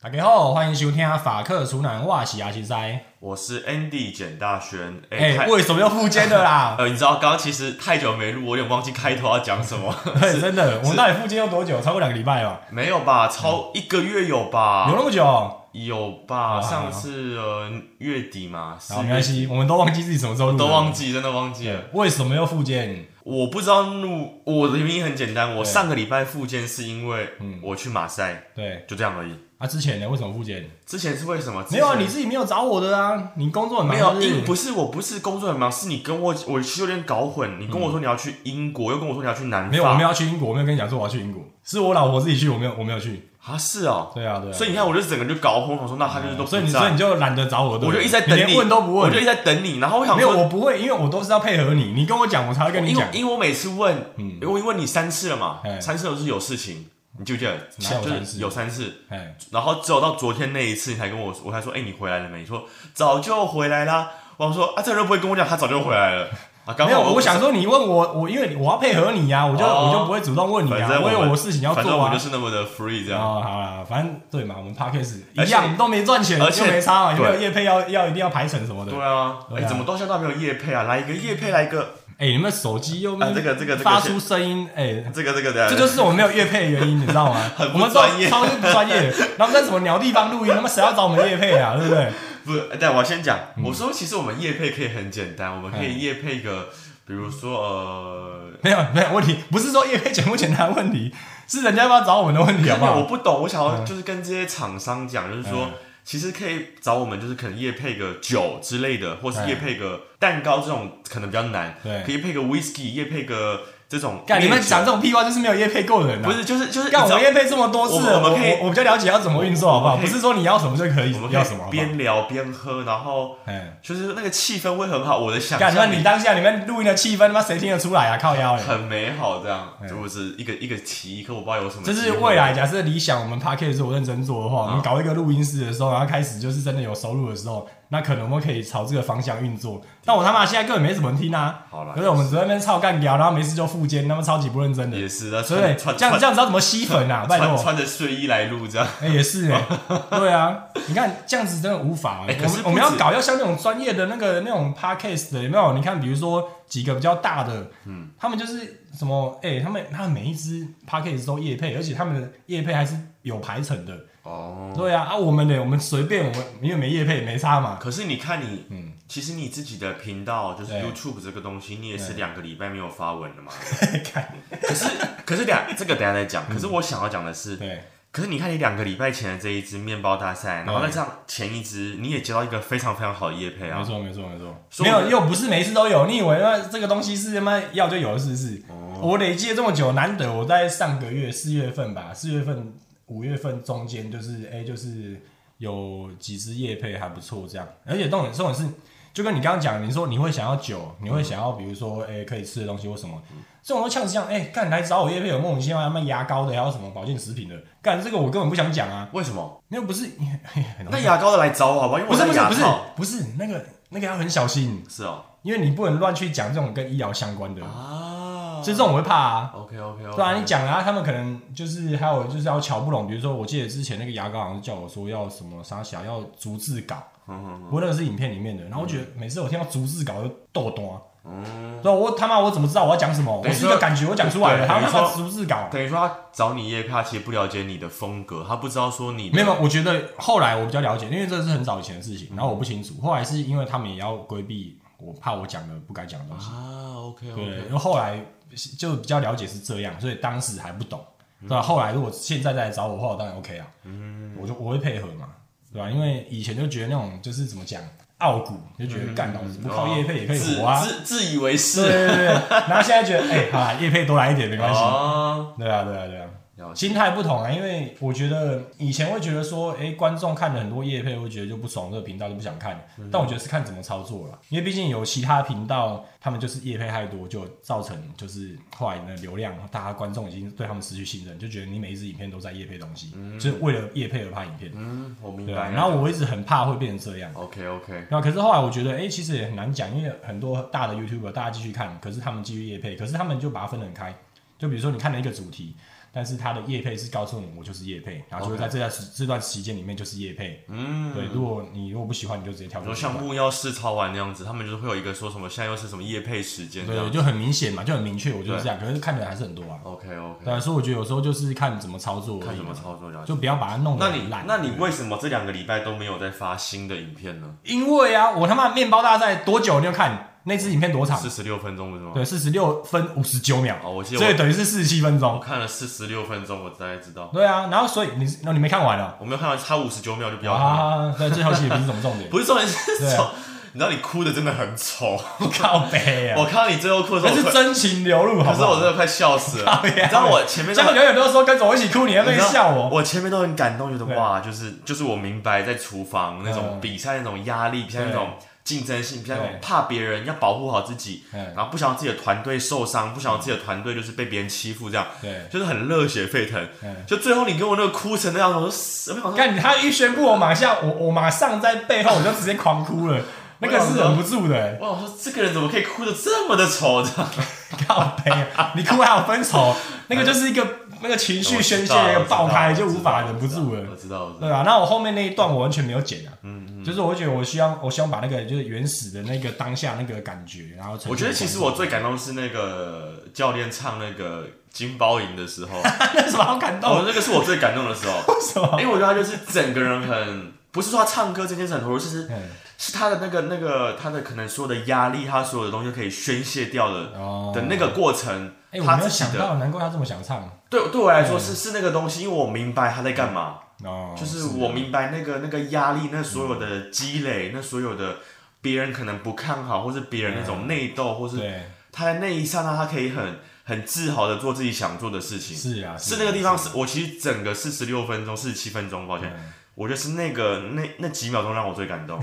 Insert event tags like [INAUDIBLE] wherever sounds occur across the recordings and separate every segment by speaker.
Speaker 1: 大家好，欢迎收听法克厨男啊哇西阿西塞。
Speaker 2: 我是 Andy 简大轩。
Speaker 1: 哎、
Speaker 2: 太
Speaker 1: 为什么要附件的
Speaker 2: [LAUGHS]
Speaker 1: 啦？
Speaker 2: 呃，你知道刚刚其实太久没录，我有点忘记开头要讲
Speaker 1: [LAUGHS]
Speaker 2: 什么。
Speaker 1: 对，哎真的，我们到底附件要多久？超过两个礼拜吧？
Speaker 2: 没有吧？超一个月有
Speaker 1: 嗯有
Speaker 2: 吧？
Speaker 1: 那么久？好，
Speaker 2: 有
Speaker 1: 好
Speaker 2: 吧？上次呃月底嘛，四
Speaker 1: 没
Speaker 2: 月
Speaker 1: 关系，我们都忘记自己什么时候录，
Speaker 2: 都忘。记，真的忘记了。
Speaker 1: 为什么要附件？
Speaker 2: 我不知道录，我的原因很简单，我
Speaker 1: 对
Speaker 2: 上个礼拜复健是因为
Speaker 1: 嗯
Speaker 2: 我去马赛，
Speaker 1: 对
Speaker 2: 就这样而已。
Speaker 1: 啊，之前呢？为什么附件？
Speaker 2: 之前是为什么？
Speaker 1: 没有啊，
Speaker 2: 之前
Speaker 1: 你自己没有找我的啊，你工作很忙
Speaker 2: 没有，
Speaker 1: 是
Speaker 2: 英不是，我不是工作很忙，是你跟我，我其实有点搞混。你跟我说你要去英国，又跟我说你要去南法，
Speaker 1: 没有，我没有要去英国，我没有跟你讲说我要去英国，是我老婆自己去，我没有，我没有去。
Speaker 2: 啊，是哦，
Speaker 1: 对啊，对啊。
Speaker 2: 所以你看，我就整个就搞混，我说那他就是都
Speaker 1: 嗯
Speaker 2: 不
Speaker 1: 所以你所以
Speaker 2: 在
Speaker 1: 你，就懒得找我，对不对
Speaker 2: 我就一直在等
Speaker 1: 连
Speaker 2: 你，
Speaker 1: 问都不
Speaker 2: 我
Speaker 1: 问
Speaker 2: 就。一直在等你。然后我想
Speaker 1: 没有，
Speaker 2: 说，
Speaker 1: 我不会，因为我都是要配合你，你跟我讲，我才会跟你
Speaker 2: 因为
Speaker 1: 讲。嗯
Speaker 2: 因为我每次问，因为我问你三次了嘛
Speaker 1: 哎，
Speaker 2: 三次都是有事情，你记不记得？
Speaker 1: 哪有
Speaker 2: 就
Speaker 1: 三次
Speaker 2: 是有三次，
Speaker 1: 哎，
Speaker 2: 然后只有到昨天那一次，你才跟我，我才说，哎，你回来了没？你说早就回来啦。我想说啊，这人不会跟我讲，他早就回来了啊。刚
Speaker 1: 没有，
Speaker 2: 好
Speaker 1: 我想说你问我，我因为我要配合你呀、我就、
Speaker 2: 哦
Speaker 1: 我就不会主动问你
Speaker 2: 反
Speaker 1: 啊，
Speaker 2: 正
Speaker 1: 我
Speaker 2: 我
Speaker 1: 有
Speaker 2: 们
Speaker 1: 我事情要
Speaker 2: 反正
Speaker 1: 做
Speaker 2: 我
Speaker 1: 啊
Speaker 2: 就。是那么的 free 这样。
Speaker 1: 哦，好啦，反正对嘛，我们 podcast
Speaker 2: 而
Speaker 1: 一
Speaker 2: 且
Speaker 1: 样都没赚钱，
Speaker 2: 而
Speaker 1: 就
Speaker 2: 且
Speaker 1: 没差嘛，有没有
Speaker 2: 对
Speaker 1: 业配要要一定要排成什么的
Speaker 2: 对？啊，
Speaker 1: 对啊
Speaker 2: 哎，怎么到现在都还没有夜配啊？来一个夜配，来一个
Speaker 1: 哎、你们手机又没
Speaker 2: 啊这个这个这个
Speaker 1: 发出声音，哎、
Speaker 2: 这个这啊个的。
Speaker 1: 这就是我们没有乐配的原因，你知道吗？
Speaker 2: 很
Speaker 1: 我
Speaker 2: 不
Speaker 1: 们都
Speaker 2: 专业
Speaker 1: 超级不专业的。然后在什么鸟地方录音，他妈谁要找我们乐配啊？对不对？
Speaker 2: 不，但我要先讲，
Speaker 1: 嗯
Speaker 2: 我说其实我们业配可以很简单，我们可以业配个，比如说呃，
Speaker 1: 没有没有问题，不是说乐配简不简单的问题，是人家要不要找我们的问
Speaker 2: [LAUGHS]
Speaker 1: 题，好不
Speaker 2: 我
Speaker 1: 好？
Speaker 2: 不懂，我想要就是跟这些厂商讲，就是说。
Speaker 1: 嗯
Speaker 2: 其实可以找我们，就是可能业配个酒之类的，或是
Speaker 1: 嗯
Speaker 2: 业配个蛋糕这种，可能比较难。
Speaker 1: 对
Speaker 2: 可以配个 whisky，业配个这种。
Speaker 1: 干，你们讲这种屁话，就是没有乐配够的人啊！
Speaker 2: 不是就是
Speaker 1: [LAUGHS]
Speaker 2: 就是
Speaker 1: 干
Speaker 2: 你知道
Speaker 1: 我业配这么多次了，
Speaker 2: 我
Speaker 1: 我
Speaker 2: 们我们可以
Speaker 1: 我我比较了解要怎么运作，好不好？
Speaker 2: 我们
Speaker 1: 不
Speaker 2: 可以
Speaker 1: 是说你要什么就可以
Speaker 2: 我们，可
Speaker 1: 要什么好
Speaker 2: 以
Speaker 1: 不好。
Speaker 2: 边聊边喝，然后
Speaker 1: 哎，
Speaker 2: 就是那个气氛会很好。我的想
Speaker 1: 干，那
Speaker 2: 象
Speaker 1: 你
Speaker 2: 力
Speaker 1: 当下你们录音的气氛，他妈谁听得出来啊？靠
Speaker 2: [LAUGHS]
Speaker 1: 腰嘞！
Speaker 2: 很美好，这样
Speaker 1: 哎
Speaker 2: 就是一个一个提议，可我不知道有什么
Speaker 1: 这
Speaker 2: 机会。
Speaker 1: 是未来假设理想，我们 p a c k a g e 如果认真做的
Speaker 2: 嗯
Speaker 1: 话，我们搞一个录音室的时候，然后开始就是真的有收入的时候，那可能我们可以朝这个方向运作。但我他妈现在根本没什么人听啊，
Speaker 2: 嗯好了
Speaker 1: 对不，对？我们只在那边操干聊，然后没事就附肩，他妈超级不认真的，
Speaker 2: 也是啊，
Speaker 1: 对不对
Speaker 2: 穿？穿
Speaker 1: 这样
Speaker 2: 穿
Speaker 1: 这样子要怎么吸粉啊？拜
Speaker 2: 穿
Speaker 1: 托，
Speaker 2: 穿着睡衣来录这样，
Speaker 1: 哎，也是哎，对啊，你看这样子真的无法。欸
Speaker 2: 哎
Speaker 1: 我
Speaker 2: 可是
Speaker 1: 们
Speaker 2: 不
Speaker 1: 我们要
Speaker 2: 止
Speaker 1: 搞要像那种专业的那个那种 podcast 的，有没有？你看，比如说几个比较大的，嗯，他们就是什么，哎，他们他们每一支 podcast 都业配，而且他们的业配还是有排程的。
Speaker 2: 哦。
Speaker 1: 对啊，啊，我们的我们随便，我们因为没业配没差嘛。
Speaker 2: 可是你看你，
Speaker 1: 嗯
Speaker 2: 其实你自己的频道就是
Speaker 1: 对
Speaker 2: YouTube 这个东西，你也是
Speaker 1: 对
Speaker 2: 两个礼拜没有发文了嘛。
Speaker 1: [LAUGHS] 看嗯
Speaker 2: 可是可
Speaker 1: [LAUGHS]
Speaker 2: 是两这个等一下再讲。可是我想要讲的是，
Speaker 1: 对，
Speaker 2: 可是你看你两个礼拜前的这一支面包大赛，然后再这样前一支，你也接到一个非常非常好的业配
Speaker 1: 没
Speaker 2: 啊。
Speaker 1: 错没错没错，
Speaker 2: 所
Speaker 1: 没
Speaker 2: 以
Speaker 1: 有又不是每一次都有。你以为那这个东西是他妈要就有，是不是？
Speaker 2: 哦
Speaker 1: 我累积了这么久，难得我在上个月四月份吧，四月份、五月份中间就是哎、就是有几支夜配还不错这样，而且重点重点是，就跟你刚刚讲，你说你会想要酒，你会想要比如说哎、可以吃的东西或什么，这种都像是这样，哎、干来找我夜配有莫名其妙他妈牙膏的，还有什么保健食品的，干这个我根本不想讲啊，
Speaker 2: 为什么？
Speaker 1: 那又不是， [LAUGHS] 很容
Speaker 2: 那
Speaker 1: 易
Speaker 2: 牙膏的来找我好不好？因为
Speaker 1: 不
Speaker 2: 我
Speaker 1: 是不
Speaker 2: 在
Speaker 1: 是
Speaker 2: 牙
Speaker 1: 不是
Speaker 2: 套
Speaker 1: 不是那个那个要很小心，
Speaker 2: 是哦
Speaker 1: 因为你不能乱去讲这种跟医疗相关的，
Speaker 2: 啊
Speaker 1: 所以这种我会怕啊。
Speaker 2: OK OK
Speaker 1: 对啊，你
Speaker 2: OK。
Speaker 1: 讲啊，他们可能就是还有就是要瞧不拢，比如说我记得之前那个牙膏好像是叫我说要什么沙小要逐字稿，
Speaker 2: 嗯
Speaker 1: 不过那个是影片里面的，然后我觉得每次我听到逐字稿就豆多，
Speaker 2: 嗯，
Speaker 1: 对啊我他妈我怎么知道我要讲什么？我
Speaker 2: 等于
Speaker 1: 是一
Speaker 2: 说
Speaker 1: 个感觉我讲出来的，
Speaker 2: 对
Speaker 1: 还有他
Speaker 2: 等于
Speaker 1: 妈
Speaker 2: 说
Speaker 1: 逐字稿，
Speaker 2: 等于说他找你业配，他其实不了解你的风格，他不知道说你的
Speaker 1: 没有，没有我觉得后来我比较了解，因为这是很早以前的事情，然后我不清楚，
Speaker 2: 嗯
Speaker 1: 后来是因为他们也要规避，我怕我讲的不该讲的东西，
Speaker 2: 啊，OK
Speaker 1: 对，因
Speaker 2: OK，
Speaker 1: 为后来就比较了解是这样，所以当时还不懂。
Speaker 2: 嗯
Speaker 1: 对吧、后来如果现在再来找我的话，我当然 OK 啊，我就我会配合嘛，对吧、因为以前就觉得那种就是怎么讲，傲骨就觉得干老子不靠叶配也可以
Speaker 2: 自
Speaker 1: 活啊，
Speaker 2: 自嗯自以为
Speaker 1: 对
Speaker 2: 是
Speaker 1: 对对对。然后现在觉得，哎、好啦，叶配多来一点没关系，
Speaker 2: 啊，
Speaker 1: 对啊对啊对啊，
Speaker 2: 了解
Speaker 1: 心态不同啊，因为我觉得以前会觉得说，哎、观众看了很多叶配会觉得就不爽，这个频道就不想看，但我觉得是看怎么操作了，因为毕竟有其他频道他们就是叶配太多，就造成就是后来的流量，大家观众已经对他们失去信任，就觉得你每一支影片都在叶配东西，就是为了叶配而拍影片，
Speaker 2: 嗯，我明
Speaker 1: 对啊
Speaker 2: 白。，
Speaker 1: 然后我一直很怕会变成这样。
Speaker 2: OK OK，
Speaker 1: 那可是后来我觉得，哎、其实也很难讲，因为很多大的 YouTuber 大家继续看，可是他们继续夜配，可是他们就把它分得很开。就比如说你看了一个主题，但是它的业配是告诉你我就是业配，然后就是
Speaker 2: OK
Speaker 1: 在这段时这段时间里面就是业配。嗯，对，如果你如果不喜欢，你就直接跳
Speaker 2: 比
Speaker 1: 过
Speaker 2: 如说
Speaker 1: 这
Speaker 2: 像
Speaker 1: 段。
Speaker 2: 木曜试操完那样子，他们就是会有一个说什么现在又是什么夜配时间这
Speaker 1: 对，
Speaker 2: 样。
Speaker 1: 就很明显嘛，就很明确，我就是
Speaker 2: 对
Speaker 1: 这样。可是看的人还是很多啊。
Speaker 2: OK OK，
Speaker 1: 对啊，所以我觉得有时候就是看怎么操作而已嘛，
Speaker 2: 嗯看怎么操作了解。
Speaker 1: 就不要把它弄得
Speaker 2: 那你
Speaker 1: 很烂。
Speaker 2: 那你为什么这两个礼拜都没有在发新的影片呢？
Speaker 1: 因为啊，我他妈面包大赛多久你有看那支影片多长？
Speaker 2: 四十六分钟不是吗？
Speaker 1: 对，四十六分五十九秒，
Speaker 2: 哦我记得我
Speaker 1: 所以等于是四十七分
Speaker 2: 我
Speaker 1: 钟。
Speaker 2: 看了四十六分钟，我大概知道。
Speaker 1: 对啊，然后所以你那你没看完哦。
Speaker 2: 我没有看到差五十九秒就不要看了，
Speaker 1: 啊，对，最后其实也不是什么重
Speaker 2: [LAUGHS]
Speaker 1: 点，
Speaker 2: 不是重点是
Speaker 1: 对啊
Speaker 2: 丑，你知道你哭的真的很丑。
Speaker 1: 靠背啊，
Speaker 2: 我看到你最后哭的时
Speaker 1: 那
Speaker 2: 候，我
Speaker 1: 是
Speaker 2: 快
Speaker 1: 真情流露，好
Speaker 2: [LAUGHS] 可
Speaker 1: 不
Speaker 2: 是我
Speaker 1: 好？
Speaker 2: 真的快笑死
Speaker 1: [LAUGHS]
Speaker 2: 了。
Speaker 1: 靠
Speaker 2: 你
Speaker 1: 腰
Speaker 2: 知道我前面
Speaker 1: 结
Speaker 2: 都
Speaker 1: 果永远都说跟着我一起哭，你还
Speaker 2: 你
Speaker 1: 在
Speaker 2: 知
Speaker 1: 那
Speaker 2: 道
Speaker 1: 边笑我。
Speaker 2: 我前面都很感动，觉得
Speaker 1: 对嗯
Speaker 2: 哇，就是就是我明白在厨房那种比赛那种压力，比赛那种竞争性，比赛那种
Speaker 1: 对
Speaker 2: 怕别人要保护好自己，
Speaker 1: 嗯
Speaker 2: 然后不想要自己的团队受伤，不想要自己的团队就是被别人欺负这样，
Speaker 1: 嗯对，
Speaker 2: 就是很热血沸腾。
Speaker 1: 嗯
Speaker 2: 就最后你给我那个哭成那样，我说我想说，
Speaker 1: 看他一宣布我马下，我我马上在背后我就直接狂哭了，那个是忍不住的、欸，
Speaker 2: 我想说这个人怎么可以哭的这么的丑？这样
Speaker 1: 靠背啊、你哭还有分
Speaker 2: [LAUGHS]
Speaker 1: 手，那个就是一个那个情绪宣泄一个爆开就无法忍不住了
Speaker 2: 我。知道，我知道，
Speaker 1: 对啊，那我后面那一段我完全没有剪啊，嗯嗯，就是我觉得我希望我希望把那个就是原始的那个当下那个感觉，然后呈现
Speaker 2: 我觉得其实我最感动是那个教练唱那个金包银的时候，
Speaker 1: [LAUGHS] [LAUGHS] 那有什么好感动啊
Speaker 2: 哦，那个是我最感动的时候。
Speaker 1: 为什么？
Speaker 2: 因为我觉得他就是整个人很，不是说他唱歌这件事很投入，是是
Speaker 1: 嗯
Speaker 2: 是他的那个那个他的可能所有的压力，他所有的东西都可以宣泄掉的
Speaker 1: 哦
Speaker 2: 的那个过程 [LAUGHS]
Speaker 1: 哎、，我
Speaker 2: 他
Speaker 1: 没有
Speaker 2: 自己
Speaker 1: 想
Speaker 2: 的
Speaker 1: 到，嗯难怪他这么想唱
Speaker 2: 对对我来说是是那个东西，因为我明白他在干嘛，
Speaker 1: 哦，嗯
Speaker 2: 就是我明白那个那个压力，那所有的积累，那所有的别人可能不看好，或是别人那
Speaker 1: 嗯
Speaker 2: 种内斗，或是
Speaker 1: 对，
Speaker 2: 他在那一刹那，他可以很很自豪的做自己想做的事情。
Speaker 1: 是嗯啊，
Speaker 2: 是那个地方，是我其实整个四十六分钟、四十七分钟，抱歉，我觉得是那个那那几秒钟让我最
Speaker 1: [LAUGHS]
Speaker 2: 感动。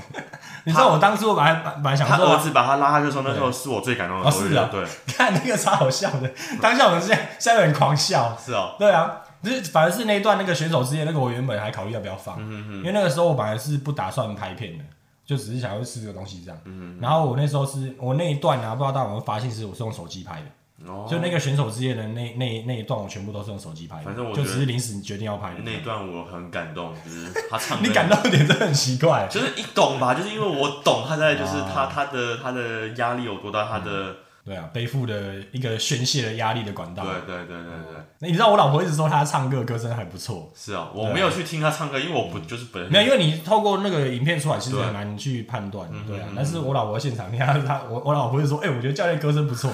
Speaker 1: 你知道我当初本来本来想
Speaker 2: 他呃
Speaker 1: 说
Speaker 2: 儿，子把他拉下去的时候，那时候是我最感动的
Speaker 1: 哦
Speaker 2: 时候。
Speaker 1: 是啊
Speaker 2: 对，
Speaker 1: [LAUGHS] 看那个超好笑的， [LAUGHS] 当下我们现在现在有人狂笑。
Speaker 2: 是哦，
Speaker 1: 对啊，就是反而是那一段那个选手之夜，那个我原本还考虑要不要放，
Speaker 2: 嗯
Speaker 1: 因为那个时候我本来是不打算拍片的，就只是想要吃个东西这样。
Speaker 2: 嗯
Speaker 1: 然后我那时候是我那一段啊，不知道大家有没有发现，是我是用手机拍的。
Speaker 2: 哦
Speaker 1: 就那个选手之夜的那那那一段，我全部都是用手机拍的，
Speaker 2: 反正我
Speaker 1: 就
Speaker 2: 觉得
Speaker 1: 只是临时决定要拍的。
Speaker 2: 那一段我很感动，就是他唱
Speaker 1: 你感
Speaker 2: 动，
Speaker 1: 到点真的很奇怪，
Speaker 2: 就是一懂吧，就是因为我懂他在，就是
Speaker 1: 啊
Speaker 2: 他他的他的压力有多大，他的
Speaker 1: 对啊，背负的一个宣泄的压力的管道。
Speaker 2: 对对对对对，
Speaker 1: 那你知道我老婆一直说她唱歌的歌声还不错，
Speaker 2: 是啊，我没有去听他唱歌，因为我不就是本
Speaker 1: 没有，
Speaker 2: 人
Speaker 1: 因为你透过那个影片出来，其实
Speaker 2: 对嗯
Speaker 1: 很难去判断，对啊。但是我老婆现场，你看她，我我老婆就说：“哎、我觉得教练歌声不
Speaker 2: [LAUGHS]
Speaker 1: 错。”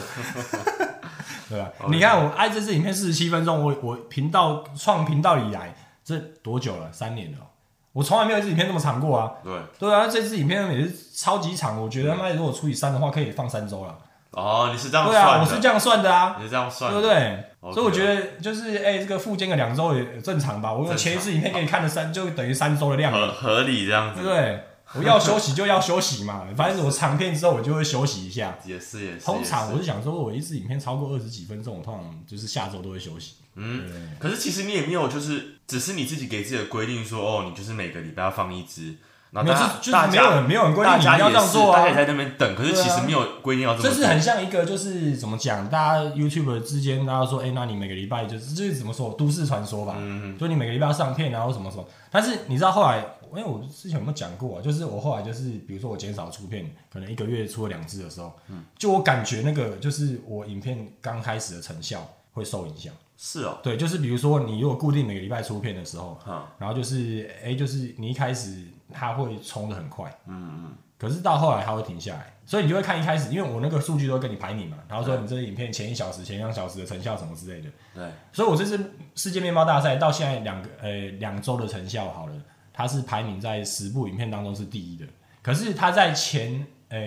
Speaker 1: 对吧、你看我哎爱这支影片四十七分钟，我我频道创频道以来，这多久了？三年了哦、我从来没有一支影片这么长过啊！
Speaker 2: 对
Speaker 1: 对啊，这支影片也是超级长，我觉得他妈如果除以三的话，可以放三周了。
Speaker 2: 哦，你是这样
Speaker 1: 对啊，我
Speaker 2: 算
Speaker 1: 是
Speaker 2: 的，
Speaker 1: 这样算的啊。
Speaker 2: 你是这样算
Speaker 1: 对不，
Speaker 2: 的
Speaker 1: 对？
Speaker 2: OK
Speaker 1: 所以我觉得就是哎、这个复健个两周也正常吧。我
Speaker 2: 正常
Speaker 1: 用前一次影片给你看了三，就等于三周的量，
Speaker 2: 合 [LAUGHS] 合理这样
Speaker 1: 对
Speaker 2: 子
Speaker 1: 不，对？我要休息就要休息嘛， [LAUGHS] 反正我长片之后我就会休息一下。
Speaker 2: 也是也是。
Speaker 1: 通常
Speaker 2: 也是
Speaker 1: 我是想说，我一支影片超过二十几分钟，我通常就是下周都会休息。
Speaker 2: 嗯，可是其实你也没有，就是只是你自己给自己的规定说，哦，你就是每个礼拜要放一支，然后
Speaker 1: 没有，
Speaker 2: 大
Speaker 1: 就就
Speaker 2: 啊大
Speaker 1: 是没有
Speaker 2: 家
Speaker 1: 人没有人规定
Speaker 2: 大
Speaker 1: 你
Speaker 2: 家
Speaker 1: 一定要
Speaker 2: 也
Speaker 1: 这样
Speaker 2: 是，
Speaker 1: 做
Speaker 2: 大家也
Speaker 1: 啊。
Speaker 2: 在那边等，可是其实没有规定要这
Speaker 1: 这
Speaker 2: 么
Speaker 1: 是
Speaker 2: 做。
Speaker 1: 很像一个就是怎么讲，大家 YouTube 之间大家说，哎、那你每个礼拜就是就是怎么说都市传
Speaker 2: 嗯
Speaker 1: 说吧，就你每个礼拜要上片啊，或什么什么。但是你知道后来，因为我之前有没有讲过啊？就是我后来就是比如说我减少出片，可能一个月出了两支的时候，
Speaker 2: 嗯
Speaker 1: 就我感觉那个就是我影片刚开始的成效会受影响。
Speaker 2: 是哦，
Speaker 1: 对，就是比如说你如果固定每个礼拜出片的时候，
Speaker 2: 哈，
Speaker 1: 然后就是哎、就是你一开始它会冲的很快，嗯嗯，可是到后来它会停下来，所以你就会看一开始，因为我那个数据都会跟你排名嘛，然后说你这个影片前一小时、前两小时的成效什么之类的，
Speaker 2: 对，
Speaker 1: 所以我这次世界面包大赛到现在两个呃两周的成效好了，它是排名在十部影片当中是第一的，可是它在前呃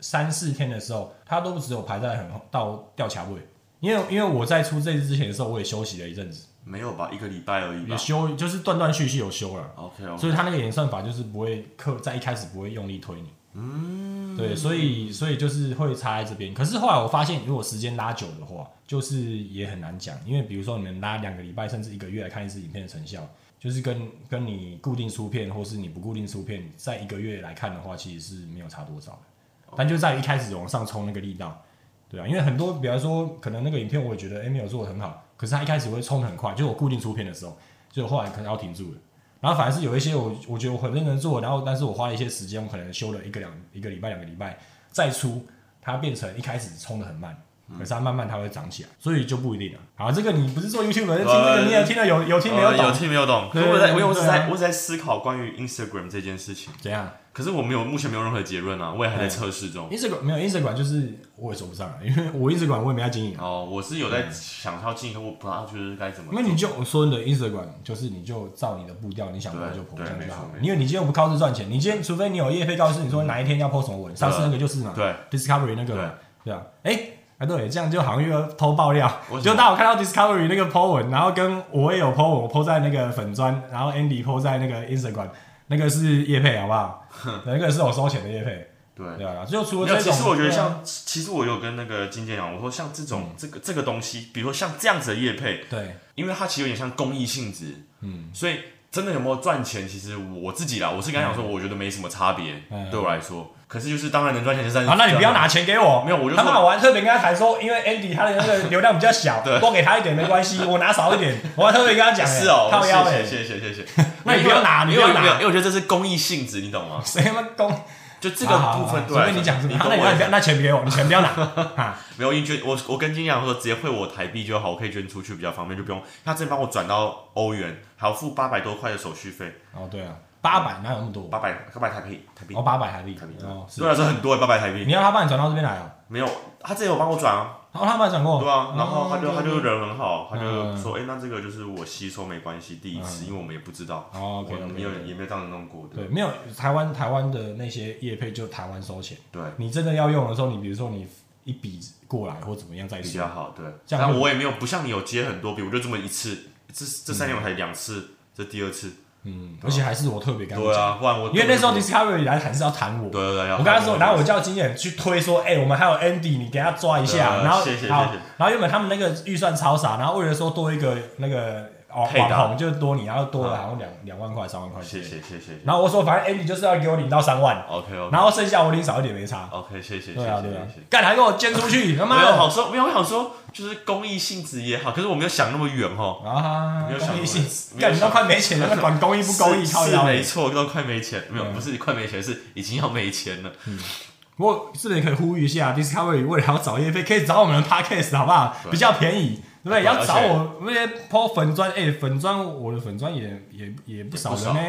Speaker 1: 三四天的时候，它都只有排在很后到吊卡位，因为因为我在出这次之前的时候，我也休息了一阵子，
Speaker 2: 没有吧，一个礼拜而已
Speaker 1: 也
Speaker 2: 吧。
Speaker 1: 休就是断断续续有休了。
Speaker 2: OK OK，
Speaker 1: 所以他那个演算法就是不会刻在一开始不会用力推你。嗯，对，所以所以就是会差在这边。可是后来我发现，如果时间拉久的话，就是也很难讲，因为比如说你们拉两个礼拜甚至一个月来看一次影片的成效，就是跟跟你固定出片或是你不固定出片，在一个月来看的话，其实是没有差多少的。但就在于一开始往上冲那个力道，对啊，因为很多，比方说可能那个影片我也觉得哎、诶没有做的很好，可是它一开始会冲的很快，就我固定出片的时候，就后来可能要停住了。然后反而是有一些我我觉得我很认真做，然后但是我花了一些时间，我可能修了一个两一个礼拜两个礼拜再出，它变成一开始冲的很慢。
Speaker 2: 嗯
Speaker 1: 可是它慢慢它会长起来，所以就不一定了。好，这个你不是做 YouTube 的，听这个你也听得有有听没有
Speaker 2: 呃有
Speaker 1: 懂？
Speaker 2: 听没有懂？可
Speaker 1: 对
Speaker 2: 是我
Speaker 1: 对
Speaker 2: 在，
Speaker 1: 对
Speaker 2: 我我只是
Speaker 1: 对啊
Speaker 2: 在我只在思考关于 Instagram 这件事情，
Speaker 1: 怎样？
Speaker 2: 可是我没有目前没有任何结论啊，我也还在
Speaker 1: 嗯
Speaker 2: 测试中。
Speaker 1: Instagram 没有 Instagram 就是我也说不上来，因为我 Instagram 我也没在经营啊。
Speaker 2: 哦，我是有在想要进，可我不知道就是该怎么
Speaker 1: 因为你就我说你的 Instagram 就是你就照你的步调，你想播
Speaker 2: 对
Speaker 1: 就播
Speaker 2: 对
Speaker 1: 这样就好
Speaker 2: 没错
Speaker 1: 了
Speaker 2: 没。错
Speaker 1: 因为你今天又不靠是赚钱，你今天除非你有业费告诉你说哪一天要 post 什么文，上次那个就是嘛，
Speaker 2: 啊对
Speaker 1: ，Discovery 那个嘛，对啊，哎。啊对，这样就好像又要偷爆料
Speaker 2: 为什，么
Speaker 1: 就当我看到 Discovery 那个 po 文，然后跟我也有 po 文，我 po 在那个粉砖，然后 Andy po 在那个 Instagram，那个是叶配好不好？那个是我收钱的叶配，
Speaker 2: 对。
Speaker 1: 对啊，就除
Speaker 2: 没
Speaker 1: 了这种，
Speaker 2: 有，其实我觉得
Speaker 1: 对啊
Speaker 2: 像，其实我有跟那个金建讲，我说像这种这个这个东西，比如说像这样子的业配，
Speaker 1: 对，
Speaker 2: 因为它其实有点像公益性质，
Speaker 1: 嗯，
Speaker 2: 所以真的有没有赚钱，其实我自己啦，我是跟他讲说，我觉得没什么差别，
Speaker 1: 嗯
Speaker 2: 对我来说。可是就是当然能赚钱是赚钱，
Speaker 1: 啊，那你不要拿钱给我，
Speaker 2: 没有我就
Speaker 1: 他
Speaker 2: 说
Speaker 1: 妈我还特别跟他谈说，因为 Andy 他的那个流量比较小，
Speaker 2: 对
Speaker 1: 多给他一点没关系，我拿少一点，我还特别跟他讲、欸，
Speaker 2: 是哦，
Speaker 1: 靠腰哎、
Speaker 2: 谢谢谢谢谢谢。
Speaker 1: [LAUGHS] 那你不要拿
Speaker 2: 因为
Speaker 1: 你不要拿
Speaker 2: 因为因为我觉得这是公益性质，你懂吗？
Speaker 1: 谁他妈公
Speaker 2: 就 [LAUGHS] 这个部分对我
Speaker 1: 所
Speaker 2: 来
Speaker 1: 以
Speaker 2: 说，
Speaker 1: 你讲什么？
Speaker 2: 你
Speaker 1: 啊
Speaker 2: 懂
Speaker 1: 那你那
Speaker 2: 我的
Speaker 1: 你不要那钱不给我，你钱不要拿
Speaker 2: [LAUGHS]
Speaker 1: 啊，
Speaker 2: 没有，因为捐我我跟金讲说，直接汇我台币就好，我可以捐出去比较方便，就不用他直接帮我转到欧元，还要付八百多块的手续费，
Speaker 1: 哦对啊，八百哪有那么多？
Speaker 2: 八百八百台币台币
Speaker 1: 哦，，八百台币
Speaker 2: 台币，
Speaker 1: 哦是
Speaker 2: 对，我来说很多八百台币，
Speaker 1: 你要他帮你转到这边来哦，
Speaker 2: 没有，他之前有帮我转啊，
Speaker 1: 然后他帮你转过，
Speaker 2: 对啊，然后他就
Speaker 1: 哦
Speaker 2: 他就人很好，他就
Speaker 1: 嗯
Speaker 2: 说，哎，那这个就是我吸收没关系，第一次，因为我们也不知道，
Speaker 1: 哦
Speaker 2: 我
Speaker 1: OK，
Speaker 2: 没有也没有这样弄过，
Speaker 1: 对，没有台湾台湾的那些业配就台湾收钱，
Speaker 2: 对，
Speaker 1: 你真的要用的时候，你比如说你一笔过来或怎么样再
Speaker 2: 比
Speaker 1: 说。
Speaker 2: 较好，对，
Speaker 1: 这样就
Speaker 2: 但我也没有不像你有接很多笔，我就这么一次，这这三年我才两次，这第二次，
Speaker 1: 嗯，而且还是我特别干净
Speaker 2: 对。啊，不然我
Speaker 1: 因为那时候
Speaker 2: 对
Speaker 1: Discovery 来还是要谈我，
Speaker 2: 对对，要
Speaker 1: 我跟他说，
Speaker 2: 看
Speaker 1: 然后我叫经纪人去推说，哎，我们还有 Andy，你给他抓一下，
Speaker 2: 对
Speaker 1: 然后
Speaker 2: 谢谢
Speaker 1: 好
Speaker 2: 谢谢，
Speaker 1: 然后原本他们那个预算超傻，然后为了说多一个那个哦
Speaker 2: 配搭
Speaker 1: 网红就多你，然后多了好像两两万块、三万块，
Speaker 2: 谢。谢谢谢。
Speaker 1: 然后我说，反正 Andy 就是要给我领到三万，
Speaker 2: OK OK
Speaker 1: 然后剩下我领少一点没差。
Speaker 2: OK 谢哦谢谢谢
Speaker 1: 对啊，对啊
Speaker 2: 谢谢。，
Speaker 1: 干还给我捐出去，他
Speaker 2: 没
Speaker 1: 妈哦
Speaker 2: 有
Speaker 1: 的！
Speaker 2: 好说，没有我想说，就是公益性质也好，可是我没有想那么远哈。
Speaker 1: 啊
Speaker 2: 没，有想
Speaker 1: 公益
Speaker 2: 过
Speaker 1: 性，
Speaker 2: 没有
Speaker 1: 干你
Speaker 2: 想
Speaker 1: 都快没钱了，那管公益不公益，
Speaker 2: 是
Speaker 1: 靠
Speaker 2: 是
Speaker 1: 腰
Speaker 2: 没
Speaker 1: 欸。
Speaker 2: 错，都快没钱，没有
Speaker 1: 嗯
Speaker 2: 不是快没钱，是已经要没钱了。
Speaker 1: 不过这里可以呼吁一下，Discovery 为了要找业费，可以找我们的 Podcast 好不好？
Speaker 2: 对
Speaker 1: 比较便宜，对不对？
Speaker 2: 对
Speaker 1: 要找
Speaker 2: 而且
Speaker 1: 我那些 PO 粉砖，哎，粉砖我的粉砖也也也不少人呢、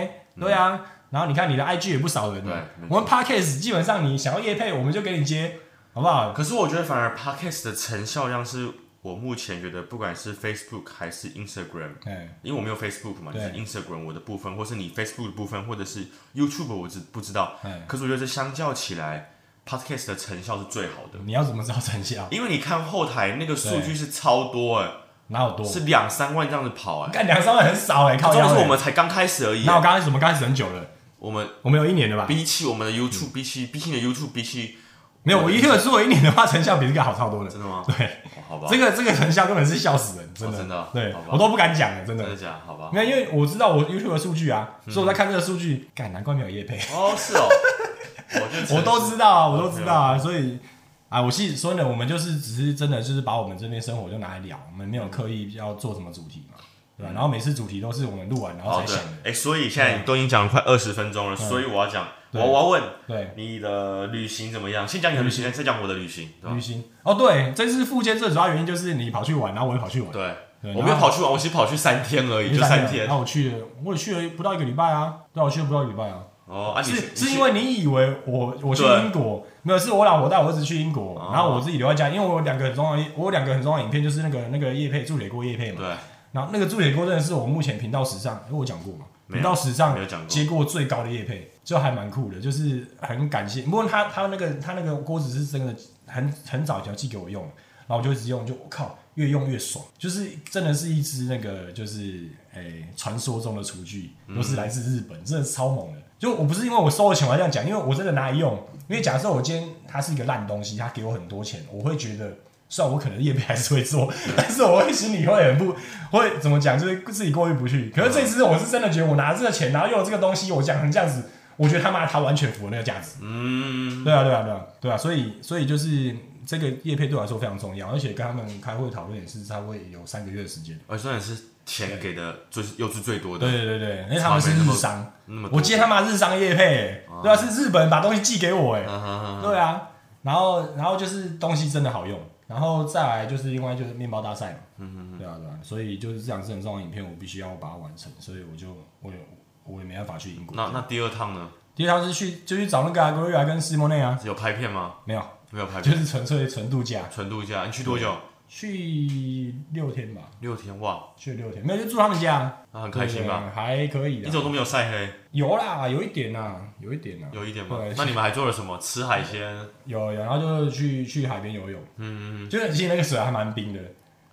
Speaker 1: 对啊。然后你看你的 IG 也不少人呢、
Speaker 2: 嗯对没错
Speaker 1: 我们 Podcast 基本上你想要业配，我们就给你接，好不好？
Speaker 2: 可是我觉得反而 Podcast 的成效量是我目前觉得，不管是 Facebook 还是 Instagram，
Speaker 1: 哎，
Speaker 2: 因为我没有 Facebook 嘛，就
Speaker 1: 对
Speaker 2: 是 Instagram 我的部分，或是你 Facebook 的部分，或者是 YouTube 我知不知道
Speaker 1: 嗯？
Speaker 2: 可是我觉得这相较起来，Podcast 的成效是最好的。
Speaker 1: 你要怎么知道成效？
Speaker 2: 因为你看后台那个数据是超多哎、
Speaker 1: 哪有多？
Speaker 2: 是两三万这样子跑哎、
Speaker 1: 干两三万很少哎、
Speaker 2: 重
Speaker 1: 哦靠
Speaker 2: 点
Speaker 1: 腰、
Speaker 2: 是
Speaker 1: 欸。
Speaker 2: 我们才刚开始而已、哎
Speaker 1: 那我刚开始我们刚开始很久了，
Speaker 2: 我们
Speaker 1: 我们有一年了吧？
Speaker 2: 比起我们的 YouTube，、比
Speaker 1: 嗯
Speaker 2: 起比起你的 YouTube，比起
Speaker 1: 没有，我一个做一年的话，成效比这个好超多了。
Speaker 2: 真的吗？
Speaker 1: 对，
Speaker 2: 哦好吧，
Speaker 1: 这个这个成效根本是笑死人，真的、
Speaker 2: 哦真的啊
Speaker 1: 对
Speaker 2: 好吧
Speaker 1: 我都不敢讲了，真的
Speaker 2: 真。的假的？好吧
Speaker 1: 没。有，因为我知道我 YouTube 的数据啊，所以我在看这个数据，干难怪没有业配，
Speaker 2: 哦，是哦，我就
Speaker 1: 我都知道啊，我
Speaker 2: 哦
Speaker 1: 都知道啊，所以啊，我是说呢，我们就是只是真的就是把我们这边生活就拿来聊，我们没有刻意要做什么主题嘛，对吧？然后每次主题都是我们录完然后
Speaker 2: 哦
Speaker 1: 才
Speaker 2: 对
Speaker 1: 想的，，嗯
Speaker 2: 哎、所以现在你都已经讲了快二十分钟了，所以我要讲，我
Speaker 1: 对
Speaker 2: 我要问
Speaker 1: 对，
Speaker 2: 你的旅行怎么样？先讲你的旅行，再讲我的旅行，对吧
Speaker 1: 旅？行哦，对，这次复健最主要原因就是你跑去玩，然后我也跑去玩，
Speaker 2: 对，
Speaker 1: 对
Speaker 2: 我
Speaker 1: 然
Speaker 2: 没有
Speaker 1: 后
Speaker 2: 跑去玩，我其实跑去三天而已，就三天。
Speaker 1: 然后我去了，我也去了不到一个礼拜啊，对啊，我去了不到一个礼拜啊，
Speaker 2: 哦，啊，你
Speaker 1: 是
Speaker 2: 去
Speaker 1: 是
Speaker 2: 你
Speaker 1: 因
Speaker 2: 去
Speaker 1: 为你以为我我去
Speaker 2: 对
Speaker 1: 英国没有，是我老婆带我儿子去英国，
Speaker 2: 哦
Speaker 1: 然后我自己留在家，因为我有两个很重要的，我有两个很重要的影片，就是那个那个叶配铸铁锅叶配嘛，
Speaker 2: 对，
Speaker 1: 然后那个铸铁锅真的是我目前频道史上，因为我讲过嘛，
Speaker 2: 没有
Speaker 1: 频道史上
Speaker 2: 没有讲过
Speaker 1: 接过最高的叶配，就还蛮酷的，就是很感谢。不过他他那个他那个锅子是真的很很早以前就寄给我用，然后我就一直用，就我靠，越用越爽，就是真的是一支那个就是诶传、说中的厨具，都是来自日本，真的是超猛的。就我不是因为我收了钱我要这样讲，因为我真的拿来用。因为假设我今天它是一个烂东西，它给我很多钱，我会觉得。虽然我可能业配还是会做，但是我会心里会很不会怎么讲，就是自己过意不去。可是这次我是真的觉得，我拿这个钱，然后用了这个东西，我讲成这样子，我觉得他妈他完全符合那个价值。
Speaker 2: 嗯，
Speaker 1: 对啊，对啊，对啊，对啊，所以所以就是这个业配对我来说非常重要，而且跟他们开会讨论也是差不多有三个月的时间。
Speaker 2: 而算也是钱给的最又是最多
Speaker 1: 对
Speaker 2: 的，
Speaker 1: 对对对，因为他们是日商，
Speaker 2: 那么多
Speaker 1: 我接他妈日商业配、欸，对啊，是日本把东西寄给我哎、
Speaker 2: 啊哈哈
Speaker 1: 对啊，然后然后就是东西真的好用，然后再来就是另外就是面包大赛嘛，嗯对啊对啊，所以就是这两支很重要的影片，我必须要把它完成，所以我就我也我也没办法去英国。
Speaker 2: 那那第二趟呢？
Speaker 1: 第一趟是去就去找那个 Gloria 跟 Simone 啊，
Speaker 2: 有拍片吗？
Speaker 1: 没有，
Speaker 2: 没有拍
Speaker 1: 就
Speaker 2: 片，
Speaker 1: 是纯粹纯度假。
Speaker 2: 纯度假。你去多久？
Speaker 1: 去六天吧，
Speaker 2: 六天哇，
Speaker 1: 去六天，没有就住他们家，
Speaker 2: 那很开心吧？
Speaker 1: 对？还可以
Speaker 2: 你
Speaker 1: 的
Speaker 2: 怎，么都没有晒黑？
Speaker 1: 有啦，有一点啦，有一点啦，
Speaker 2: 有一点吗
Speaker 1: 对？
Speaker 2: 那你们还做了什么？吃海鲜，
Speaker 1: 有有，然后就去去海边游泳，
Speaker 2: 嗯，
Speaker 1: 就是其实那个水还蛮冰的，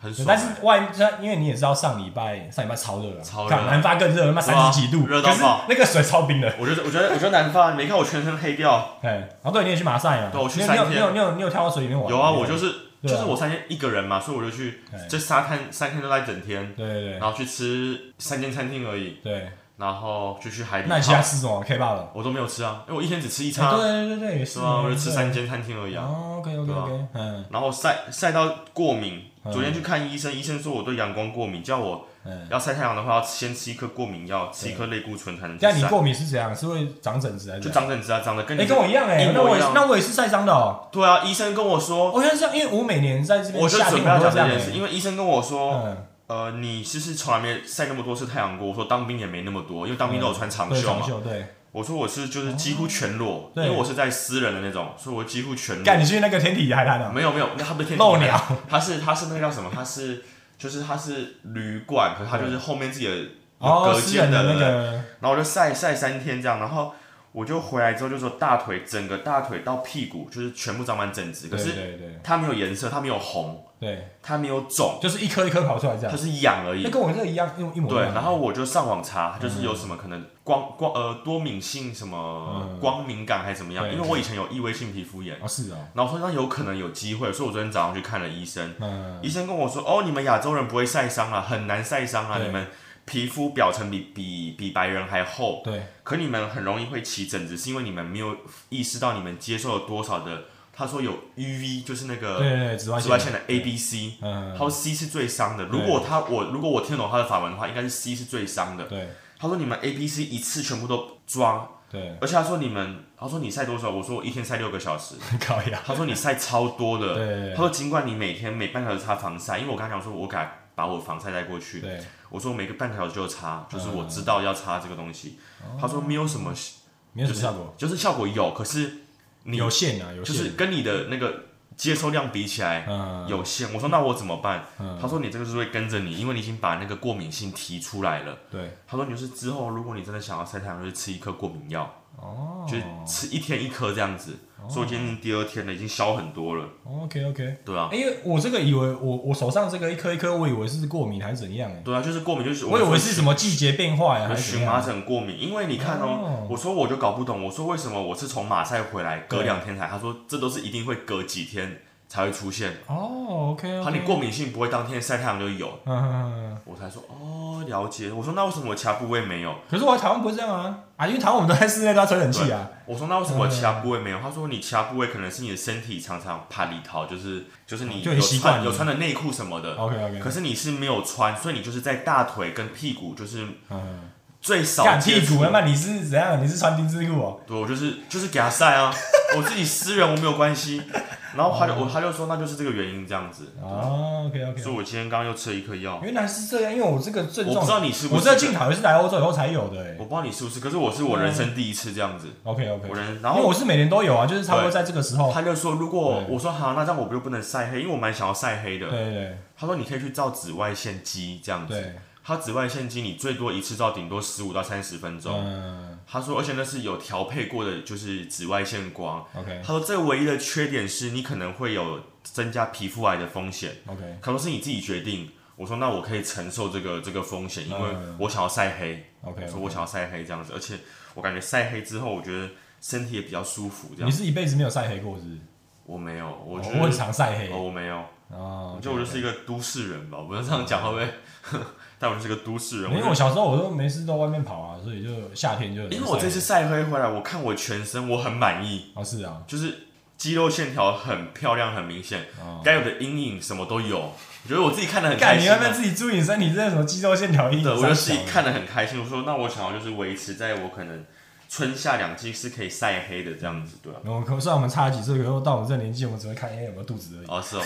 Speaker 2: 很
Speaker 1: 对
Speaker 2: 爽。
Speaker 1: 但是外因为你也知道上礼拜上礼拜超热了，啊
Speaker 2: 超热
Speaker 1: 干南发更热，他妈
Speaker 2: 对啊
Speaker 1: 三十几度，
Speaker 2: 热
Speaker 1: 可
Speaker 2: 到
Speaker 1: 是
Speaker 2: 爆
Speaker 1: 那个水超冰的，
Speaker 2: 我觉得，我觉得，我觉得南方，你没看我全身黑掉？
Speaker 1: 哎，然后对，你也去马赛嘛，
Speaker 2: 对我去
Speaker 1: 你
Speaker 2: 三
Speaker 1: 有
Speaker 2: 天
Speaker 1: 你有你有你有你有跳到水里面玩？
Speaker 2: 有啊，我就是
Speaker 1: 对
Speaker 2: 就
Speaker 1: 啊
Speaker 2: 是我三天一个人嘛，所以我就去
Speaker 1: 哎
Speaker 2: 这沙滩三天都在整天，
Speaker 1: 对对对
Speaker 2: 然后去吃三间餐厅而已，
Speaker 1: 对，
Speaker 2: 然后就去海底
Speaker 1: 那你其他
Speaker 2: 泡，
Speaker 1: 吃什么？K 罢了，
Speaker 2: 我都没有吃啊，因为我一天只哎吃一餐
Speaker 1: 哎
Speaker 2: 啊，
Speaker 1: 对对对对，也
Speaker 2: 是
Speaker 1: 是，
Speaker 2: 吗？我就吃三间餐厅而已啊。
Speaker 1: ，OK OK OK，嗯
Speaker 2: 然后晒晒到过敏，
Speaker 1: 嗯
Speaker 2: 昨天去看医生，医生说我对阳光过敏，叫我
Speaker 1: 嗯。
Speaker 2: 要晒太阳的话，要先吃一颗过敏药，吃一颗类固醇才能去
Speaker 1: 但你
Speaker 2: 晒。
Speaker 1: 过敏是怎样？是会长疹子还是
Speaker 2: 就
Speaker 1: 怎样？
Speaker 2: 长疹子啊，长得跟
Speaker 1: 哎、
Speaker 2: 你
Speaker 1: 跟我一样哎、
Speaker 2: 一模
Speaker 1: 那我
Speaker 2: 一
Speaker 1: 也
Speaker 2: 样
Speaker 1: 是那我也是晒伤的哦、
Speaker 2: 对啊，医生跟我说，
Speaker 1: 我现在是这样，因为我每年在这边
Speaker 2: 我就
Speaker 1: 夏
Speaker 2: 准
Speaker 1: 天
Speaker 2: 备要
Speaker 1: 我都这
Speaker 2: 讲这
Speaker 1: 样、哎
Speaker 2: 件事，因为医生跟我说，
Speaker 1: 嗯，
Speaker 2: 呃，你其实从来没晒那么多次太阳过。我说当兵也没那么多，因为当兵都有穿长
Speaker 1: 对，
Speaker 2: 袖
Speaker 1: 长
Speaker 2: 嘛。
Speaker 1: 袖对。
Speaker 2: 我说我是就是几乎全裸，因
Speaker 1: 对
Speaker 2: 为我是在私人的那种，所以我几乎全裸。
Speaker 1: 干，你去那个天体海滩啊？
Speaker 2: 没有没有，那他不是天
Speaker 1: 漏鸟，
Speaker 2: 他是他是那个叫什么？他是就是他是旅馆，可是他就是后面自己的有
Speaker 1: 哦，
Speaker 2: 隔
Speaker 1: 私
Speaker 2: 间
Speaker 1: 人的
Speaker 2: 人
Speaker 1: 那个，
Speaker 2: 然后我就晒晒三天这样，然后我就回来之后就说大腿整个大腿到屁股就是全部长满疹子，可
Speaker 1: 对
Speaker 2: 是
Speaker 1: 对对
Speaker 2: 它没有颜色，它没有红，
Speaker 1: 对，啊
Speaker 2: 它没有肿，
Speaker 1: 就是一颗一颗跑出来这
Speaker 2: 它
Speaker 1: 样。
Speaker 2: 是痒而
Speaker 1: 那
Speaker 2: 已。
Speaker 1: 跟我这个一样，一模一模
Speaker 2: 对，
Speaker 1: 一样。
Speaker 2: 然后我就上网查，就是有什么可能光光呃多敏性什么
Speaker 1: 嗯
Speaker 2: 光敏感还是怎么样？
Speaker 1: 对
Speaker 2: 因为我以前有异位性皮肤炎，
Speaker 1: 哦，是哦，
Speaker 2: 然后我说那有可能有机会，所以我昨天早上去看了医生，
Speaker 1: 嗯，
Speaker 2: 医生跟我说哦你们亚洲人不会晒伤啊，很难晒伤啊，
Speaker 1: 对
Speaker 2: 你们皮肤表层比比比白人还厚，
Speaker 1: 对
Speaker 2: 可你们很容易会起疹子，是因为你们没有意识到你们接受了多少的。他说有 UV，就是那
Speaker 1: 对
Speaker 2: 个
Speaker 1: 对对，紫外
Speaker 2: 紫外
Speaker 1: 线，
Speaker 2: 线的 A、B、C。他
Speaker 1: 嗯，
Speaker 2: 说 C 是最伤的。
Speaker 1: 对
Speaker 2: 如果他我如果我听懂他的法文的话，应该是 C 是最伤的。
Speaker 1: 对
Speaker 2: 他说你们 A、B、C 一次全部都装，
Speaker 1: 对，
Speaker 2: 而且他说你们，他说你晒多少？我说我一天晒六个小时。
Speaker 1: 高压，
Speaker 2: 他说你晒超多
Speaker 1: 对
Speaker 2: 的。
Speaker 1: 对
Speaker 2: 他说尽管你每天每半小时擦防晒，因为我刚才讲说我敢把我防晒带过去
Speaker 1: 对，。对
Speaker 2: 我说我每个半小时就擦，就是我知道要擦这个东西。
Speaker 1: 嗯
Speaker 2: 他说没有什么
Speaker 1: 没有什么效果，
Speaker 2: 就是效果有，可是你
Speaker 1: 有限啊，有
Speaker 2: 就
Speaker 1: 限。
Speaker 2: 是跟你的那个接收量比起来
Speaker 1: 嗯，
Speaker 2: 有限。我说那我怎么办？
Speaker 1: 嗯
Speaker 2: 他说你这个是会跟着你，因为你已经把那个过敏性提出来了。
Speaker 1: 对，
Speaker 2: 他说你就是之后如果你真的想要晒太阳，就是吃一颗过敏药，
Speaker 1: 哦
Speaker 2: 就是吃一天一颗这样子。所以今天第二天了，已经消很多了，
Speaker 1: ，OK OK。
Speaker 2: 对啊，
Speaker 1: 因为我这个以为我我手上这个一颗一颗，我以为是过敏还是怎样哎、
Speaker 2: 对啊，就是过敏就是
Speaker 1: 我以为是什么季节变化呀、还是哎怎
Speaker 2: 荨麻
Speaker 1: 样？
Speaker 2: 疹过敏，因为你看哦
Speaker 1: 哦，
Speaker 2: 我说我就搞不懂，我说为什么我是从马赛回来隔
Speaker 1: 对
Speaker 2: 两天才，他说这都是一定会隔几天才会出现。
Speaker 1: 哦，OK，, o
Speaker 2: 他你过敏性不会当天晒太阳就有，
Speaker 1: 嗯嗯，嗯
Speaker 2: 我才说哦了解。我说那为什么我其他部位没有？
Speaker 1: 可是我在台湾不是这样啊啊，因为台湾我们都在室内都要吹冷气啊，
Speaker 2: 我说那为什么我其他部位没有？他说你其他部位可能是你的身体常常怕里逃，就是就是
Speaker 1: 哦
Speaker 2: 你
Speaker 1: 就
Speaker 2: 有
Speaker 1: 很习惯
Speaker 2: 穿
Speaker 1: 了哦
Speaker 2: 有穿的内裤什么的，
Speaker 1: OK OK，
Speaker 2: 可是你是没有穿，所以你就是在大腿跟屁股就是
Speaker 1: 嗯，
Speaker 2: 最少
Speaker 1: 干
Speaker 2: 接
Speaker 1: 屁
Speaker 2: 触
Speaker 1: 股他妈你是怎样？你是穿丁字裤哦？
Speaker 2: 对，我就是就是给他晒啊，我自己私人我没有关系。然后他就我他就说那就是这个原因这样子，
Speaker 1: 哦，OK OK，
Speaker 2: 所以我今天刚刚又吃了一颗药，
Speaker 1: 原来是这样，因为我这个症
Speaker 2: 我
Speaker 1: 状，
Speaker 2: 不知道你是不
Speaker 1: 我
Speaker 2: 是，
Speaker 1: 这个镜头是来欧洲以后才有的哎、
Speaker 2: 我不知道你是不是，可是我是我人生第一次这样子，
Speaker 1: OK OK，
Speaker 2: 我人然
Speaker 1: 因为
Speaker 2: 后
Speaker 1: 我是每年都有啊，就是差不多在这个时候，
Speaker 2: 他就说，如果
Speaker 1: 对
Speaker 2: 我说好，那这样我不就不能晒黑，因为我蛮想要晒黑
Speaker 1: 对
Speaker 2: 的。
Speaker 1: 对
Speaker 2: 他说你可以去照紫外线机这样
Speaker 1: 对
Speaker 2: 子，
Speaker 1: 对，
Speaker 2: 他紫外线机你最多一次照顶多十五到三十分钟。
Speaker 1: 嗯
Speaker 2: 他说，而且那是有调配过的，就是紫外线光。
Speaker 1: ，OK
Speaker 2: 他说这唯一的缺点是你可能会有增加皮肤癌的风险。
Speaker 1: OK，
Speaker 2: 他说是你自己决定。我说那我可以承受这个这个风险，因为
Speaker 1: 嗯
Speaker 2: 我想要晒黑，
Speaker 1: OK，
Speaker 2: 说我想要晒黑这样子，而且我感觉晒黑之后，我觉得身体也比较舒服这
Speaker 1: 你
Speaker 2: 样。
Speaker 1: 是一辈子没有晒黑过是不是？
Speaker 2: 我没有，我
Speaker 1: 我
Speaker 2: 觉
Speaker 1: 我很
Speaker 2: 得
Speaker 1: 哦常晒黑
Speaker 2: 哦，我没有，
Speaker 1: 哦
Speaker 2: 我觉得我就是一个都市人吧，我不能这样讲会不会？ [LAUGHS] 但我就是个都市人，
Speaker 1: 因为
Speaker 2: 我
Speaker 1: 我小时候我都没啊事都外面跑啊，所以就夏天就
Speaker 2: 就因为我这次晒黑回来，我看我全身我很满意，
Speaker 1: 哦是啊，
Speaker 2: 就是肌肉线条很漂亮，很明显，
Speaker 1: 哦
Speaker 2: 该有的阴影什么都有。我觉得我自己看的很开
Speaker 1: 干你
Speaker 2: 心
Speaker 1: 要不要
Speaker 2: 啊、
Speaker 1: 自己注意你身体这什么肌肉线条硬？
Speaker 2: 对，我就自己
Speaker 1: 三小
Speaker 2: 看的很开心。我说，那我想要就是维持在我可能春夏两季是可以晒黑的这样子，对啊。
Speaker 1: 我可虽然我们差几岁，可是到我们这年纪，我们只会看哎、有没有肚子而已。
Speaker 2: 哦，是哦，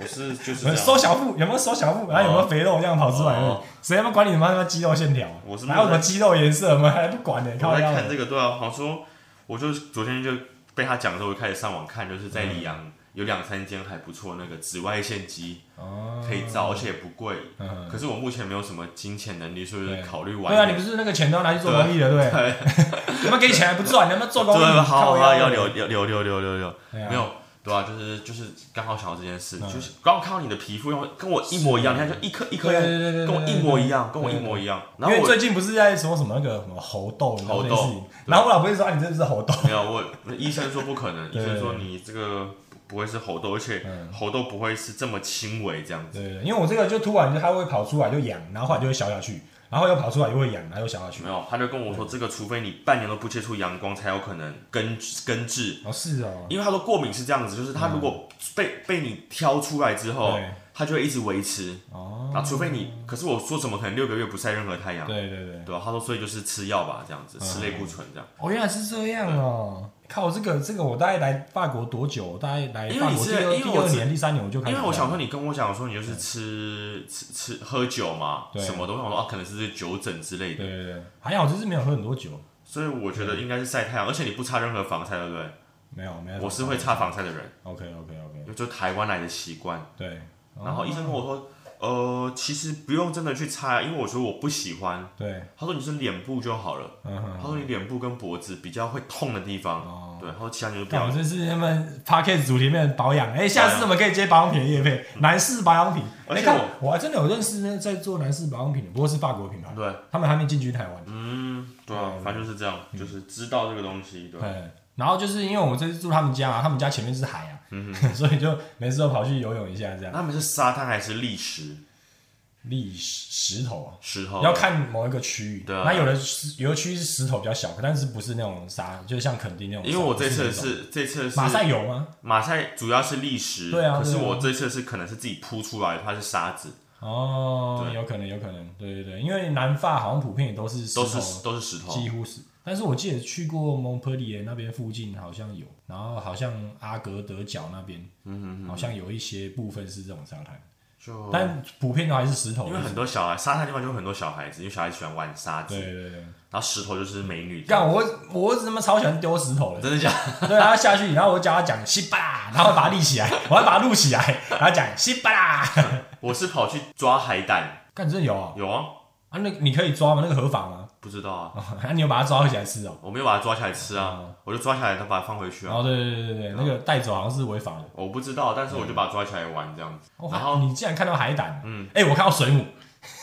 Speaker 2: 我是就是
Speaker 1: 我 [LAUGHS]
Speaker 2: 这
Speaker 1: 们
Speaker 2: 样
Speaker 1: 收小腹有没有收小腹，然后有没有肥肉这样跑出来而已
Speaker 2: 哦。
Speaker 1: 谁他妈管你他妈他妈肌肉线条啊？
Speaker 2: 我是没
Speaker 1: 哪
Speaker 2: 有
Speaker 1: 有什么肌肉颜色，我们还不管呢、
Speaker 2: 我
Speaker 1: 靠
Speaker 2: 在
Speaker 1: 腰
Speaker 2: 看这个，对啊，好像说，我就昨天就被他讲的时候，我就开始上网看，就是在里
Speaker 1: 嗯
Speaker 2: 昂有两三间还不错那个紫外线机
Speaker 1: 哦，
Speaker 2: 可以照，而且也不贵。
Speaker 1: 嗯，
Speaker 2: 可是我目前没有什么金钱能力，所以就是
Speaker 1: 对
Speaker 2: 考虑晚
Speaker 1: 对啊，你
Speaker 2: 一
Speaker 1: 不
Speaker 2: 点。
Speaker 1: 是那个钱都拿去做公益了，对不对？ [LAUGHS] 他妈给钱还不赚，你他妈做公益，
Speaker 2: 对，好好
Speaker 1: 靠腰
Speaker 2: 好，要留留留留留留留，
Speaker 1: 对啊
Speaker 2: 没有。对啊，就是就是刚好想到这件事，
Speaker 1: 嗯
Speaker 2: 就是刚好看到你的皮肤，然后跟我一模一样，你看就一颗一颗，
Speaker 1: 对对对对对
Speaker 2: 跟我一模一样，跟我一模一样。然
Speaker 1: 因
Speaker 2: 后
Speaker 1: 为
Speaker 2: 我
Speaker 1: 最近不是在说什么那个什么猴痘，你知道这件事
Speaker 2: 猴
Speaker 1: 情
Speaker 2: 痘对
Speaker 1: 然后我老婆就说啊，你这是猴痘，
Speaker 2: 没有，我那医生说不可能，医
Speaker 1: 对
Speaker 2: 生说你这个不不会是猴痘，而且猴痘不会是这么轻微这样子。
Speaker 1: 对对，对因为我这个就突然就它会跑出来就痒，然后后来就会消下去，然后又跑出来又会痒，然后又消下去。
Speaker 2: 没有，他就跟我说，这个除非你半年都不接触阳光，才有可能根根治。
Speaker 1: 哦，是哦，
Speaker 2: 因为他说过敏是这样子，就是他如果被、被你挑出来之后
Speaker 1: 对，
Speaker 2: 他就会一直维持。
Speaker 1: 哦，
Speaker 2: 啊那、除非你，可是我说怎么可能六个月不晒任何太阳？
Speaker 1: 对嗯对对，
Speaker 2: 对吧、他说所以就是吃药吧，这样子，吃类固醇这样。
Speaker 1: 哦，原来是这样哦。靠，这个这个，我大概来法国多久？我大概来
Speaker 2: 因为
Speaker 1: 法
Speaker 2: 你
Speaker 1: 国
Speaker 2: 是
Speaker 1: 第二
Speaker 2: 因为
Speaker 1: 第
Speaker 2: 我
Speaker 1: 二
Speaker 2: 是
Speaker 1: 年、第三年我就开
Speaker 2: 因
Speaker 1: 始
Speaker 2: 为
Speaker 1: 看。
Speaker 2: 我想说，你跟我讲说你就是吃吃吃喝酒嘛，
Speaker 1: 对
Speaker 2: 什么都想说啊，可能是酒疹之类的
Speaker 1: 对。对对，还好就是没有喝很多酒，
Speaker 2: 所以我觉得应该是晒太阳，而且你不擦任何防晒，对不对？
Speaker 1: 没有没有。
Speaker 2: 我是会擦防晒的人，
Speaker 1: OK OK OK，
Speaker 2: 就台湾来的习惯。
Speaker 1: 对。哦
Speaker 2: 然后医生跟我说，呃，其实不用真的去擦，因为我说我不喜欢。
Speaker 1: 对，
Speaker 2: 他说你是脸部就好了，
Speaker 1: 嗯哼。
Speaker 2: 他说你脸部跟脖子比较会痛的地
Speaker 1: 哦
Speaker 2: 方，对，啊他说其他你就不
Speaker 1: 看
Speaker 2: 要
Speaker 1: 我。这是他们 p a c k a g e 组里面的保养，哎、下次我们可以接保养品的业配，男士保养品。
Speaker 2: 嗯而
Speaker 1: 哎
Speaker 2: 且
Speaker 1: 看
Speaker 2: 我
Speaker 1: 我还真的有认识那在做男士保养品的，不过是法国品牌，
Speaker 2: 对，
Speaker 1: 他们还没进军台湾。
Speaker 2: 嗯，对啊，反正就是这样，就是知道这个东西，对吧。
Speaker 1: 嗯，然后就是因为我这次住他们家、啊，他们家前面是海啊，
Speaker 2: 嗯
Speaker 1: [LAUGHS] 所以就每次都跑去游泳一下这样。
Speaker 2: 那他们是沙滩还是砾石
Speaker 1: 砾石石头啊，
Speaker 2: 石头？
Speaker 1: 要看某一个区域。
Speaker 2: 哦对啊
Speaker 1: 那有的石有的区域是石头比较小，但是不是那种沙，就是像垦丁那种沙。
Speaker 2: 因为我这次
Speaker 1: 不那种
Speaker 2: 是这次是
Speaker 1: 马赛游吗？
Speaker 2: 马赛主要是砾石，
Speaker 1: 对啊
Speaker 2: 可是
Speaker 1: 对啊
Speaker 2: 我这次是可能是自己铺出来的，它是沙子，
Speaker 1: 哦，有可能，有可能，对对对，因为南法好像普遍也都是石
Speaker 2: 都
Speaker 1: 头啊
Speaker 2: 是都是石头。
Speaker 1: 几乎是。但是我记得去过蒙特利尔那边附近好像有，然后好像阿格德角那边，嗯好像有一些部分是这种沙滩，
Speaker 2: 就
Speaker 1: 但普遍都还是石头
Speaker 2: 哦因为。很多小孩沙滩地方就有很多小孩子，因为小孩子喜欢玩沙子
Speaker 1: 对，对对，
Speaker 2: 然后石头就是美女。
Speaker 1: 干我我他妈超喜欢丢石头的，
Speaker 2: 真
Speaker 1: [LAUGHS]
Speaker 2: 的假的？
Speaker 1: 对，他下去，然后我叫他讲西巴啦，然后把他立
Speaker 2: [LAUGHS]
Speaker 1: 起来，我还把他录起来，然后讲西巴啦，
Speaker 2: 我是跑去抓海胆，
Speaker 1: [LAUGHS] 干真的有啊？
Speaker 2: 有啊？
Speaker 1: 啊，那你可以抓吗？那个合法吗？ [LAUGHS]
Speaker 2: 不知道啊，
Speaker 1: 啊，你有把它抓起来吃哦？
Speaker 2: 我没有把它抓起来吃
Speaker 1: 哦
Speaker 2: 啊，我就抓起来，它把它放回去
Speaker 1: 然
Speaker 2: 啊。
Speaker 1: 后对对对对对，那个带走好像是违法的。
Speaker 2: 我不知道，但是
Speaker 1: 嗯
Speaker 2: 我就把它抓起来玩这样子。
Speaker 1: 哦
Speaker 2: 然后
Speaker 1: 你竟然看到海胆，
Speaker 2: 嗯，
Speaker 1: 哎、我看到水母，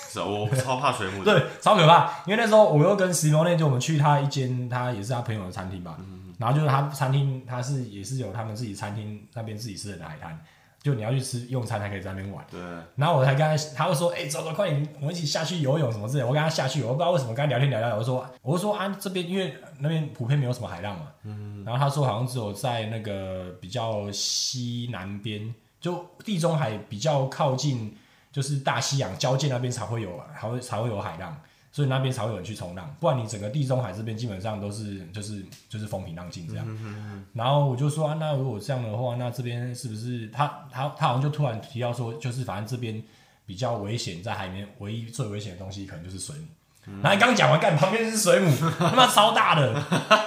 Speaker 2: 是啊我超怕水母的，
Speaker 1: 对，超可怕。因为那时候我又跟石 i 内就我们去他一间，他也是他朋友的餐厅吧，然后就是他餐厅，他是也是有他们自己餐厅那边自己吃的海滩，就你要去吃用餐才可以在那边玩。
Speaker 2: 对，
Speaker 1: 然后我才跟他，他会说：“哎、走走，快点，我们一起下去游泳什么之类的。”我跟他下去，我不知道为什么跟他聊天聊聊，我就说：“我就说啊，这边因为那边普遍没有什么海浪嘛。”嗯。然后他说好像只有在那个比较西南边，就地中海比较靠近，就是大西洋交界那边才会有，才会才会有海浪，所以那边才会有人去冲浪。不然你整个地中海这边基本上都是就是就是风平浪静这样。然后我就说啊，那如果这样的话，那这边是不是他他他好像就突然提到说，就是反正这边比较危险，在海里面唯一最危险的东西可能就是水母。然后你刚讲完，干旁边就是水母， [LAUGHS] 他妈超大的，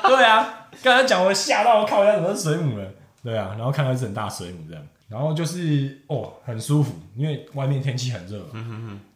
Speaker 1: 对啊，刚才讲我吓到我靠，一下怎么是水母了？对啊，然后看到一只很大水母这样，然后就是哦很舒服，因为外面天气很热，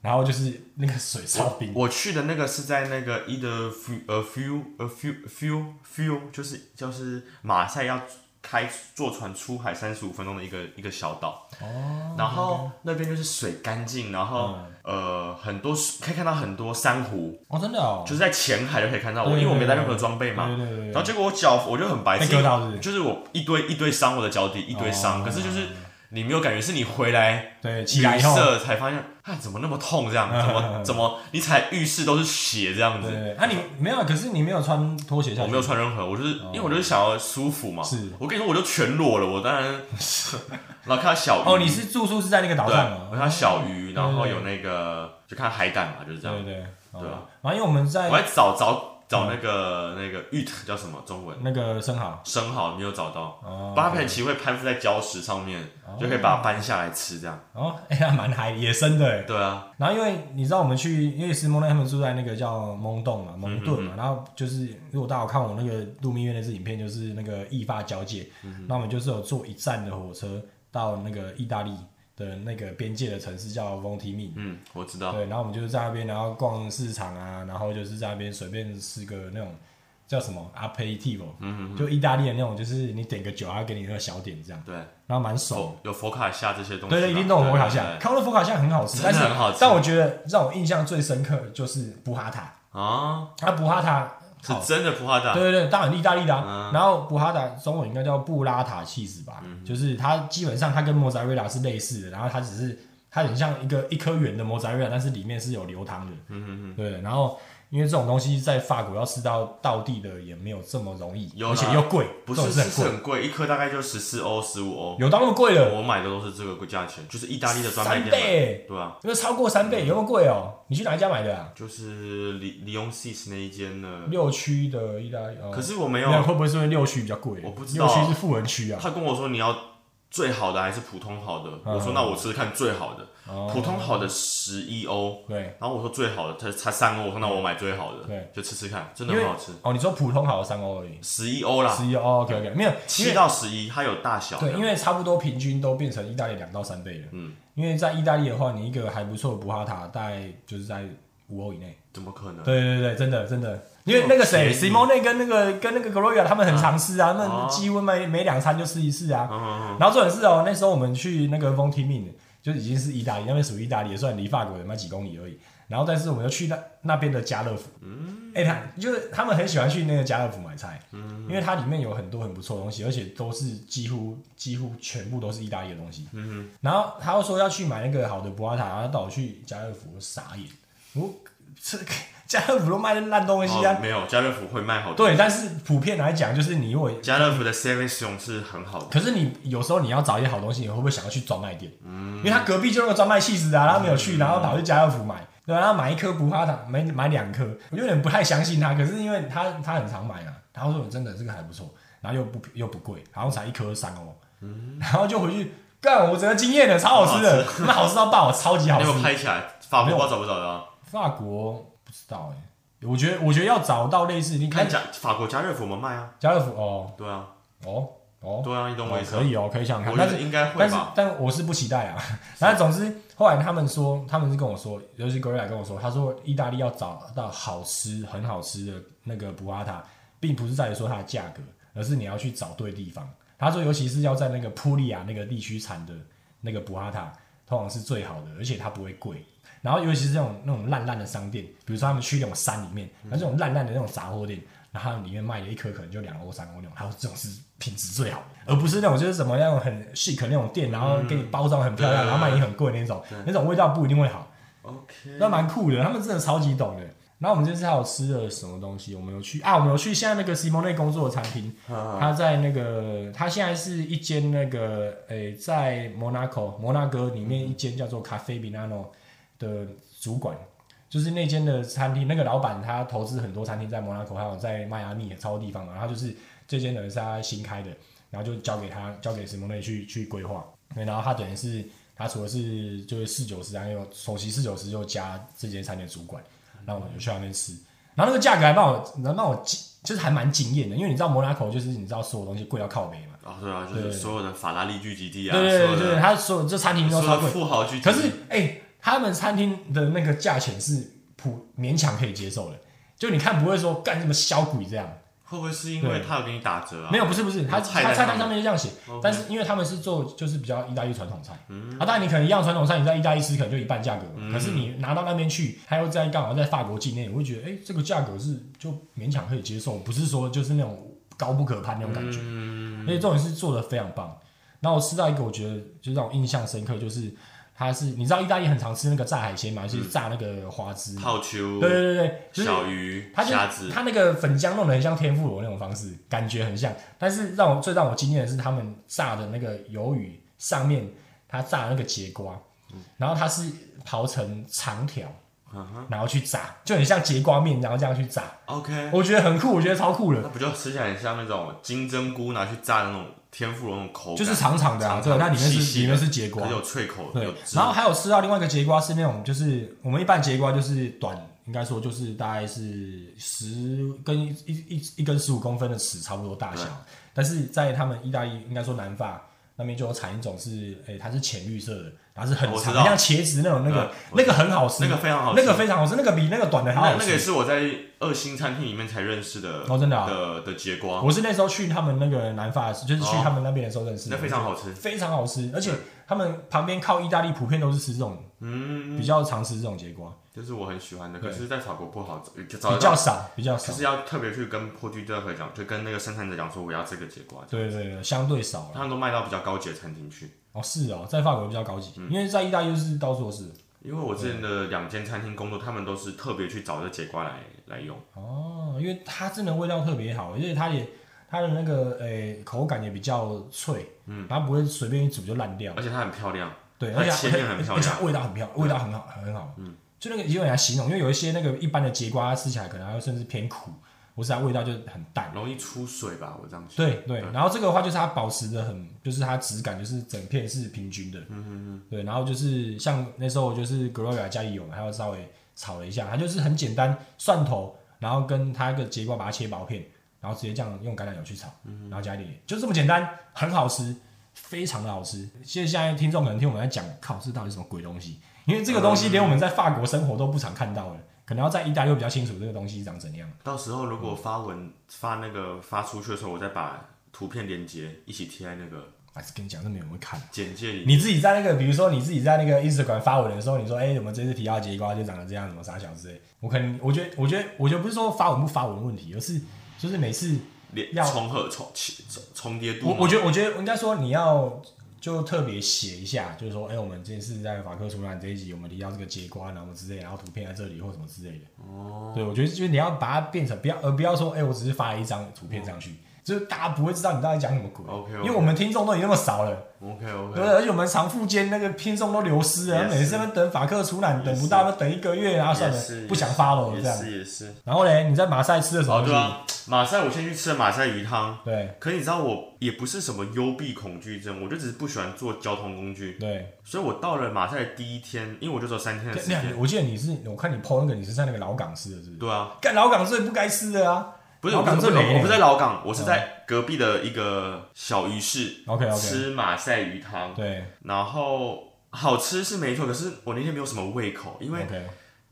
Speaker 1: 然后就是那个水超冰，
Speaker 2: 我去的那个是在那个 e 的 few 呃 few 呃 few few few，就是就是马赛要开坐船出海三十五分钟的一个一个小岛。哦。然后那边就是水干净，然后、
Speaker 1: 嗯
Speaker 2: 呃很多可以看到很多珊瑚，
Speaker 1: [LAUGHS] 哦真的哦，
Speaker 2: 就是在浅海就可以看到。我
Speaker 1: 对
Speaker 2: 因为我没
Speaker 1: 对
Speaker 2: 带任何装备嘛，
Speaker 1: 对对对对
Speaker 2: 然后结果我脚我就很白
Speaker 1: 被
Speaker 2: 痴，
Speaker 1: 割到是不是哦
Speaker 2: 就是我一堆一堆伤我的脚底一堆伤，可是就是。你没有感觉，是你回来
Speaker 1: 对，起
Speaker 2: 旅
Speaker 1: 来以后，
Speaker 2: 社才发现，啊，怎么那么痛这样？
Speaker 1: 嗯
Speaker 2: 怎么怎么你踩浴室都是血这样
Speaker 1: 对
Speaker 2: 子？
Speaker 1: 对，啊你没有，可是你没有穿拖鞋下去，
Speaker 2: 我没有穿任何，我就是因为我就是想要舒服嘛。
Speaker 1: 哦是
Speaker 2: 我跟你说，我就全裸了，我当然， [LAUGHS] 然后看到小鱼
Speaker 1: 哦，你是住宿是在那个岛
Speaker 2: 对，啊
Speaker 1: 上
Speaker 2: 我看
Speaker 1: 哦，
Speaker 2: 到小鱼，然后
Speaker 1: 对对
Speaker 2: 有那
Speaker 1: 嗯
Speaker 2: 个就看海胆嘛，就是这样
Speaker 1: 对。对
Speaker 2: 对
Speaker 1: 哦
Speaker 2: 啊，
Speaker 1: 然后因为我们在
Speaker 2: 我还找找
Speaker 1: 嗯
Speaker 2: 找那个那个芋头叫什么中文
Speaker 1: 那个生蚝
Speaker 2: 生蚝，没有找到。
Speaker 1: 哦，
Speaker 2: 八片旗会攀附在礁石上面，就可以把它搬下来吃，这样。
Speaker 1: 哦，哎呀，蛮嗨，野生的哎。
Speaker 2: 对啊，
Speaker 1: 然后因为你知道我们去，因为石梦奈他们住在那个叫蒙洞嘛，蒙顿
Speaker 2: 嗯
Speaker 1: 嘛，然后就是如果大家有看我那个度蜜月那支影片，就是那个意法交界，
Speaker 2: 嗯
Speaker 1: 那我们就是有坐一站的火车到那个意大利的那个边界的城市叫 v o n t i m i
Speaker 2: 嗯，我知道。
Speaker 1: 对，然后我们就是在那边，然后逛市场啊，然后就是在那边随便吃个那种叫什么 aperitivo，、
Speaker 2: 嗯，
Speaker 1: 就意大利的那种，就是你点个酒，他给你那个小点这样，
Speaker 2: 对，
Speaker 1: 然后蛮爽。
Speaker 2: 佛有佛卡夏这些东西吧，
Speaker 1: 对对，一定弄佛卡
Speaker 2: 对
Speaker 1: 夏，
Speaker 2: 对对
Speaker 1: 康乐佛卡夏很好吃，
Speaker 2: 真的
Speaker 1: 但是
Speaker 2: 很好吃
Speaker 1: 但我觉得让我印象最深刻的就是布哈塔，
Speaker 2: 啊，
Speaker 1: 啊，布哈塔
Speaker 2: 是
Speaker 1: 好
Speaker 2: 真的佛卡
Speaker 1: 对
Speaker 2: 夏，
Speaker 1: 对对，当然意大利的、啊
Speaker 2: 嗯
Speaker 1: 然后布哈达中文应该叫布拉塔气死吧，就是它基本上它跟莫扎瑞拉是类似的，然后它只是它很像一个一颗圆的莫扎瑞拉，但是里面是有流汤的，嗯嗯嗯，对。然后因为这种东西在法国要吃到道地的也没有这么容易，
Speaker 2: 有啦
Speaker 1: 而且又贵，
Speaker 2: 不
Speaker 1: 这种
Speaker 2: 是
Speaker 1: 是很
Speaker 2: 是
Speaker 1: 贵，
Speaker 2: 很贵，一颗大概就十四欧、十五欧，
Speaker 1: 有到那么贵了，
Speaker 2: 我买的都是这个价钱，就是意大利的专卖
Speaker 1: 三
Speaker 2: 店买的，
Speaker 1: 倍，
Speaker 2: 对啊，
Speaker 1: 因为超过三倍，有那么贵哦？你去哪一家买的啊？
Speaker 2: 就是里里翁 six 那一间呢，
Speaker 1: 六区的意大利，哦、
Speaker 2: 可是我没
Speaker 1: 没有
Speaker 2: 有，
Speaker 1: 会不会是因为六区比较贵？
Speaker 2: 我不知道啊
Speaker 1: 六区是富人区啊。
Speaker 2: 他跟我说你要最好的还是普通好的，我说那我试试看最好的，
Speaker 1: 嗯哦
Speaker 2: 普通好的十一欧，
Speaker 1: 对，
Speaker 2: 然后我说最好的，他才三欧，我说那我买最好的，
Speaker 1: 对，
Speaker 2: 就吃吃看，真的
Speaker 1: 因为
Speaker 2: 很好吃，
Speaker 1: 哦，你说普通好的三欧而已。
Speaker 2: 十一欧啦，
Speaker 1: 十一哦，OK OK，没有，因
Speaker 2: 啊嗯七
Speaker 1: 为
Speaker 2: 到十一，它有大小的，
Speaker 1: 对，因为差不多平均都变成意大利两到三倍了。
Speaker 2: 嗯，
Speaker 1: 因为在意大利的话，你一个还不错的布哈塔，大概就是在五欧以内。
Speaker 2: 怎么可能？
Speaker 1: 对对对，真的真的，因为那个谁
Speaker 2: 哦便宜
Speaker 1: ，Simone 跟那个跟那个 Gloria 他们很常吃啊，
Speaker 2: 哦
Speaker 1: 那几乎每每两餐就吃一次啊。
Speaker 2: 嗯嗯
Speaker 1: 然后重点是哦，那时候我们去那个 Vontimin，就已经是意大利，那边属于意大利，也算离法国有那几公里而已。然后但是我们又去那那边的家乐福，嗯，哎、他就是他们很喜欢去那个家乐福买菜，嗯，因为它里面有很多很不错的东西，而且都是几乎几乎全部都是意大利的东西。
Speaker 2: 嗯
Speaker 1: 然后他又说要去买那个好的博阿塔，然后带我去家乐福，我傻眼，我这个 [LAUGHS] 家乐福都卖的烂东
Speaker 2: 嗯，
Speaker 1: 西啊。
Speaker 2: 哦没有，家乐福会卖好多，
Speaker 1: 对，但是普遍来讲，就是你如果
Speaker 2: 家乐福的 service 用是很好的，
Speaker 1: 可是你有时候你要找一些好东西，你会不会想要去专卖店？因为他隔壁就那个专卖气死啊，他没有去，然后跑去家乐福买，对啊，然后买一颗不怕糖，买买两颗，我有点不太相信他。可是因为他他很常买啊，他说真的这个还不错，然后又不又不贵，然后才一颗三欧，
Speaker 2: 嗯
Speaker 1: 然后就回去干，我整个惊艳了，超好吃的，那好吃到爆，超级好
Speaker 2: 那
Speaker 1: 吃
Speaker 2: 个。拍起来，法
Speaker 1: 没
Speaker 2: 国
Speaker 1: 有
Speaker 2: 不知道找不找得到？啊
Speaker 1: 法国不知道哎、我觉得我觉得要找到类似，你
Speaker 2: 你
Speaker 1: 看
Speaker 2: 看家哎法国家乐福我们卖啊，
Speaker 1: 家乐福哦
Speaker 2: 对啊，
Speaker 1: 哦哦，
Speaker 2: 对啊，你懂我
Speaker 1: 哦
Speaker 2: 意思
Speaker 1: 可
Speaker 2: 吗？
Speaker 1: 以哦，可以想想看，
Speaker 2: 我
Speaker 1: 但
Speaker 2: 觉
Speaker 1: 是
Speaker 2: 得应该会
Speaker 1: 但是
Speaker 2: 吧，
Speaker 1: 但我是不期待啊。然后总之后来他们说，他们是跟我说，尤其 g o r i l a 跟我说，他说意大利要找到好吃、很好吃的那个布拉塔，并不是在于说它的价格，而是你要去找对地方。他说，尤其是要在那个普利亚那个地区产的那个布拉塔，通常是最好的，而且它不会贵。然后尤其是这种那种烂烂的商店，比如说他们去那种山里面，那这种烂烂的那种杂货店，然后它里面卖的一颗可能就两欧三欧那种，还有这种是品质最好的，而不是那种就是什么那种很 chic 那种店，然后给你包装很漂亮，
Speaker 2: 对
Speaker 1: 然后卖你很贵那种，那种味道不一定会好，
Speaker 2: ，OK，
Speaker 1: 那蛮酷的，他们真的超级懂的。然后我们这次还有吃了什么东西？我们有去啊，我们有去现在那个 Simone 工作的餐厅，
Speaker 2: 啊
Speaker 1: 他在那个，他现在是一间那个，诶、在摩纳哥，摩纳哥里面一间叫做咖啡 Binano 的主管，就是那间的餐厅，那个老板他投资很多餐厅在摩纳哥，还有在迈阿密也超多地方嘛，然后就是这间人是他新开的，然后就交给他，交给史蒙内去去规划，对，然后他等于是他除了是就是侍酒师，然后又首席侍酒师又加这间餐厅的主管，然后我就去那边吃，然后那个价格还让我能让我惊，就是还蛮惊艳的，因为你知道摩纳哥就是你知道所有东西贵到靠北嘛，
Speaker 2: 啊对啊，就是所有的法拉利聚集地啊，
Speaker 1: 对
Speaker 2: 所
Speaker 1: 对
Speaker 2: 有
Speaker 1: 对对，
Speaker 2: 的
Speaker 1: 他所有这餐厅都
Speaker 2: 所
Speaker 1: 超
Speaker 2: 有的
Speaker 1: 贵，
Speaker 2: 富豪聚集地，
Speaker 1: 可是哎、他们餐厅的那个价钱是普勉强可以接受的，就你看不会说干什么小鬼这样，
Speaker 2: 会不会是因为
Speaker 1: 对
Speaker 2: 他有给你打折
Speaker 1: 啊
Speaker 2: 啊？
Speaker 1: 没有，不是不是，他
Speaker 2: 菜
Speaker 1: 他
Speaker 2: 单上
Speaker 1: 菜单上面就这样写，
Speaker 2: OK 嗯
Speaker 1: 但是因为他们是做就是比较意大利传统菜，啊，当然你可能一样传统菜，你在意大利吃可能就一半价格嘛，可是你拿到那边去，还又在刚好在法国境内，我会觉得哎、这个价格是就勉强可以接受，不是说就是那种高不可攀那种感觉，
Speaker 2: 嗯，
Speaker 1: 而且重点是做的非常棒。然后我吃到一个，我觉得就让我印象深刻，就是它是你知道意大利很常吃那个炸海鲜嘛，就是炸那个花枝，
Speaker 2: 泡球、
Speaker 1: 对对对对，就是
Speaker 2: 小鱼、
Speaker 1: 它就
Speaker 2: 虾子，
Speaker 1: 它那个粉浆弄得很像天妇罗那种方式，感觉很像。但是让我最让我惊艳的是，他们炸的那个鱿鱼上面，它炸的那个节瓜，然后它是刨成长条，
Speaker 2: 嗯哼
Speaker 1: 然后去炸，就很像节瓜面，然后这样去炸。
Speaker 2: ，OK，
Speaker 1: 我觉得很酷，我觉得超酷的
Speaker 2: 那，不就吃起来很像那种金针菇拿去炸的那种天妇罗那种口感，
Speaker 1: 就是长长的啊，
Speaker 2: 长
Speaker 1: 对，它里面
Speaker 2: 细细
Speaker 1: 是
Speaker 2: 的
Speaker 1: 里面是节瓜
Speaker 2: 可是，有脆口，
Speaker 1: 对
Speaker 2: 有，汁
Speaker 1: 然后还有吃到另外一个节瓜是那种，就是我们一般节瓜就是短，应该说就是大概是十跟一一一一根十五公分的尺差不多大小，但是在他们意大利应该说南法那边就有产一种是，诶、它是浅绿色的，然后是很
Speaker 2: 哦我
Speaker 1: 长，
Speaker 2: 知道
Speaker 1: 像茄子那种那
Speaker 2: 对
Speaker 1: 个
Speaker 2: 我
Speaker 1: 那个很好吃，
Speaker 2: 那个非常好吃，
Speaker 1: 那个非常好吃，那个比那个短的还
Speaker 2: 那
Speaker 1: 好
Speaker 2: 那个也
Speaker 1: 吃。
Speaker 2: 是我在二星餐厅里面才认识的
Speaker 1: 哦真的啊
Speaker 2: 的的节瓜，
Speaker 1: 我是那时候去他们那个南法，就是去
Speaker 2: 哦
Speaker 1: 他们那边的时候认识的，
Speaker 2: 那非常好吃，
Speaker 1: 非常好吃，而且他们旁边靠意大利普遍都是吃这种，
Speaker 2: 嗯，
Speaker 1: 比较常吃这种节瓜。
Speaker 2: 就是我很喜欢的，可
Speaker 1: 对
Speaker 2: 是在法国不好找，找
Speaker 1: 比
Speaker 2: 得
Speaker 1: 较
Speaker 2: 到，
Speaker 1: 少，比较
Speaker 2: 就
Speaker 1: 少，
Speaker 2: 哦是要特别去跟破居者会讲，就跟那个生产者讲说我要这个节瓜，
Speaker 1: 对对对，相对少了。
Speaker 2: 他们都卖到比较高级的餐厅去。
Speaker 1: 哦，是哦，在法国比较高级，
Speaker 2: 嗯
Speaker 1: 因为在意大利就是到处都是。
Speaker 2: 因为我之前的两间餐厅工作，他们都是特别去找这节瓜来来用，
Speaker 1: 哦，因为它真的味道特别好，而且它也它的那个诶、口感也比较脆，嗯，它不会随便一煮就烂掉。
Speaker 2: 而且它很漂亮，
Speaker 1: 对，
Speaker 2: 它
Speaker 1: 而且
Speaker 2: 切面很漂亮
Speaker 1: 而且它味道很漂亮，味道很好，很好。嗯，就那个有点难形容，因为有一些那个一般的节瓜它吃起来可能还会甚至偏苦，不是它味道就很淡。
Speaker 2: 容易出水吧？我这样想。
Speaker 1: 对对，然后这个的话就是它保持的很，就是它质感就是整片是平均的，嗯嗯嗯，对，然后就是像那时候我就是 Gloria 家里有嘛，还有稍微炒了一下，它就是很简单，蒜头，然后跟它一个节瓜把它切薄片，然后直接这样用橄榄油去炒，然后加一点盐，就这么简单，很好吃，非常的好吃。现在现在听众可能听我们在讲，靠，这到底是什么鬼东西？因为这个东西连我们在法国生活都不常看到的，可能要在意大利会比较清楚这个东西长怎样。
Speaker 2: 到时候如果
Speaker 1: 嗯
Speaker 2: 发文发那个发出去的时候，我再把图片连接一起贴在那个
Speaker 1: 还是跟你讲，这没有人会看。
Speaker 2: 简介里。
Speaker 1: 你自己在那个，比如说你自己在那个 Instagram 发文的时候，你说，哎、我们这次提到节瓜就长得这样，什么傻小之类。我可能，我觉得，我觉得，我觉得不是说发文不发文的问题，而是就是每次，
Speaker 2: 连
Speaker 1: 要
Speaker 2: 重合重起重重叠度
Speaker 1: 我
Speaker 2: 嘛，
Speaker 1: 我觉得，我觉得应该说你要就特别写一下，就是说，哎、我们这次在法科出版这一集，我们提到这个节瓜，然后之类，然后图片在这里或什么之类的。哦，对，我觉得就是你要把它变成不要，而不要说，哎、我只是发了一张图片上去，就是大家不会知道你到底讲什么鬼。
Speaker 2: OK，OK
Speaker 1: 因为我们听众都已经那么少了。
Speaker 2: OK OK，
Speaker 1: 对，而且我们常附件那个拼送都流失了，
Speaker 2: 也是
Speaker 1: 每次那边等法克出览等不到，那等一个月，然啊后算了
Speaker 2: 也是，
Speaker 1: 不想发了
Speaker 2: 也
Speaker 1: 这样。
Speaker 2: 是也是。
Speaker 1: 然后嘞，你在马赛吃的什么
Speaker 2: 哦，
Speaker 1: 东
Speaker 2: 对
Speaker 1: 西？
Speaker 2: 啊，马赛我先去吃了马赛鱼汤，
Speaker 1: 对
Speaker 2: 可你知道我也不是什么幽闭恐惧症，我就只是不喜欢坐交通工具，
Speaker 1: 对，
Speaker 2: 所以我到了马赛的第一天，因为我就只有三天的时
Speaker 1: 那
Speaker 2: 间，
Speaker 1: 我记得你是，我看你 PO 那个，你是在那个老港吃的，是不是？
Speaker 2: 对啊，
Speaker 1: 干老港最不该吃的啊！
Speaker 2: 不是
Speaker 1: 老
Speaker 2: 我
Speaker 1: 港
Speaker 2: 不是
Speaker 1: 最雷
Speaker 2: 我不是在老港，我是在隔壁的一个小鱼市
Speaker 1: OK，OK
Speaker 2: 吃马赛鱼汤，
Speaker 1: 对
Speaker 2: 然后好吃是没错，可是我那天没有什么胃口，因为
Speaker 1: ，OK，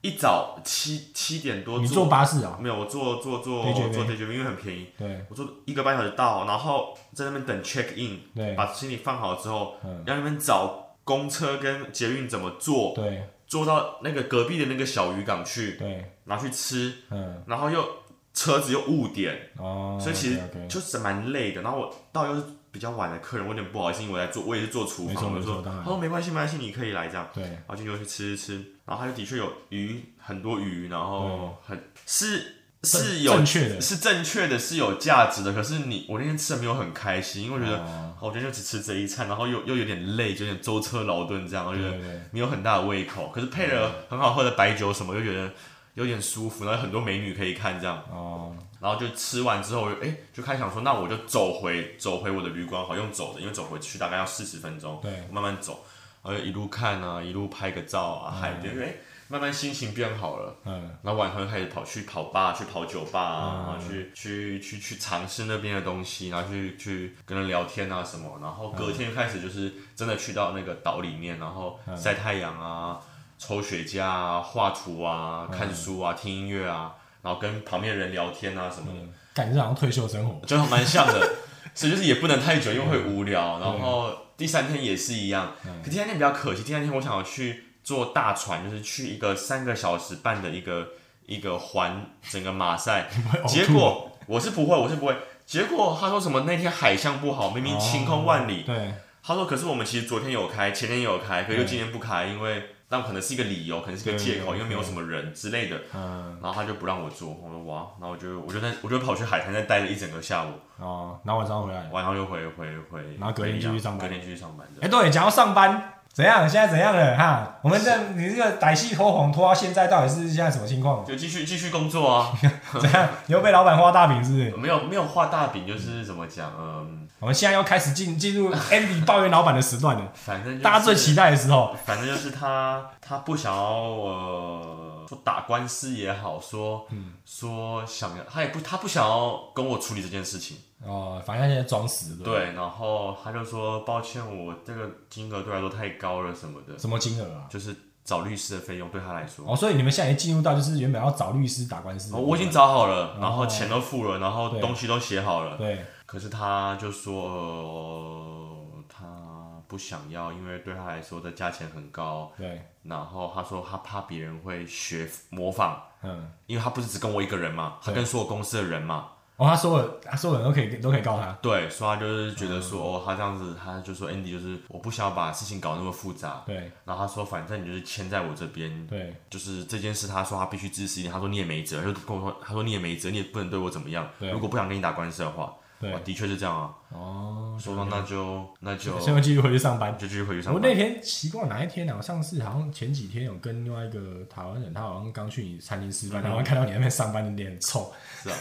Speaker 2: 一早七七点多
Speaker 1: 你
Speaker 2: 坐
Speaker 1: 坐巴士啊？
Speaker 2: 没有，我坐坐坐
Speaker 1: DJV
Speaker 2: 坐 DJV，因为很便宜，
Speaker 1: 对
Speaker 2: 我坐一个半小时到，然后在那边等 check in，
Speaker 1: 对
Speaker 2: 把行李放好之后，
Speaker 1: 嗯
Speaker 2: 要那边找公车跟捷运怎么坐，
Speaker 1: 对
Speaker 2: 坐到那个隔壁的那个小渔港去，
Speaker 1: 对，
Speaker 2: 拿去吃，
Speaker 1: 嗯，
Speaker 2: 然后又车子又误点，
Speaker 1: 哦，
Speaker 2: 所以其实
Speaker 1: OK，OK
Speaker 2: 就是蛮累的。然后我到又是比较晚的客人，我有点不好意思，因为我在做，我也是做厨
Speaker 1: 没错
Speaker 2: 房，我就
Speaker 1: 没错
Speaker 2: 说，
Speaker 1: 当然
Speaker 2: 他说没关系没关系，你可以来这样。
Speaker 1: 对
Speaker 2: 然后就进去吃吃吃，然后它就的确有鱼，很多鱼，然后很是
Speaker 1: 哦正
Speaker 2: 是有
Speaker 1: 正确的
Speaker 2: 是正确的，是有价值的。可是你我那天吃的没有很开心，因为我觉得、哦我今天就只吃这一餐，然后又又有点累，就有点舟车劳顿这样，我觉得
Speaker 1: 对对
Speaker 2: 没有很大的胃口。可是配了很好喝的白酒什么，又觉得有点舒服，然后有很多美女可以看这样。
Speaker 1: 哦，
Speaker 2: 然后就吃完之后，哎，就开始想说，那我就走回走回我的旅馆好，用走的，因为走回去大概要四十分钟，
Speaker 1: 对，
Speaker 2: 慢慢走，然后就一路看啊，一路拍个照啊，海边，哎，慢慢心情变好了。
Speaker 1: 嗯，
Speaker 2: 然后晚上就开始跑去跑吧，去跑酒吧啊，然后去去去去尝试那边的东西，然后去去跟人聊天啊什么，然后隔天开始就是真的去到那个岛里面，然后晒太阳啊，抽雪茄啊，画图啊，看书啊，听音乐啊，然后跟旁边的人聊天啊什么的，
Speaker 1: 感觉好像退休生活。
Speaker 2: 就蛮像 [LAUGHS] 的。所以就是也不能太久，因为会无聊。然后第三天也是一样，嗯可第三天比较可惜。第三天我想要去坐大船，就是去一个三个小时半的一个一个环整个马赛。 [LAUGHS] 结果我是不会，我是不会。结果他说什么那天海象不好，明明晴空万里，
Speaker 1: 对，
Speaker 2: 他说：“可是我们其实昨天有开，前天也有开，可是就今天不开，因为那可能是一个理由，可能是个借口，
Speaker 1: 对
Speaker 2: 因为没有什么人之类的。
Speaker 1: 嗯，
Speaker 2: 然后他就不让我做，我说哇，然后我就我就在我就跑去海滩再待了一整个下午，
Speaker 1: 哦，然后晚上回来。
Speaker 2: 晚上就回回回，
Speaker 1: 然后隔天继续上班
Speaker 2: 隔天继续上班的。
Speaker 1: 哎、对，讲到上班，怎样？现在怎样了哈？我们这你这个歹戏拖红拖到现在，到底是现在什么情
Speaker 2: [LAUGHS]
Speaker 1: 况？
Speaker 2: 就继续继续工作啊， [LAUGHS]
Speaker 1: 怎样？你又被老板画大饼是不是？
Speaker 2: 没有没有画大饼，就是怎么讲，嗯，
Speaker 1: 我们现在要开始进进入 Andy 抱怨老板的时段
Speaker 2: [LAUGHS]
Speaker 1: 了，
Speaker 2: 反正、就是、
Speaker 1: 大家最期待的时候。
Speaker 2: 反正就是他，他不想要呃，说打官司也好，说、
Speaker 1: 嗯
Speaker 2: 说想要，他也不他不想要跟我处理这件事情。
Speaker 1: 哦，反正现在装死了。，
Speaker 2: 对，然后他就说抱歉，我这个金额对来说太高了什么的，
Speaker 1: 什么金额啊？
Speaker 2: 就是找律师的费用对他来说。
Speaker 1: 哦，所以你们现在已经进入到就是原本要找律师打官司的
Speaker 2: 哦
Speaker 1: 部分。
Speaker 2: 我已经找好了，
Speaker 1: 哦
Speaker 2: 然后钱都付了，然后
Speaker 1: 对
Speaker 2: 东西都写好了，
Speaker 1: 对，
Speaker 2: 可是他就说、呃、他不想要，因为对他来说的价钱很高，
Speaker 1: 对，
Speaker 2: 然后他说他怕别人会学模仿。
Speaker 1: 嗯，
Speaker 2: 因为他不是只跟我一个人嘛，他跟所有公司的人嘛，
Speaker 1: 哦，他说了，他说了都可以都可以告他。
Speaker 2: 对，所以他就是觉得说，哦，他这样子，他就说 Andy 就是我不想要把事情搞那么复杂，
Speaker 1: 对
Speaker 2: 然后他说反正你就是签在我这边，
Speaker 1: 对，
Speaker 2: 就是这件事，他说他必须支持一点，他说你也没辙，他就跟我说，他说你也没辙，你也不能对我怎么样，
Speaker 1: 对
Speaker 2: 如果不想跟你打官司的话，
Speaker 1: 对
Speaker 2: 哦的确是这样啊，
Speaker 1: 哦，
Speaker 2: 说说那就那
Speaker 1: [LAUGHS]
Speaker 2: 就
Speaker 1: 所以我继续回去上班。
Speaker 2: 就继续回去上
Speaker 1: 我
Speaker 2: 班
Speaker 1: 那，天奇怪哪一天啊？我上次好像前几天有跟另外一个台湾人，他好像刚去你餐厅吃饭，然后看到你在那边上班，你脸很臭。
Speaker 2: 是啊，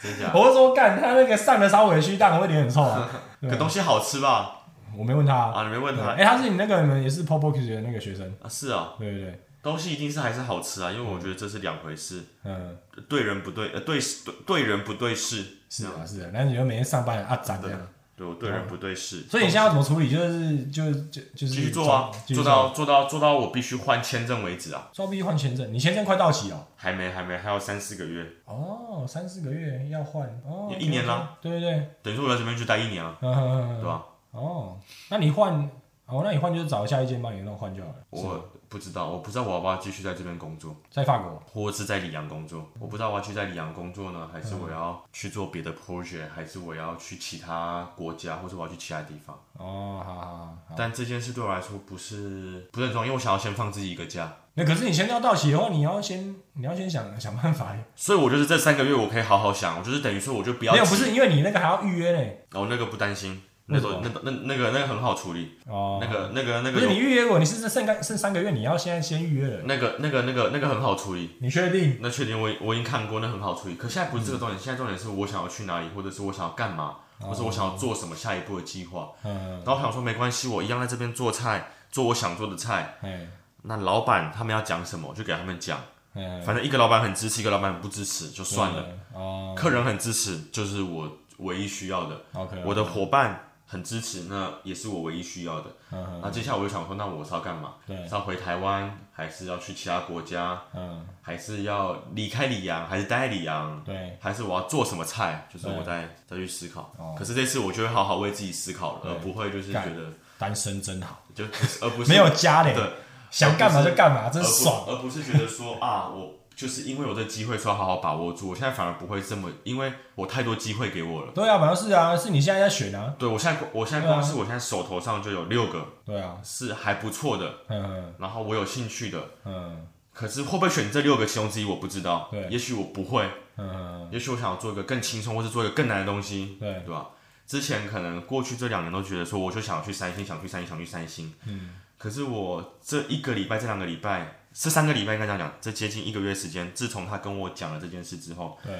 Speaker 2: 真
Speaker 1: [LAUGHS]
Speaker 2: 假？
Speaker 1: 我就说干，他那个上的稍微虚，但我会脸很臭啊。
Speaker 2: 可东西好吃吧？
Speaker 1: 我没问他啊，
Speaker 2: 啊，你没问
Speaker 1: 对
Speaker 2: 他
Speaker 1: 哎，他是你那个你们也是 p o p o k 的那个学生，
Speaker 2: 啊？是啊，
Speaker 1: 对对对，
Speaker 2: 东西一定是还是好吃啊，因为我觉得这是两回事。
Speaker 1: 嗯，
Speaker 2: 对人不对，呃，对事对对人不对事，
Speaker 1: 是啊是啊，然后你就每天上班啊，长这样。
Speaker 2: 对我对人不对事，
Speaker 1: 哦所以你现在要怎么处理？就是就就就是
Speaker 2: 继续做啊，
Speaker 1: 继续
Speaker 2: 做到做到做到我必须换签证为止啊，
Speaker 1: 抓必须换签证，你签证快到期了。
Speaker 2: 还没还没还有三四个月，
Speaker 1: 哦，三四个月要换哦，
Speaker 2: 一年啦。
Speaker 1: 对对对，
Speaker 2: 等于说我在这边就待一年啊，
Speaker 1: 嗯嗯嗯
Speaker 2: 对
Speaker 1: 嗯
Speaker 2: 吧？
Speaker 1: 哦，那你换哦，那你换就是找下一间帮你弄换就好了。是吗
Speaker 2: 我不知道，我不知道我要不要继续在这边工作，
Speaker 1: 在法国
Speaker 2: 或是在里昂工作，我不知道我要去在里昂工作呢，还
Speaker 1: 嗯
Speaker 2: 是我要去做别的 project，还是我要去其他国家，或是我要去其他地方。
Speaker 1: 哦，好好好好。
Speaker 2: 但这件事对我来说不是不是很重要，因为我想要先放自己一个假，
Speaker 1: 那可是你签证要到期的话，你要先你要先想想办法。
Speaker 2: 所以我就是这三个月我可以好好想，我就是等于说我就不要
Speaker 1: 没有，
Speaker 2: 急
Speaker 1: 不是因为你那个还要预约呢。
Speaker 2: 哦，那个不担心，那
Speaker 1: 为
Speaker 2: 个那个那那个那个很好处理，
Speaker 1: 哦，
Speaker 2: 那个那个那
Speaker 1: 不
Speaker 2: 个
Speaker 1: 是
Speaker 2: 有
Speaker 1: 你预约过，你是剩剩三剩三个月，你要现在先预约了。
Speaker 2: 那个那个那个那个很好处理。
Speaker 1: 你确定？
Speaker 2: 那确定我我已经看过，那很好处理。可现在不
Speaker 1: 嗯
Speaker 2: 是这个重点，现在重点是我想要去哪里，或者是我想要干嘛，或者我
Speaker 1: 哦
Speaker 2: 想要做什么下一步的计划。
Speaker 1: 嗯，
Speaker 2: 然后我想说没关系，我一样在这边做菜，做我想做的菜。
Speaker 1: 哎
Speaker 2: 那老板他们要讲什么，我就给他们讲。
Speaker 1: 哎，
Speaker 2: 反正一个老板很支持，一个老板不支持，就算了。
Speaker 1: 了。哦
Speaker 2: 客人很支持，就是我唯一需要的。
Speaker 1: ，OK，
Speaker 2: 我的伙伴很支持，那也是我唯一需要的。
Speaker 1: 嗯
Speaker 2: 那接下来我就想说，那我是要干嘛？
Speaker 1: 对
Speaker 2: 是要回台湾，还是要去其他国家，
Speaker 1: 嗯，
Speaker 2: 还是要离开里昂，还是待在里昂，
Speaker 1: 对，
Speaker 2: 还是我要做什么菜？就是我再再去思考
Speaker 1: 嗯哦。
Speaker 2: 可是这次我就会好好为自己思考了，而不会就是觉
Speaker 1: 干
Speaker 2: 得
Speaker 1: 单身真好，
Speaker 2: 就不是而不是
Speaker 1: 没有家嘞，
Speaker 2: 对，
Speaker 1: 想干嘛就干嘛，
Speaker 2: 而
Speaker 1: 真
Speaker 2: 不
Speaker 1: 爽。
Speaker 2: 而不是觉得说啊我。就是因为有这机会，说好好把握住。我现在反而不会这么，因为我太多机会给我了。
Speaker 1: 对啊，反正是啊，是你现在在选啊。
Speaker 2: 对我现在，我现在光是我现在手头上就有六个
Speaker 1: 对啊，
Speaker 2: 是还不错的，
Speaker 1: 嗯
Speaker 2: 然后我有兴趣的，
Speaker 1: 嗯
Speaker 2: 可是会不会选这六个其中之一，我不知道。
Speaker 1: 对
Speaker 2: 也许我不会，
Speaker 1: 嗯，
Speaker 2: 也许我想要做一个更轻松，或是做一个更难的东西，
Speaker 1: 对。
Speaker 2: 对吧？之前可能过去这两年都觉得说，我就想去三星，想去三星，想去三星。嗯。可是我这一个礼拜、这两个礼拜、这三个礼拜应该这样讲，这接近一个月时间，自从他跟我讲了这件事之后，
Speaker 1: 对，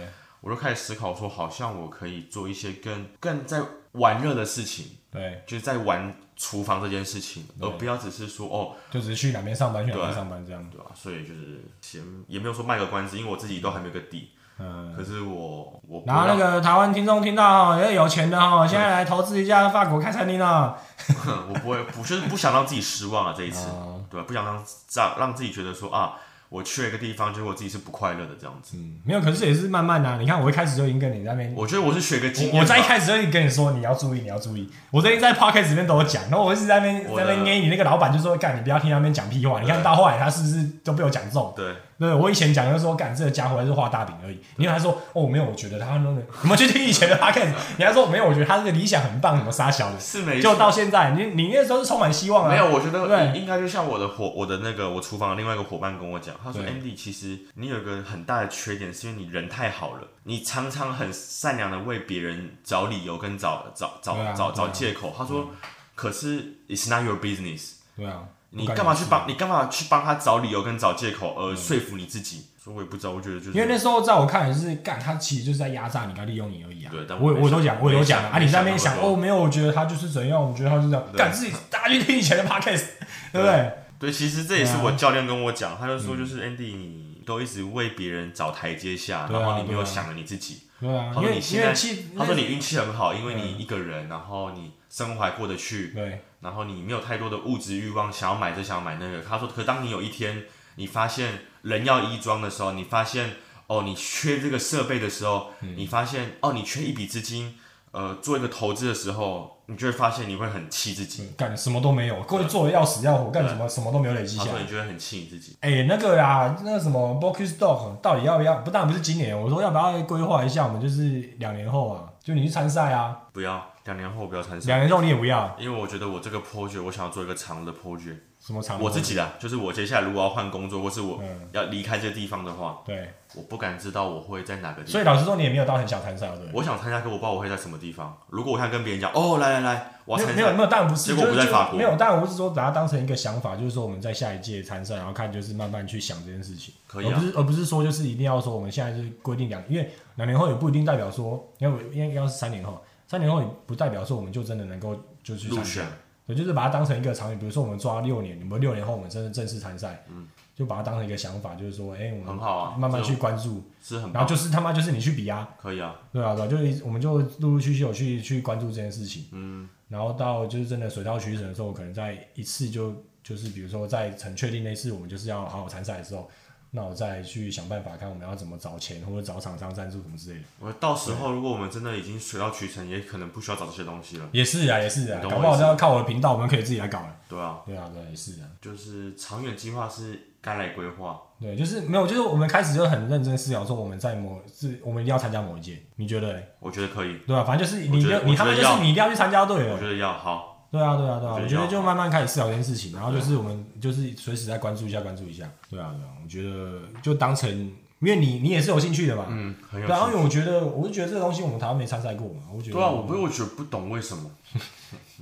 Speaker 2: 我就开始思考说，好像我可以做一些更更在玩乐的事情，
Speaker 1: 对，
Speaker 2: 就是在玩厨房这件事情，而不要只是说哦，
Speaker 1: 就只是去哪边上班，去哪边
Speaker 2: 对
Speaker 1: 上班这样。
Speaker 2: 对啊，所以就是先也没有说卖个关子，因为我自己都还没有个底。
Speaker 1: 嗯，
Speaker 2: 可是我我不
Speaker 1: 然后那
Speaker 2: 让
Speaker 1: 个台湾听众听到哈，要有钱的哈，现在来投资一下法国开餐厅啊。
Speaker 2: [LAUGHS] 我不会，不就是不想让自己失望啊，这一次，
Speaker 1: 哦
Speaker 2: 对吧、不想让让让自己觉得说啊，我去了一个地方，结果我自己是不快乐的这样子。
Speaker 1: 嗯，没有，可是也是慢慢的、啊。你看，我一开始就已经跟你在那边，
Speaker 2: 我觉得我是学个经
Speaker 1: 我
Speaker 2: 验
Speaker 1: 我
Speaker 2: 吧，
Speaker 1: 在一开始就已经跟你说你要注意，你要注意。我最近在 podcast 里面都有讲，然后我一直在那边
Speaker 2: 我
Speaker 1: 在
Speaker 2: 的
Speaker 1: 那边捏你那个老板，就说干，你不要听他们讲屁话。你看
Speaker 2: 对
Speaker 1: 到后来他是不是都被我讲中？
Speaker 2: 对，
Speaker 1: 对对我以前讲就说，干这个家伙还是画大饼而已。你还说哦，没有，我觉得他那个， [LAUGHS] 你们去听以前的 podcast，你还说没有，我觉得他这个理想很棒，什么傻小的，
Speaker 2: 是没
Speaker 1: 就
Speaker 2: 错
Speaker 1: 到现在，你你那时候是充满希望啊。
Speaker 2: 没有，，我觉得
Speaker 1: 对
Speaker 2: 应该就像我的伙，我的那个我厨房的另外一个伙伴跟我讲，他说
Speaker 1: 对
Speaker 2: Andy，其实你有一个很大的缺点，是因为你人太好了，你常常很善良的为别人找理由跟找找找
Speaker 1: 对啊
Speaker 2: 找
Speaker 1: 对
Speaker 2: 找
Speaker 1: 啊
Speaker 2: 借口。他说，可是 it's not your business，
Speaker 1: 对啊，
Speaker 2: 你
Speaker 1: 我感觉
Speaker 2: 干嘛
Speaker 1: 是
Speaker 2: 去帮你干嘛去帮他找理由跟找借口，而说服你自己？说我也不知道，我觉得就是
Speaker 1: 嗯因为那时候在我看来是干，他其实就是在压榨你，他利用你而已啊。
Speaker 2: 对但我
Speaker 1: 我
Speaker 2: 没
Speaker 1: 我都
Speaker 2: 想
Speaker 1: 讲，我都讲
Speaker 2: 没
Speaker 1: 了
Speaker 2: 想
Speaker 1: 啊！你在那边
Speaker 2: 没
Speaker 1: 想
Speaker 2: 想过
Speaker 1: 哦，没有，我觉得他就是怎样，我觉得他就是这样，
Speaker 2: 对
Speaker 1: 干自己大家去听以前的 podcast，对不对？啊嗯
Speaker 2: 对，其实这也是我教练跟我讲，他就说就是 Andy，你都一直为别人找台阶下，
Speaker 1: 对啊
Speaker 2: 然后你没有
Speaker 1: 对啊
Speaker 2: 想着你自己。
Speaker 1: 对啊因
Speaker 2: 他，说
Speaker 1: 为
Speaker 2: 你
Speaker 1: 因
Speaker 2: 现
Speaker 1: 为
Speaker 2: 在
Speaker 1: 其实，
Speaker 2: 他说你运气很好，因为
Speaker 1: 嗯
Speaker 2: 你一个人，然后你生活还过得去，
Speaker 1: 对
Speaker 2: 然后你没有太多的物质欲望，想要买这想要买那个。他说，可当你有一天你发现人要衣装的时候，你发现哦你缺这个设备的时候，你发现哦你缺一笔资金，呃做一个投资的时候，你就会发现你会很气自己。
Speaker 1: 对干什么都没有，过去做的要死要活，干什么什么都没有累积
Speaker 2: 他
Speaker 1: 下
Speaker 2: 说
Speaker 1: 来
Speaker 2: 你。就会很气你自己。
Speaker 1: 哎、那个啦，那个什么 Bocus Dog 到底要不要？不，当然不是今年。我说要不要规划一下，我们就是两年后啊，就你去参赛啊，
Speaker 2: 不要，两年后不要参赛，
Speaker 1: 两年后你也不要
Speaker 2: 因为我觉得我这个 project 我想要做一个长的 project。
Speaker 1: 什么场，
Speaker 2: 我自己的，就是我接下来如果要换工作，或是我
Speaker 1: 嗯
Speaker 2: 要离开这个地方的话，
Speaker 1: 对，
Speaker 2: 我不敢知道我会在哪个地
Speaker 1: 所
Speaker 2: 方。
Speaker 1: 以老实说，你也没有到很想参赛，对不对？
Speaker 2: 我想参加，可我不知道我会在什么地方。如果我想跟别人讲，哦，来来来，我要参
Speaker 1: 没有没
Speaker 2: 加，
Speaker 1: 有，当然不是，
Speaker 2: 结果
Speaker 1: 就是
Speaker 2: 不在
Speaker 1: 就
Speaker 2: 法国
Speaker 1: 没有，当然不是说把它当成一个想法，就是说我们在下一届参赛，然后看就是慢慢去想这件事情，
Speaker 2: 可以啊
Speaker 1: 而不是而不是说就是一定要说我们现在就是规定两，因为两年后也不一定代表说，因为我因为要是三年后，三年后也不代表说我们就真的能够就去参
Speaker 2: 入
Speaker 1: 加
Speaker 2: 选，
Speaker 1: 对，就是把它当成一个长远，比如说我们抓六年，我们六年后我们真的正式参赛，嗯，就把它当成一个想法，就是说，哎、我
Speaker 2: 很
Speaker 1: 们
Speaker 2: 好啊，
Speaker 1: 慢慢
Speaker 2: 这
Speaker 1: 去关注，
Speaker 2: 是很
Speaker 1: 然后
Speaker 2: 棒，
Speaker 1: 就是他妈就是你去比啊，
Speaker 2: 可以啊，
Speaker 1: 对啊，对啊，就是一我们就陆陆续续有去去关注这件事情，
Speaker 2: 嗯，
Speaker 1: 然后到就是真的水到渠成的时候，可能在一次就就是比如说在很确定那次我们就是要好好参赛的时候，那我再去想办法看我们要怎么找钱或者找厂商赞助什么之类的，
Speaker 2: 我到时候如果我们真的已经水到渠成，也可能不需要找这些东西了，
Speaker 1: 也是啊，也是啊，
Speaker 2: 你懂我
Speaker 1: 搞不好
Speaker 2: 意思
Speaker 1: 都要靠我的频道，我们可以自己来搞了，
Speaker 2: 对啊，
Speaker 1: 对啊，对啊，也是啊。
Speaker 2: 就是长远计划是该来规划，
Speaker 1: 对，就是没有，就是我们开始就很认真思考说我们在某是我们一定要参加某一届，你觉得嘞
Speaker 2: 我觉得可以，
Speaker 1: 对吧、啊反正就是你
Speaker 2: 我觉得
Speaker 1: 就你
Speaker 2: 我
Speaker 1: 他
Speaker 2: 觉得
Speaker 1: 们就
Speaker 2: 要
Speaker 1: 是你一定要去参加队
Speaker 2: 我
Speaker 1: 了。
Speaker 2: 觉得要好，
Speaker 1: 对啊，对啊，对啊，我
Speaker 2: 我觉
Speaker 1: 觉
Speaker 2: 得
Speaker 1: 得
Speaker 2: 要
Speaker 1: 就慢慢开始思考这件事情，然后
Speaker 2: 啊
Speaker 1: 就是我们就是随时在关注一下，关注一下。对啊，对啊，我觉得就当成，因为你你也是有兴趣的嘛。
Speaker 2: 嗯，很有
Speaker 1: 对啊，
Speaker 2: 趣。
Speaker 1: 因为我觉得我就觉得这个东西我们台湾没参赛过嘛，我觉得
Speaker 2: 对啊，我不，我觉得不懂为什么，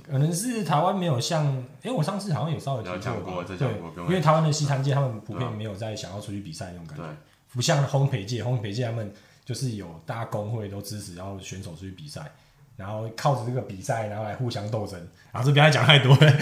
Speaker 1: 可能是台湾没有像，哎、我上次好像有稍微
Speaker 2: 有
Speaker 1: 提
Speaker 2: 讲
Speaker 1: 过
Speaker 2: 过
Speaker 1: 吧，
Speaker 2: 这
Speaker 1: 对，
Speaker 2: 讲过不用
Speaker 1: 因为台湾的西餐界他们普
Speaker 2: 对
Speaker 1: 遍没有在想要出去比赛那种感觉
Speaker 2: 对。，
Speaker 1: 不像烘焙界，烘焙界他们就是有大家工会都支持，然后选手出去比赛，然后靠着这个比赛，然后来互相斗争。然后这不要讲太多了，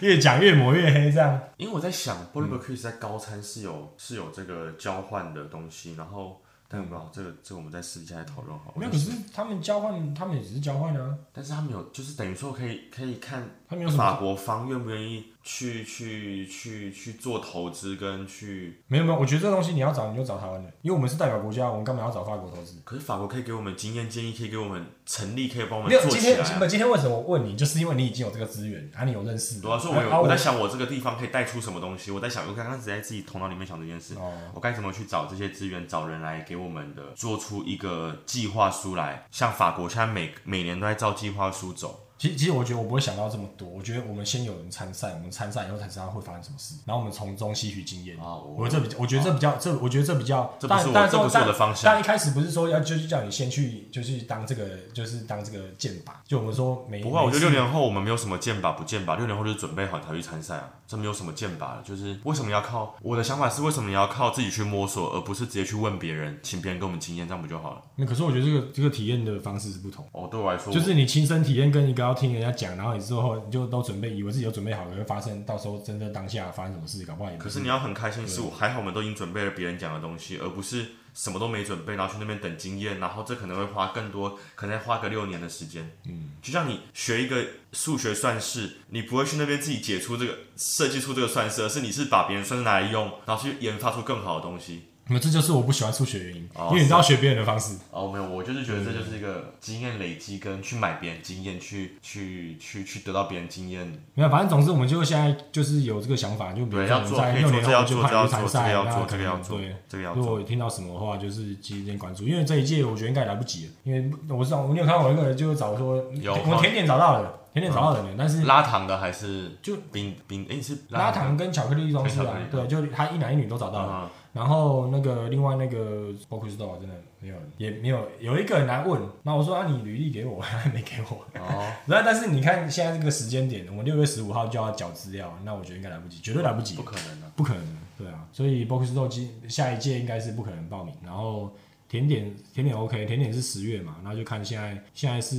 Speaker 1: 越讲越抹越黑，这样
Speaker 2: 因为我在想 b u r b e r Q 在高餐是有是有这个交换的东西，然后但我不知道这个这个我们在私底下来讨论好了。
Speaker 1: 没有。可是他们交换，他们也只是交换啊，
Speaker 2: 但是他们有就是等于说可以可以看
Speaker 1: 他们有什么？
Speaker 2: 法国方愿不愿意去去去去做投资跟去，
Speaker 1: 没有没有，我觉得这个东西你要找你就找台湾的，因为我们是代表国家，我们干嘛要找法国投资？
Speaker 2: 可是法国可以给我们经验建议，可以给我们成立，可以帮我们
Speaker 1: 没有，
Speaker 2: 做
Speaker 1: 今
Speaker 2: 起
Speaker 1: 天
Speaker 2: 来
Speaker 1: 不，
Speaker 2: 啊。
Speaker 1: 今天为什么我问你，就是因为你已经有这个资源，啊，你有认识的，
Speaker 2: 主要是我有、
Speaker 1: 啊
Speaker 2: 我在想我这个地方可以带出什么东西，我在想我刚刚只在自己头脑里面想这件事。
Speaker 1: 哦，
Speaker 2: 我该怎么去找这些资源，找人来给我们的做出一个计划书来？像法国现在每每年都在照计划书走，
Speaker 1: 其实，其实我觉得我不会想到这么多。我觉得我们先有人参赛，我们参赛以后才知道会发生什么事，然后我们从中吸取经验。
Speaker 2: 哦我
Speaker 1: 我这比较，我觉得这比较，这我觉得这比较，
Speaker 2: 这不
Speaker 1: 但
Speaker 2: 是我
Speaker 1: 但
Speaker 2: 这不是我的方向
Speaker 1: 但一开始不是说要就是叫你先去，就是当这个，就是当这个剑靶。就我们说每，
Speaker 2: 不啊过我觉得
Speaker 1: 每
Speaker 2: 六
Speaker 1: 次
Speaker 2: 年后我们没有什么剑拔不剑拔，六年后就是准备好才去参赛啊，这没有什么剑拔了。就是为什么要靠我的想法是为什么你要靠自己去摸索，而不是直接去问别人，请别人给我们经验，这样不就好了？
Speaker 1: 嗯可是我觉得这个这个体验的方式是不同，
Speaker 2: 哦，对我来说，
Speaker 1: 就是你亲身体验跟一个要听人家讲，然后你之后你就都准备，以为自己有准备好了，会发生到时候真正当下发生什么事，搞不好也不
Speaker 2: 可是你要很开心，是我还好，我们都已经准备了别人讲的东西，而不是什么都没准备，然后去那边等经验，然后这可能会花更多，可能要花个六年的时间。嗯，就像你学一个数学算式，你不会去那边自己解出这个设计出这个算式，而是你是把别人算式拿来用，然后去研发出更好的东西。
Speaker 1: 那么这就是我不喜欢数学的原因，
Speaker 2: 哦
Speaker 1: 因为你知道学别人的方式，
Speaker 2: 哦，没有，我就是觉得这
Speaker 1: 嗯
Speaker 2: 就是一个经验累积，跟去买别人经验，去去去去得到别人经验。
Speaker 1: 没有，反正总之我们就现在就是有这个想法，就比如说
Speaker 2: 对，
Speaker 1: 我
Speaker 2: 要
Speaker 1: 们
Speaker 2: 做，
Speaker 1: 在
Speaker 2: 可以
Speaker 1: 六
Speaker 2: 做，
Speaker 1: 年
Speaker 2: 这
Speaker 1: 后
Speaker 2: 要
Speaker 1: 就
Speaker 2: 做，
Speaker 1: 看
Speaker 2: 这要
Speaker 1: 预赛
Speaker 2: 做，这个
Speaker 1: 赛，啊
Speaker 2: 要
Speaker 1: 那
Speaker 2: 做，
Speaker 1: 可
Speaker 2: 这个
Speaker 1: 能
Speaker 2: 要做
Speaker 1: 对。，
Speaker 2: 这个要
Speaker 1: 如果
Speaker 2: 做。
Speaker 1: 我听到什么的话，就是积极点关注，因为这一届我觉得应该也来不及了，因为我知道你有看到我一个人就找说，
Speaker 2: 有
Speaker 1: 我甜点找到了，甜点找到人了，但是
Speaker 2: 拉糖的还是
Speaker 1: 就
Speaker 2: 冰冰？哎，你是
Speaker 1: 拉
Speaker 2: 糖
Speaker 1: 糖跟巧克力装饰
Speaker 2: 跟巧
Speaker 1: 啊
Speaker 2: 克
Speaker 1: 对，
Speaker 2: 力，
Speaker 1: 就他一男一女都找到了， [LAUGHS]
Speaker 2: 啊？
Speaker 1: 然后那个另外那个包括知道真的没有人，也没有有一个很难问，那我说啊你履历给我， [LAUGHS] 他没给我，
Speaker 2: 哦，
Speaker 1: 然后但是你看现在这个时间点，我们六月十五号就要缴资料，那我觉得应该来不及，绝对来不及
Speaker 2: 不，可能啊！
Speaker 1: 不可能，对啊，所以 Box 豆机下一届应该是不可能报名，然后甜点甜点 OK，甜点是十月嘛，然后就看现在现在是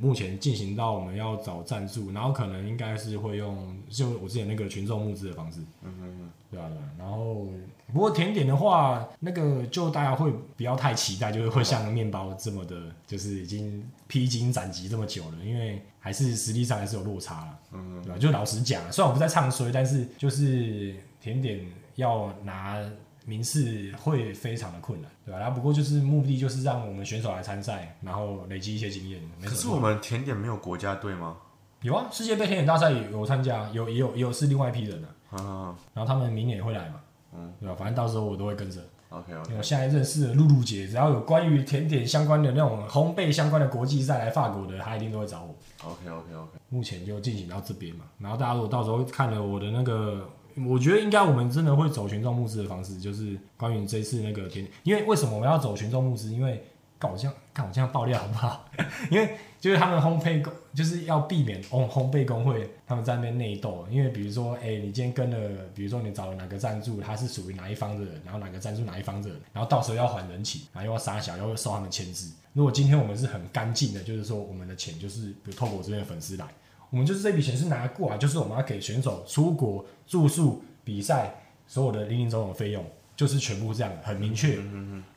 Speaker 1: 目前进行到我们要找赞助，然后可能应该是会用就我之前那个群众募资的方式，
Speaker 2: 嗯嗯
Speaker 1: 对啊对啊，然后不过甜点的话，那个就大家会不要太期待，就是会像面包这么的，就是已经披荆斩棘这么久了，因为还是实力上还是有落差啦，
Speaker 2: 嗯，
Speaker 1: 对吧、就老实讲，虽然我不在唱衰，但是就是甜点要拿名次会非常的困难，对吧、然后不过就是目的就是让我们选手来参赛，然后累积一些经验。没
Speaker 2: 可
Speaker 1: 什么
Speaker 2: 是我们甜点没有国家队吗？
Speaker 1: 有啊，世界杯甜点大赛有有参加，有也有也有是另外一批人的、啊，
Speaker 2: 啊
Speaker 1: 然后他们明年也会来嘛，
Speaker 2: 嗯，
Speaker 1: 对吧、反正到时候我都会跟着。
Speaker 2: ，OK
Speaker 1: 因
Speaker 2: OK，
Speaker 1: 为我现在认识的露露姐，只要有关于甜点相关的那种烘焙相关的国际赛来法国的，她一定都会找我。
Speaker 2: OK OK OK，
Speaker 1: 目前就进行到这边嘛，然后大家如果到时候看了我的那个，我觉得应该我们真的会走群众募资的方式，就是关于这次那个甜，因为为什么我们要走群众募资？因为搞这样，看我这样爆料好不好？ [LAUGHS] 因为就是他们烘焙工，就是要避免烘烘焙工会他们在那边内斗，因为比如说，哎、你今天跟了，比如说你找了哪个赞助，他是属于哪一方的人，然后哪个赞助哪一方的人，然后到时候要还人情，然后又要杀小，又要收他们签字。如果今天我们是很干净的，就是说我们的钱就是比如透过我这边的粉丝来，我们就是这笔钱是拿过来，就是我们要给选手出国住宿、比赛所有的零零总总的费用，就是全部这样，很明确。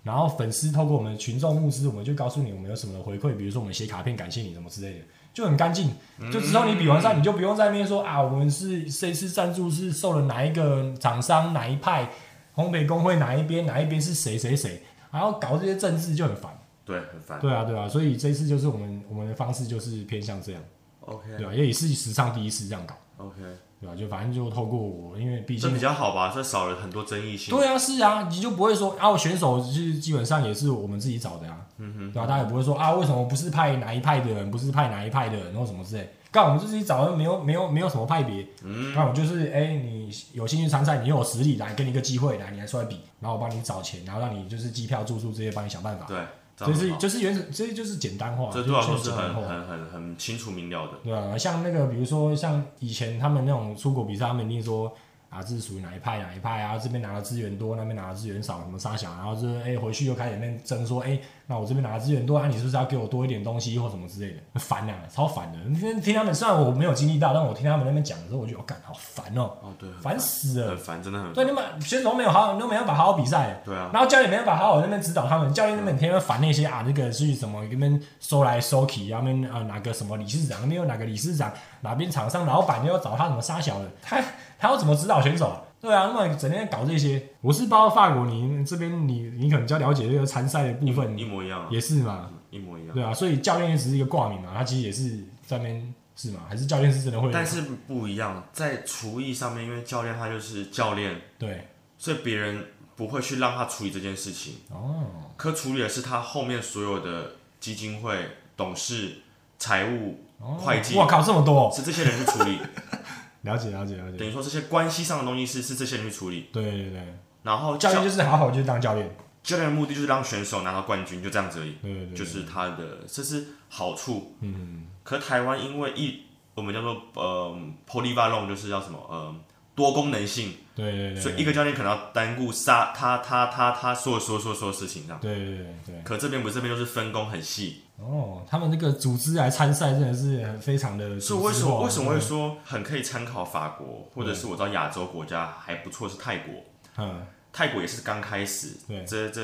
Speaker 1: 然后粉丝透过我们群众募资，我们就告诉你我们有什么的回馈，比如说我们写卡片感谢你什么之类的，就很干净。就之后你比完赛，你就不用在那边说啊，我们是这次赞助是受了哪一个厂商哪一派，烘焙工会哪一边哪一边是谁谁谁，然后搞这些政治就很烦。
Speaker 2: 对，很烦。
Speaker 1: 对啊，对啊，所以这次就是我们我们的方式就是偏向这样，对
Speaker 2: OK
Speaker 1: 吧、也是史上第一次这样搞，
Speaker 2: OK，
Speaker 1: 对啊吧、就反正就透过我，因为毕
Speaker 2: 这
Speaker 1: 竟
Speaker 2: 比较好吧？这少了很多争议性。
Speaker 1: 对啊，是啊，你就不会说啊，我选手就是基本上也是我们自己找的啊，嗯哼，对吧、大家也不会说啊，为什么不是派哪一派的人，不是派哪一派的人，或什么之类。干，我们就自己找的，没有没有没有什么派别。嗯，那我们就是，哎、你有兴趣参赛，你又有实力，来给你一个机会，来你来出来比，然后我帮你找钱，然后让你就是机票、住宿这些帮你想办法。
Speaker 2: 对，这
Speaker 1: 啊这
Speaker 2: 样
Speaker 1: 是
Speaker 2: 很好
Speaker 1: 就是原始，这就是简单化，
Speaker 2: 这
Speaker 1: 就
Speaker 2: 对我来说
Speaker 1: 是
Speaker 2: 是
Speaker 1: 简单
Speaker 2: 很
Speaker 1: 化。
Speaker 2: 很很很清楚明了的。
Speaker 1: 对啊，像那个比如说像以前他们那种出国比赛，他们一定说啊，这是属于哪一派哪一派啊，这边拿的资源多，那边拿的资源少，什么沙小，然后就是哎、回去又开始那边争说，哎、那我这边拿的资源多，啊你是不是要给我多一点东西或什么之类的， [LAUGHS] 很烦啊，超烦的。听听他们，虽然我没有经历到，但我听他们那边讲的时候，我觉得我干、好烦哦、
Speaker 2: 哦，对，很
Speaker 1: 烦死了。
Speaker 2: 很烦，真的很
Speaker 1: 对，你们选手没有好好，你都没有办法好好比赛，
Speaker 2: 对啊，
Speaker 1: 然后教练没办法好好在那边指导他们，教练那边天天烦那些啊，那个是什么那边收来收去，他们啊哪个什么理事长，那边有哪个理事长，哪边厂商老板又要找他什么杀小
Speaker 2: [LAUGHS]
Speaker 1: 的，他他要怎么指导选手、啊？对啊，那么整天搞这些，我是不知道法国你这边你你可能比较了解这个参赛的部分
Speaker 2: 一模一样啊，
Speaker 1: 也是嘛，
Speaker 2: 一模一样。
Speaker 1: 对啊，所以教练也只是一个挂名嘛，他其实也是在那边是嘛，还是教练是真的会
Speaker 2: 但是不一样，在厨艺上面，因为教练他就是教练，
Speaker 1: 对
Speaker 2: 所以别人不会去让他处理这件事情。
Speaker 1: 哦，
Speaker 2: 可处理的是他后面所有的基金会、董事、财务、
Speaker 1: 哦
Speaker 2: 会计
Speaker 1: 我靠这么多，哦
Speaker 2: 是这些人去处理，
Speaker 1: 了解了解了解，
Speaker 2: 等于说这些关系上的东西是是这些人去处理。
Speaker 1: 对对对，
Speaker 2: 然后
Speaker 1: 教
Speaker 2: 教
Speaker 1: 练就是好好就是当教练，
Speaker 2: 教练的目的就是让选手拿到冠军，就这样子而已，
Speaker 1: 对对对，
Speaker 2: 就是他的这是好处。嗯，可台湾因为一我们叫做呃 polyvalent，就是叫什么呃多功能性，
Speaker 1: 对对对，
Speaker 2: 所以一个教练可能要单顾杀他他他他所有所有所有所有事情上。
Speaker 1: 对对对对，
Speaker 2: 可这边不是这边就是分工很细，
Speaker 1: 哦，他们那个组织来参赛真的是很非常的
Speaker 2: 所
Speaker 1: 组
Speaker 2: 以
Speaker 1: 织化，
Speaker 2: 为什么为什么会说很可以参考法国，或者是我知道亚洲国家还不错是泰国，
Speaker 1: 嗯，
Speaker 2: 泰国也是刚开始
Speaker 1: 对，
Speaker 2: 这这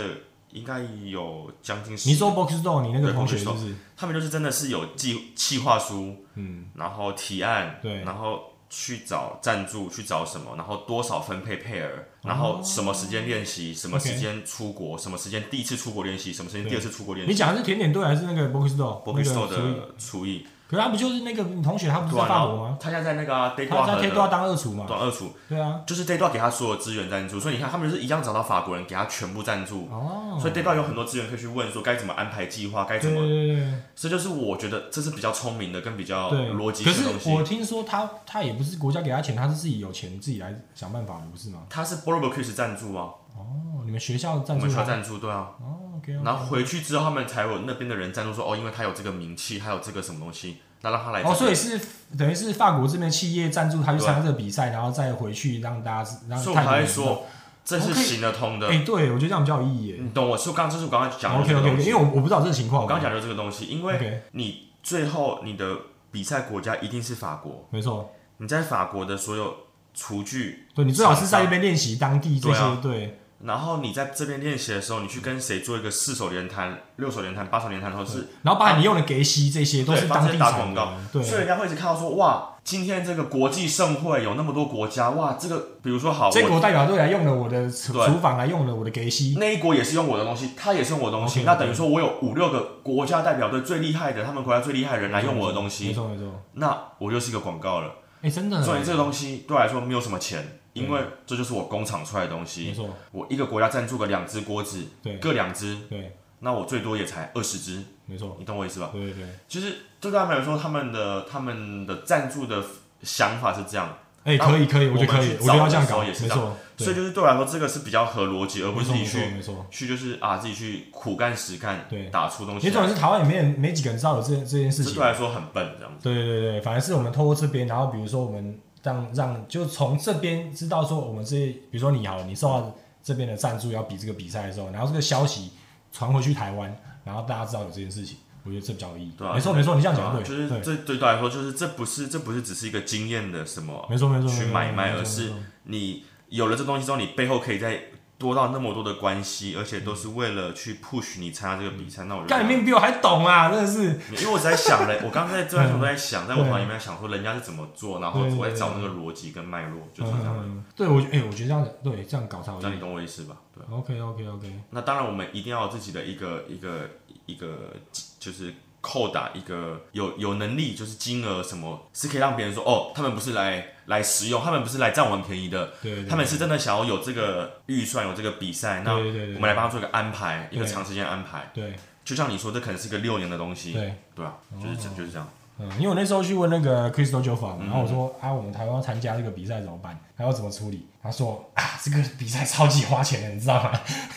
Speaker 2: 应该有将近十
Speaker 1: 你说 Box d o 你那个
Speaker 2: 对
Speaker 1: 同学
Speaker 2: Box
Speaker 1: 是不是？
Speaker 2: 他们就是真的是有计计划书，嗯，然后提案，
Speaker 1: 对
Speaker 2: 然后去找赞助，去找什么，然后多少分配配额，然后什么时间练习，什么
Speaker 1: 哦 OK
Speaker 2: 时间出国，什么时间第一次出国练习，什么时间第二次出国练
Speaker 1: 你
Speaker 2: 习。
Speaker 1: 讲的是甜点队还是那个 b o k s t o r e
Speaker 2: 博克斯的厨艺，
Speaker 1: 可是他不就是那个你同学，他不是
Speaker 2: 对
Speaker 1: 在
Speaker 2: 啊，然
Speaker 1: 法国
Speaker 2: 后
Speaker 1: 吗？
Speaker 2: 他现在在那个啊 Day
Speaker 1: 他
Speaker 2: Dog
Speaker 1: 在天都要
Speaker 2: 的
Speaker 1: 当二厨嘛？
Speaker 2: 短二厨，
Speaker 1: 对啊，
Speaker 2: 就是 Day Dog 给他所有资源赞助，所以你看他们就是一样找到法国人给他全部赞助，
Speaker 1: 哦，
Speaker 2: 所以 Day Dog 有很多资源可以去问说该怎么安排计划，该怎
Speaker 1: 对对
Speaker 2: 么，
Speaker 1: 对对
Speaker 2: 这就是我觉得这是比较聪明的跟比较
Speaker 1: 对，
Speaker 2: 哦逻辑
Speaker 1: 可
Speaker 2: 性的东
Speaker 1: 是我
Speaker 2: 西。
Speaker 1: 听说他他也不是国家给他钱，他是自己有钱自己来想办法的，不是吗？
Speaker 2: 他是 b o r b o c u s 赞助啊，
Speaker 1: 哦，你们学校
Speaker 2: 我
Speaker 1: 赞助
Speaker 2: 们学校
Speaker 1: 他？
Speaker 2: 赞助，对啊。
Speaker 1: 哦，OK，
Speaker 2: 然后回去之后，他们才有那边的人赞助说，哦，因为他有这个名气，他有这个什么东西，那让他来这边。
Speaker 1: 哦，所以是等于是法国这边企业赞助他去参加这个比赛，然后再回去让大家让
Speaker 2: 所以我
Speaker 1: 泰国
Speaker 2: 才会
Speaker 1: 人知道，
Speaker 2: 说，这是行得通的。
Speaker 1: 哎，对我觉得这样比较有意义耶。
Speaker 2: 你懂我？是我刚这是我刚刚讲的
Speaker 1: OK
Speaker 2: 这个
Speaker 1: OK，
Speaker 2: 东
Speaker 1: OK，因
Speaker 2: 西。
Speaker 1: 为我我不知道这个情况，
Speaker 2: 哦我刚刚讲的这个东西，因为
Speaker 1: OK，
Speaker 2: 你最后你的比赛国家一定是法国，
Speaker 1: 没错，
Speaker 2: 你在法国的所有厨具，
Speaker 1: 对你最好是在那边练习当地这
Speaker 2: 对啊
Speaker 1: 些，对，
Speaker 2: 然后你在这边练习的时候，你去跟谁做一个四手连弹、六手连弹、八手连弹，都是
Speaker 1: 然后包含你用的给息这些都是
Speaker 2: 对
Speaker 1: 当地
Speaker 2: 帮这些打
Speaker 1: 产
Speaker 2: 广告
Speaker 1: 的，对，
Speaker 2: 所以人家会一直看到说，哇，今天这个国际盛会有那么多国家，哇，这个比如说好，
Speaker 1: 这
Speaker 2: 我
Speaker 1: 国代表队来用了我的厨
Speaker 2: 啊对
Speaker 1: 厨房来用了我的给息，
Speaker 2: 那一国也是用我的东西，他也是用我的东西
Speaker 1: OK，
Speaker 2: 那等于说我有五六个国家代表队最厉害的，他们国家最厉害的人来用我的东
Speaker 1: 没
Speaker 2: 西，
Speaker 1: 错没错，
Speaker 2: 那我就是一个广告了。
Speaker 1: 哎，真的，
Speaker 2: 所以这个东西对我来说没有什么钱，因
Speaker 1: 嗯
Speaker 2: 为这就是我工厂出来的东
Speaker 1: 没
Speaker 2: 西。
Speaker 1: 错，
Speaker 2: 我一个国家赞助个两只锅子，
Speaker 1: 嗯对
Speaker 2: 各两只，
Speaker 1: 对，
Speaker 2: 那我最多也才二十只，
Speaker 1: 没错，
Speaker 2: 你懂我意思吧？
Speaker 1: 对对对，
Speaker 2: 就是对他们来说，他们的他们的赞助的想法是这样，
Speaker 1: 哎，
Speaker 2: 那
Speaker 1: 可以可以，我觉得
Speaker 2: 我们
Speaker 1: 可以
Speaker 2: 去，
Speaker 1: 我觉得要这样
Speaker 2: 找
Speaker 1: 搞，没
Speaker 2: 的时候也是这
Speaker 1: 错，
Speaker 2: 所以就是对我来说，这个是比较合逻辑，
Speaker 1: 对
Speaker 2: 而不
Speaker 1: 没
Speaker 2: 是
Speaker 1: 错
Speaker 2: 自己
Speaker 1: 没错
Speaker 2: 去
Speaker 1: 没错，
Speaker 2: 去就是啊自己去苦干实干，
Speaker 1: 对
Speaker 2: 打出东
Speaker 1: 你
Speaker 2: 西
Speaker 1: 总
Speaker 2: 来，
Speaker 1: 是台湾里面没几个人知道有这这件
Speaker 2: 这
Speaker 1: 事情
Speaker 2: 对我，来说很笨这样子。
Speaker 1: 对对对对，反而是我们透过这边，然后比如说我们让让，就从这边知道说我们这，比如说你好了，你受到这边的赞助要比这个比赛的时候，然后这个消息传回去台湾，然后大家知道有这件事情，我觉得这比较有意义。
Speaker 2: 对啊
Speaker 1: 没错没错，你这样讲
Speaker 2: 对
Speaker 1: 得
Speaker 2: 啊，就
Speaker 1: 对，
Speaker 2: 是
Speaker 1: 对，
Speaker 2: 这对对我来说，就是这不是这不是只是一个经验的什么
Speaker 1: 没错没错，
Speaker 2: 去
Speaker 1: 没错
Speaker 2: 买
Speaker 1: 没
Speaker 2: 卖，
Speaker 1: 错
Speaker 2: 而
Speaker 1: 没
Speaker 2: 是
Speaker 1: 错
Speaker 2: 你有了这东西之后，你背后可以再多到那么多的关系，而且都是为了去 push 你参加这个比赛。那我就
Speaker 1: 干你命比我还懂啊，真的是，
Speaker 2: 因为我在想嘞，我刚刚在这段时候在想，在
Speaker 1: 嗯
Speaker 2: 我
Speaker 1: 对
Speaker 2: 头脑里面在想说人家是怎么做，然后
Speaker 1: 对对
Speaker 2: 我在
Speaker 1: 对
Speaker 2: 找那个逻辑跟脉络，就是这样。
Speaker 1: 嗯，对我觉哎，我觉得这样对这样搞才有
Speaker 2: 那
Speaker 1: 意
Speaker 2: 你
Speaker 1: 义。
Speaker 2: 懂我意思吧？对。
Speaker 1: OK OK OK，
Speaker 2: 那当然，我们一定要有自己的一个一个一个，就是扣打一个有有能力，就是金额什么是可以让别人说哦，他们不是来来使用，他们不是来占我们便宜的，
Speaker 1: 对对对
Speaker 2: 他们是真的想要有这个预算，有这个比赛，那我
Speaker 1: 对对对对
Speaker 2: 们来帮他做一个安排，
Speaker 1: 对
Speaker 2: 一个长时间安排。
Speaker 1: 对
Speaker 2: 就像你说，这可能是个六年的东西，
Speaker 1: 对。
Speaker 2: 对吧？
Speaker 1: 哦
Speaker 2: 就是这就是这样。
Speaker 1: 嗯，因为我那时候去问那个 Crystal j o
Speaker 2: 嗯
Speaker 1: f a 然后我说啊，我们台湾要参加这个比赛怎么办？他要怎么处理？他说啊，这个比赛超级花钱的，你知道吗？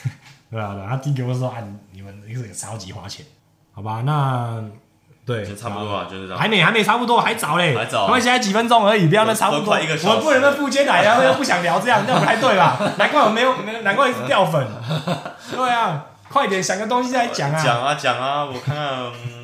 Speaker 1: [LAUGHS] 对啊，对啊他递给我说啊，你你们这个超级花钱，好吧？那对，
Speaker 2: 差不多啊，就是
Speaker 1: 好。
Speaker 2: 这样。
Speaker 1: 还没，还没，差不多，还早嘞，
Speaker 2: 还早
Speaker 1: 他们现在几分钟而已，不要那
Speaker 2: 都
Speaker 1: 差不多，
Speaker 2: 快一个小时
Speaker 1: 我们不能那附接来啊，又不想聊这样，那不太对吧？难怪我没有，没有难怪一直掉粉。 [LAUGHS] 对啊，快点想个东西再讲啊！
Speaker 2: 讲啊讲啊，我看看。嗯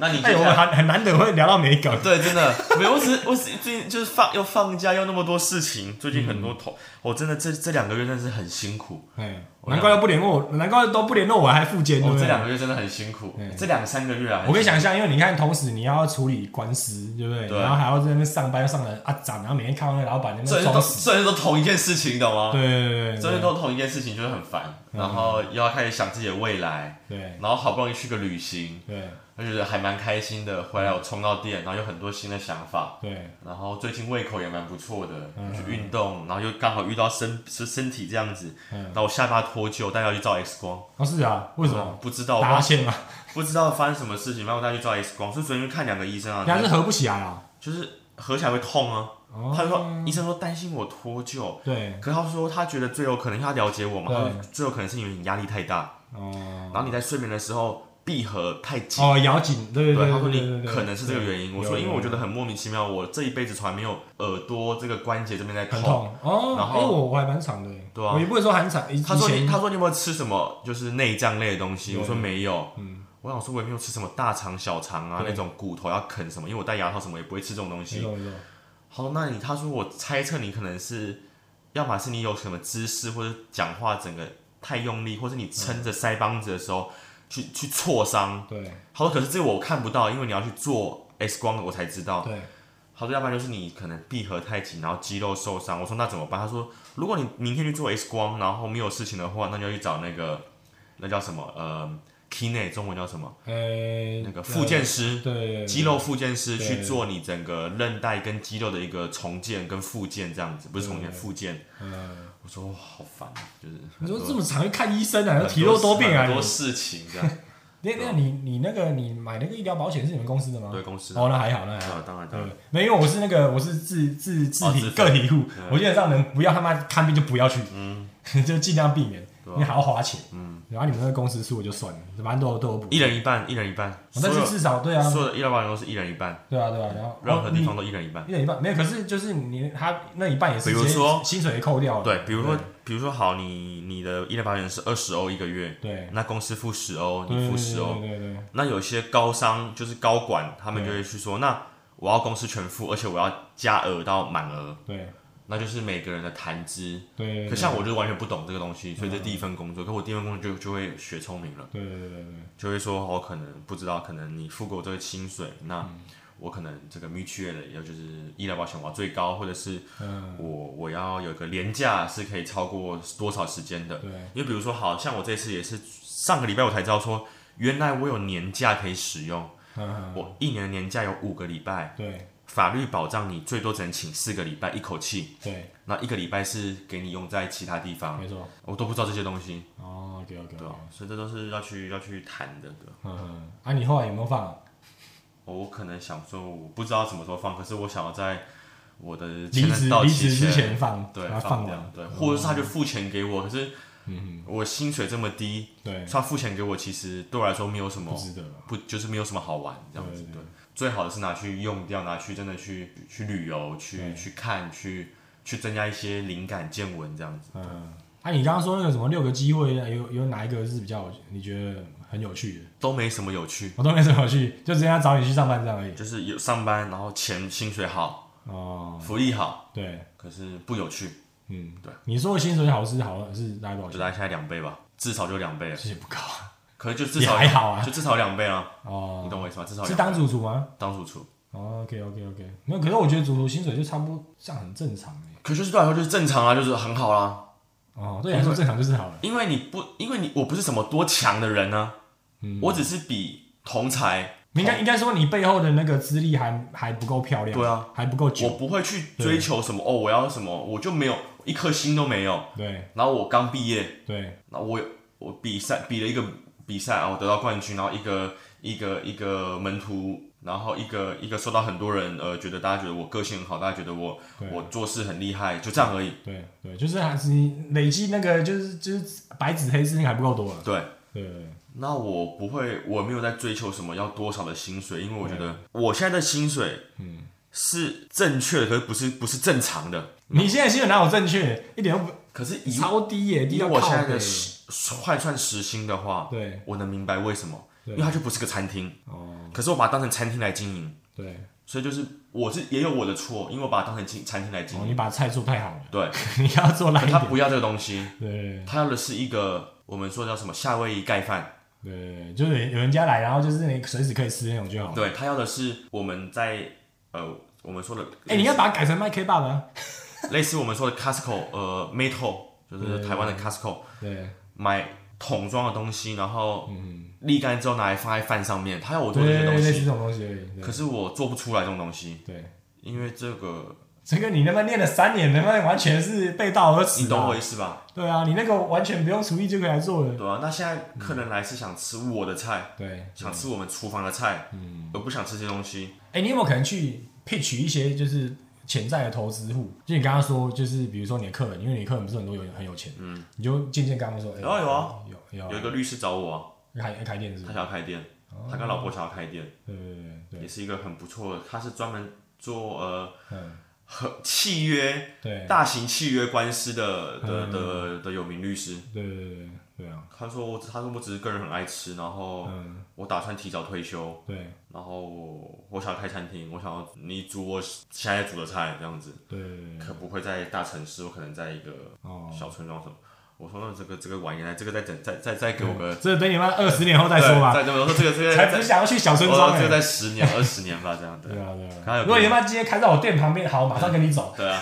Speaker 2: 那你
Speaker 1: 哎，
Speaker 2: 接
Speaker 1: 我
Speaker 2: 下
Speaker 1: 们
Speaker 2: 来
Speaker 1: 很很难得会聊到美梗。
Speaker 2: 对，真的没有，我只我只最近就是放又放假，又那么多事情，最近很多头，我、真的这这两个月真的是很辛苦，
Speaker 1: 哎，难怪都不联络我，难怪都不联络我，还复健。对不
Speaker 2: 我、这
Speaker 1: 对
Speaker 2: 两个月哦真的啊很辛苦，这两三个月啊，
Speaker 1: 我可以想象，因为你看，同时你要处理官司，对不对？
Speaker 2: 对
Speaker 1: 然后还要在那边上班，上了啊涨，然后每天看到那老板在那
Speaker 2: 这
Speaker 1: 边
Speaker 2: 都
Speaker 1: 装
Speaker 2: [LAUGHS]
Speaker 1: 死。
Speaker 2: 这都同一件事情，你懂吗？
Speaker 1: 对嗯对对
Speaker 2: 这
Speaker 1: 对
Speaker 2: 都同一件事情，就是很烦，然后又要开始想自己的未来，
Speaker 1: 对
Speaker 2: 然后好不容易去个旅行，
Speaker 1: 对
Speaker 2: 我觉得还蛮开心的，回来我充到电，然后有很多新的想法，
Speaker 1: 对，
Speaker 2: 然后最近胃口也蛮不错的，
Speaker 1: 嗯
Speaker 2: 去运动，然后又刚好遇到身身身体这样子，
Speaker 1: 嗯
Speaker 2: 然后我下巴脱臼，但要去照 X 光，
Speaker 1: 哦是啊，为什么？
Speaker 2: 不知道，
Speaker 1: 打哈欠嘛，啊
Speaker 2: 不知道发生什么事情，然后带去照 X 光，所以昨天去看两个医生啊，
Speaker 1: 人家是合不起来啊。
Speaker 2: 就是合起来会痛啊。
Speaker 1: 哦嗯
Speaker 2: 他就说，医生说担心我脱臼，
Speaker 1: 对，
Speaker 2: 可是他说他觉得最有可能，因为他了解我嘛，
Speaker 1: 对
Speaker 2: 他说最有可能是因为你压力太大，
Speaker 1: 哦
Speaker 2: 然后你在睡眠的时候闭合太紧。
Speaker 1: 哦，咬紧，对对
Speaker 2: 对，
Speaker 1: 对，
Speaker 2: 他说
Speaker 1: 对对
Speaker 2: 你
Speaker 1: 对
Speaker 2: 可能是这个原因。
Speaker 1: 对
Speaker 2: 我说，
Speaker 1: 有
Speaker 2: 因为我觉
Speaker 1: 有
Speaker 2: 得很莫名其妙，我这一辈子从来没有耳朵这个关节这边在
Speaker 1: 很
Speaker 2: 痛。
Speaker 1: 痛哦，
Speaker 2: 然后
Speaker 1: 哎我我还蛮长的，
Speaker 2: 对啊
Speaker 1: 我也不会说很长，以
Speaker 2: 他说
Speaker 1: 以
Speaker 2: 你，
Speaker 1: 前
Speaker 2: 他说你有没有吃什么就是内脏类的东西？
Speaker 1: 有
Speaker 2: 我说没有。
Speaker 1: 嗯
Speaker 2: 我想说我也没有吃什么大肠、小肠啊
Speaker 1: 对
Speaker 2: 那种骨头要啃什么，因为我戴牙套什么也不会吃这种东
Speaker 1: 没
Speaker 2: 西。
Speaker 1: 错没错，
Speaker 2: 好，那你他说我猜测你可能是，要么是你有什么姿势或者讲话整个太用力，或是你撑
Speaker 1: 嗯
Speaker 2: 着腮帮子的时候去去挫伤。
Speaker 1: 对
Speaker 2: 他说可是这个我看不到，因为你要去做 X 光我才知道。
Speaker 1: 对
Speaker 2: 他说要不然就是你可能闭合太紧，然后肌肉受伤。我说那怎么办？他说如果你明天去做 X 光，然后没有事情的话，那你就去找那个那叫什么呃 kine 中文叫什么
Speaker 1: 呃，
Speaker 2: 那个复健师。
Speaker 1: 对
Speaker 2: 肌肉复健师
Speaker 1: 对
Speaker 2: 去做你整个韧带跟肌肉的一个重建跟复健，这样子不是重建复健。
Speaker 1: 嗯，
Speaker 2: 我说哇好烦啊，就是
Speaker 1: 你
Speaker 2: 很
Speaker 1: 说
Speaker 2: 多
Speaker 1: 这么常去看医生啊？体弱多病啊
Speaker 2: 很
Speaker 1: 你
Speaker 2: 多？事情
Speaker 1: [LAUGHS]
Speaker 2: 这样。
Speaker 1: 那那你你那个你买那个医疗保险是你们公司的吗？
Speaker 2: 对公司的
Speaker 1: 哦，那嗯还好，那还好。
Speaker 2: 啊，当然当
Speaker 1: 对
Speaker 2: 然，，
Speaker 1: 没，因为我是那个我是自自自
Speaker 2: 哦
Speaker 1: 体
Speaker 2: 自费
Speaker 1: 个体户，我基本上能不要他妈看病就不要去， [LAUGHS] 就尽量避免，
Speaker 2: 嗯对啊
Speaker 1: 因为还要花钱。
Speaker 2: 嗯，
Speaker 1: 然后你们那个公司出我就算了，反正都有都有补。
Speaker 2: 一人一半，一人一半，
Speaker 1: 哦
Speaker 2: 所
Speaker 1: 但
Speaker 2: 有
Speaker 1: 是至少对啊，
Speaker 2: 所有的医疗保险都是一人一半，
Speaker 1: 对啊，对啊，然后
Speaker 2: 任何地
Speaker 1: 哦
Speaker 2: 方都一人一半
Speaker 1: 你。一人一半没有，可是就是你他那一半也是，
Speaker 2: 比如说
Speaker 1: 薪水也扣掉了，
Speaker 2: 对，比如说，比如说，好，你你的医疗保险是二十欧一个月，
Speaker 1: 对，
Speaker 2: 那公司付十欧，
Speaker 1: 对
Speaker 2: 哦你付
Speaker 1: 对
Speaker 2: 十欧。
Speaker 1: 对对对，
Speaker 2: 那有些高商就是高管，他们就会去说，那我要公司全付，而且我要加额到满额，
Speaker 1: 对
Speaker 2: 那就是每个人的谈资。
Speaker 1: 对，
Speaker 2: 可像我就完全不懂这个东西，所以这第一份工作，可我第一份工作就就会学聪明了。
Speaker 1: 对对对对对，
Speaker 2: 就会说，我、可能不知道，可能你付给我这个薪水，那我可能这个 mutual 的，也就是医疗保险我要最高，或者是
Speaker 1: 嗯，
Speaker 2: 我我要有一个廉价是可以超过多少时间的。
Speaker 1: 对
Speaker 2: 因为比如说，好像我这次也是上个礼拜我才知道说，原来我有年假可以使用，
Speaker 1: 嗯嗯
Speaker 2: 我一年的年假有五个礼拜，
Speaker 1: 对
Speaker 2: 法律保障你最多只能请四个礼拜一口气，
Speaker 1: 对，
Speaker 2: 那一个礼拜是给你用在其他地方，
Speaker 1: 没错，
Speaker 2: 我都不知道这些东西，
Speaker 1: 哦，OK OK，
Speaker 2: 对吧、所以这都是要去要去谈的，对吧
Speaker 1: 嗯嗯，啊，你后来有没有放？
Speaker 2: 我可能想说，我不知道什么时候放，可是我想要在我的
Speaker 1: 离
Speaker 2: 前
Speaker 1: 职
Speaker 2: 任到
Speaker 1: 离
Speaker 2: 期
Speaker 1: 职之前放，
Speaker 2: 对
Speaker 1: 把它
Speaker 2: 放
Speaker 1: 放
Speaker 2: 掉
Speaker 1: 完，，哦
Speaker 2: 对，或者是他就付钱给我，可是
Speaker 1: 嗯
Speaker 2: 我薪水这么低，
Speaker 1: 嗯，对，
Speaker 2: 他付钱给我，其实对我来说没有什么
Speaker 1: 不值得嗯了，
Speaker 2: 不就是没有什么好玩这样子，
Speaker 1: 对
Speaker 2: 对，最好的是拿去用掉，拿去真的去去旅游，去去看，去去增加一些灵感见闻这样子。
Speaker 1: 嗯。啊，你刚刚说那个什么六个机会，有有哪一个是比较你觉得很有趣的？
Speaker 2: 都没什么有趣，
Speaker 1: 我都没什么有趣，就直接要找你去上班这样而已。
Speaker 2: 就是有上班，然后钱薪水好，
Speaker 1: 哦，
Speaker 2: 福利好，
Speaker 1: 对，
Speaker 2: 可是不有趣，
Speaker 1: 嗯，
Speaker 2: 对。
Speaker 1: 你说的薪水好是好是大概多少
Speaker 2: 就
Speaker 1: 钱？
Speaker 2: 大概现在两倍吧，至少就两倍了。
Speaker 1: 其实不高啊。
Speaker 2: 可是就至少
Speaker 1: 也还好啊
Speaker 2: 就至少两倍啊，你 [LAUGHS]
Speaker 1: 哦，
Speaker 2: 懂我意思吗？至少
Speaker 1: 是
Speaker 2: 两
Speaker 1: 当主厨吗？
Speaker 2: 当主厨，
Speaker 1: 哦，OK OK OK，没有。可是我觉得主厨薪水就差不多，这样很正常哎。
Speaker 2: 可就是对我来说就是正常啊，就是很好啦。
Speaker 1: 哦，对你来说正常就是好了。
Speaker 2: 因为你不，因为你我不是什么多强的人呢、
Speaker 1: 嗯
Speaker 2: 我只是比同才，
Speaker 1: 应该应该说你背后的那个资历还还不够漂亮，
Speaker 2: 对啊，
Speaker 1: 还不够
Speaker 2: 我
Speaker 1: 久，
Speaker 2: 不会去追求什么哦，我要什么，我就没有一颗心都没有。
Speaker 1: 对
Speaker 2: 然后我刚毕业，
Speaker 1: 对
Speaker 2: 那我我比赛比了一个比赛，啊然后得到冠军，然后一个一个一个门徒，然后一个一个受到很多人呃觉得大家觉得我个性很好，大家觉得我
Speaker 1: 对
Speaker 2: 我做事很厉害，就这样而已。
Speaker 1: 对对，就是还是你累积那个就是就是白纸黑字还不够多了，
Speaker 2: 对，
Speaker 1: 对对对
Speaker 2: 那我不会，我没有在追求什么要多少的薪水，因为我觉得我现在的薪水，嗯，是正确的，可是不是不是正常的。
Speaker 1: 你现在薪水哪有正确？一点都不
Speaker 2: 可是以
Speaker 1: 超低耶，低
Speaker 2: 以
Speaker 1: 到
Speaker 2: 我
Speaker 1: 靠
Speaker 2: 现在的
Speaker 1: 北
Speaker 2: 时换算时薪的话，
Speaker 1: 对
Speaker 2: 我能明白为什么，
Speaker 1: 对
Speaker 2: 因为它就不是个餐厅，
Speaker 1: 哦
Speaker 2: 可是我把它当成餐厅来经营，
Speaker 1: 对，
Speaker 2: 所以就是我是也有我的错，因为我把它当成经餐厅来经
Speaker 1: 哦
Speaker 2: 营，
Speaker 1: 你把菜做太好了， [LAUGHS]
Speaker 2: 对，
Speaker 1: 你要做烂一
Speaker 2: 他 [LAUGHS]
Speaker 1: 点，
Speaker 2: 不要这个东西，
Speaker 1: 对
Speaker 2: 他要的是一个我们说叫什么夏威夷盖饭。
Speaker 1: 对，就是有人家来，然后就是你随时可以吃那种就好了。
Speaker 2: 对他要的是我们在呃，我们说的，
Speaker 1: 哎、你应该把它改成卖 K 棒啊。
Speaker 2: 类似我们说的 Costco，呃，Metal 就是台湾的 Costco，
Speaker 1: 对，
Speaker 2: 买桶装的东西，然后
Speaker 1: 嗯，
Speaker 2: 沥干之后拿来放在饭上面，他要我
Speaker 1: 对
Speaker 2: 做
Speaker 1: 对
Speaker 2: 这些
Speaker 1: 对，
Speaker 2: 东
Speaker 1: 类似
Speaker 2: 西，
Speaker 1: 这种东西而已。
Speaker 2: 可
Speaker 1: 对
Speaker 2: 是我做不出来这种东西，
Speaker 1: 对，
Speaker 2: 因为这个
Speaker 1: 这个你他妈念了三年，他妈完全是背道而驰、啊。
Speaker 2: 你懂我意思吧？
Speaker 1: 对啊，你那个完全不用厨艺就可以来做的。
Speaker 2: 对啊，那现在客人来是想吃我的菜，
Speaker 1: 对，
Speaker 2: 想吃我们厨房的菜，
Speaker 1: 嗯
Speaker 2: 而不想吃这些东西。
Speaker 1: 哎、你有没有可能去 pitch 一些就是潜在的投资户？就你刚刚说，就是比如说你的客人，因为你的客人不是很多有很有钱，嗯，你就渐渐跟他们说，哎、
Speaker 2: 有啊有啊
Speaker 1: 有有
Speaker 2: 有一
Speaker 1: 啊
Speaker 2: 个律师找我啊，
Speaker 1: 开开店是
Speaker 2: 他
Speaker 1: 不是？
Speaker 2: 想要开店，他跟老婆想要开店，
Speaker 1: 对对对哦对，
Speaker 2: 也是一个很不错的，他是专门做呃
Speaker 1: 嗯，
Speaker 2: 和契约
Speaker 1: 对嗯
Speaker 2: 大型契约官司的的的的有名律师。
Speaker 1: 对对对对对啊，
Speaker 2: 他说我，他说我只是个人很爱吃，然后
Speaker 1: 嗯，
Speaker 2: 我打算提早退休，
Speaker 1: 对
Speaker 2: 然后我我想要开餐厅，我想要你煮我现在煮的菜这样子，
Speaker 1: 对对对对
Speaker 2: 可不会在大城市，我可能在一个
Speaker 1: 哦。
Speaker 2: 小村庄什么。我说那这个这个晚一点来，这个再等再再再给我个，
Speaker 1: 这等你妈二十年后再说吧。
Speaker 2: 对，再我说这个这个
Speaker 1: 才不
Speaker 2: 再，
Speaker 1: 是想要去小村
Speaker 2: 我
Speaker 1: 庄
Speaker 2: 说
Speaker 1: 哎、
Speaker 2: 这个在十年二十年吧，这样对
Speaker 1: 对。啊对啊
Speaker 2: 刚刚有
Speaker 1: 如果你他妈今天开到我店旁边，好，我马上跟你走。
Speaker 2: 对啊，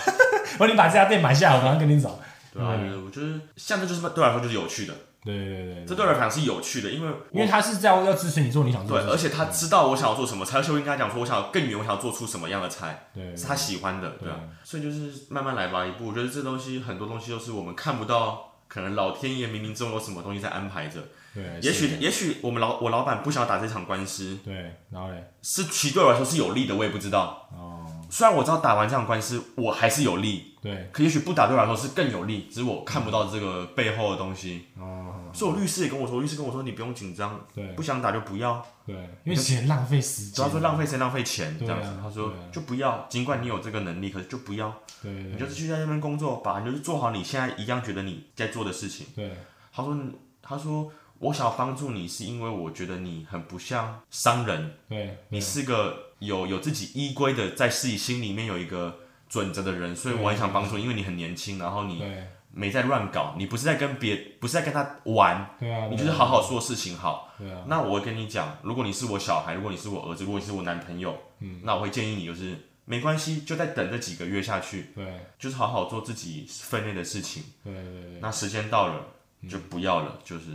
Speaker 1: 我说你把这家店买下来，我马上跟你走。
Speaker 2: 对啊，
Speaker 1: 嗯
Speaker 2: 就是我就是像这就是对我来说就是有趣的，
Speaker 1: 对对对对
Speaker 2: 这对我来讲是有趣的，因为
Speaker 1: 嗯因为
Speaker 2: 我
Speaker 1: 他是这样要支持你做你想做
Speaker 2: 对，
Speaker 1: 的
Speaker 2: 而
Speaker 1: 事情，
Speaker 2: 且他知道我想要做什么，才会跟他讲说我想要更远，我想要做出什么样的菜，
Speaker 1: 对
Speaker 2: 是他喜欢的，对啊，所以就是慢慢来吧，一步。我觉得这东西很多东西都是我们看不到，可能老天爷冥冥中有什么东西在安排着。
Speaker 1: 对，
Speaker 2: 也
Speaker 1: 哎是
Speaker 2: 许也许我们老我老板不想打这场官司，
Speaker 1: 对，然后嘞，
Speaker 2: 是其实对我来说是有利的，我也不知道。
Speaker 1: 哦，
Speaker 2: 虽然我知道打完这场官司我还是有利，
Speaker 1: 对，
Speaker 2: 可也许不打对我来说是更有利，只是我看不到这个背后的东西。
Speaker 1: 哦，
Speaker 2: 所以我律师也跟我说，律师跟我说你不用紧张，
Speaker 1: 对
Speaker 2: 不想打就不要，
Speaker 1: 对，因为钱浪费时
Speaker 2: 主
Speaker 1: 间
Speaker 2: 要，说浪费时间浪费钱这
Speaker 1: 对啊
Speaker 2: 样子。他说
Speaker 1: 对啊
Speaker 2: 就不要，尽管你有这个能力，可是就不要，
Speaker 1: 对对
Speaker 2: 你
Speaker 1: 对
Speaker 2: 就是去在那边工作吧，你就是做好你现在一样觉得你在做的事情。
Speaker 1: 对，
Speaker 2: 他说他说我想要帮助你，是因为我觉得你很不像商人。
Speaker 1: 对，
Speaker 2: 你是个有有自己依归的，在自己心里面有一个准则的人，所以我很想帮助你，因为你很年轻，然后你
Speaker 1: 对
Speaker 2: 没在乱搞，你不是在跟别，不是在跟他玩，
Speaker 1: 对啊，
Speaker 2: 你
Speaker 1: 对
Speaker 2: 就是好好做事情好。
Speaker 1: 对啊，
Speaker 2: 那我会跟你讲，如果你是我小孩，如果你是我儿子，如果你是我男朋友，那我会建议你就是没关系，就再等这几个月下去，
Speaker 1: 对
Speaker 2: 就是好好做自己分内的事情。
Speaker 1: 对对对，嗯
Speaker 2: 那时间到了。就不要了，就是，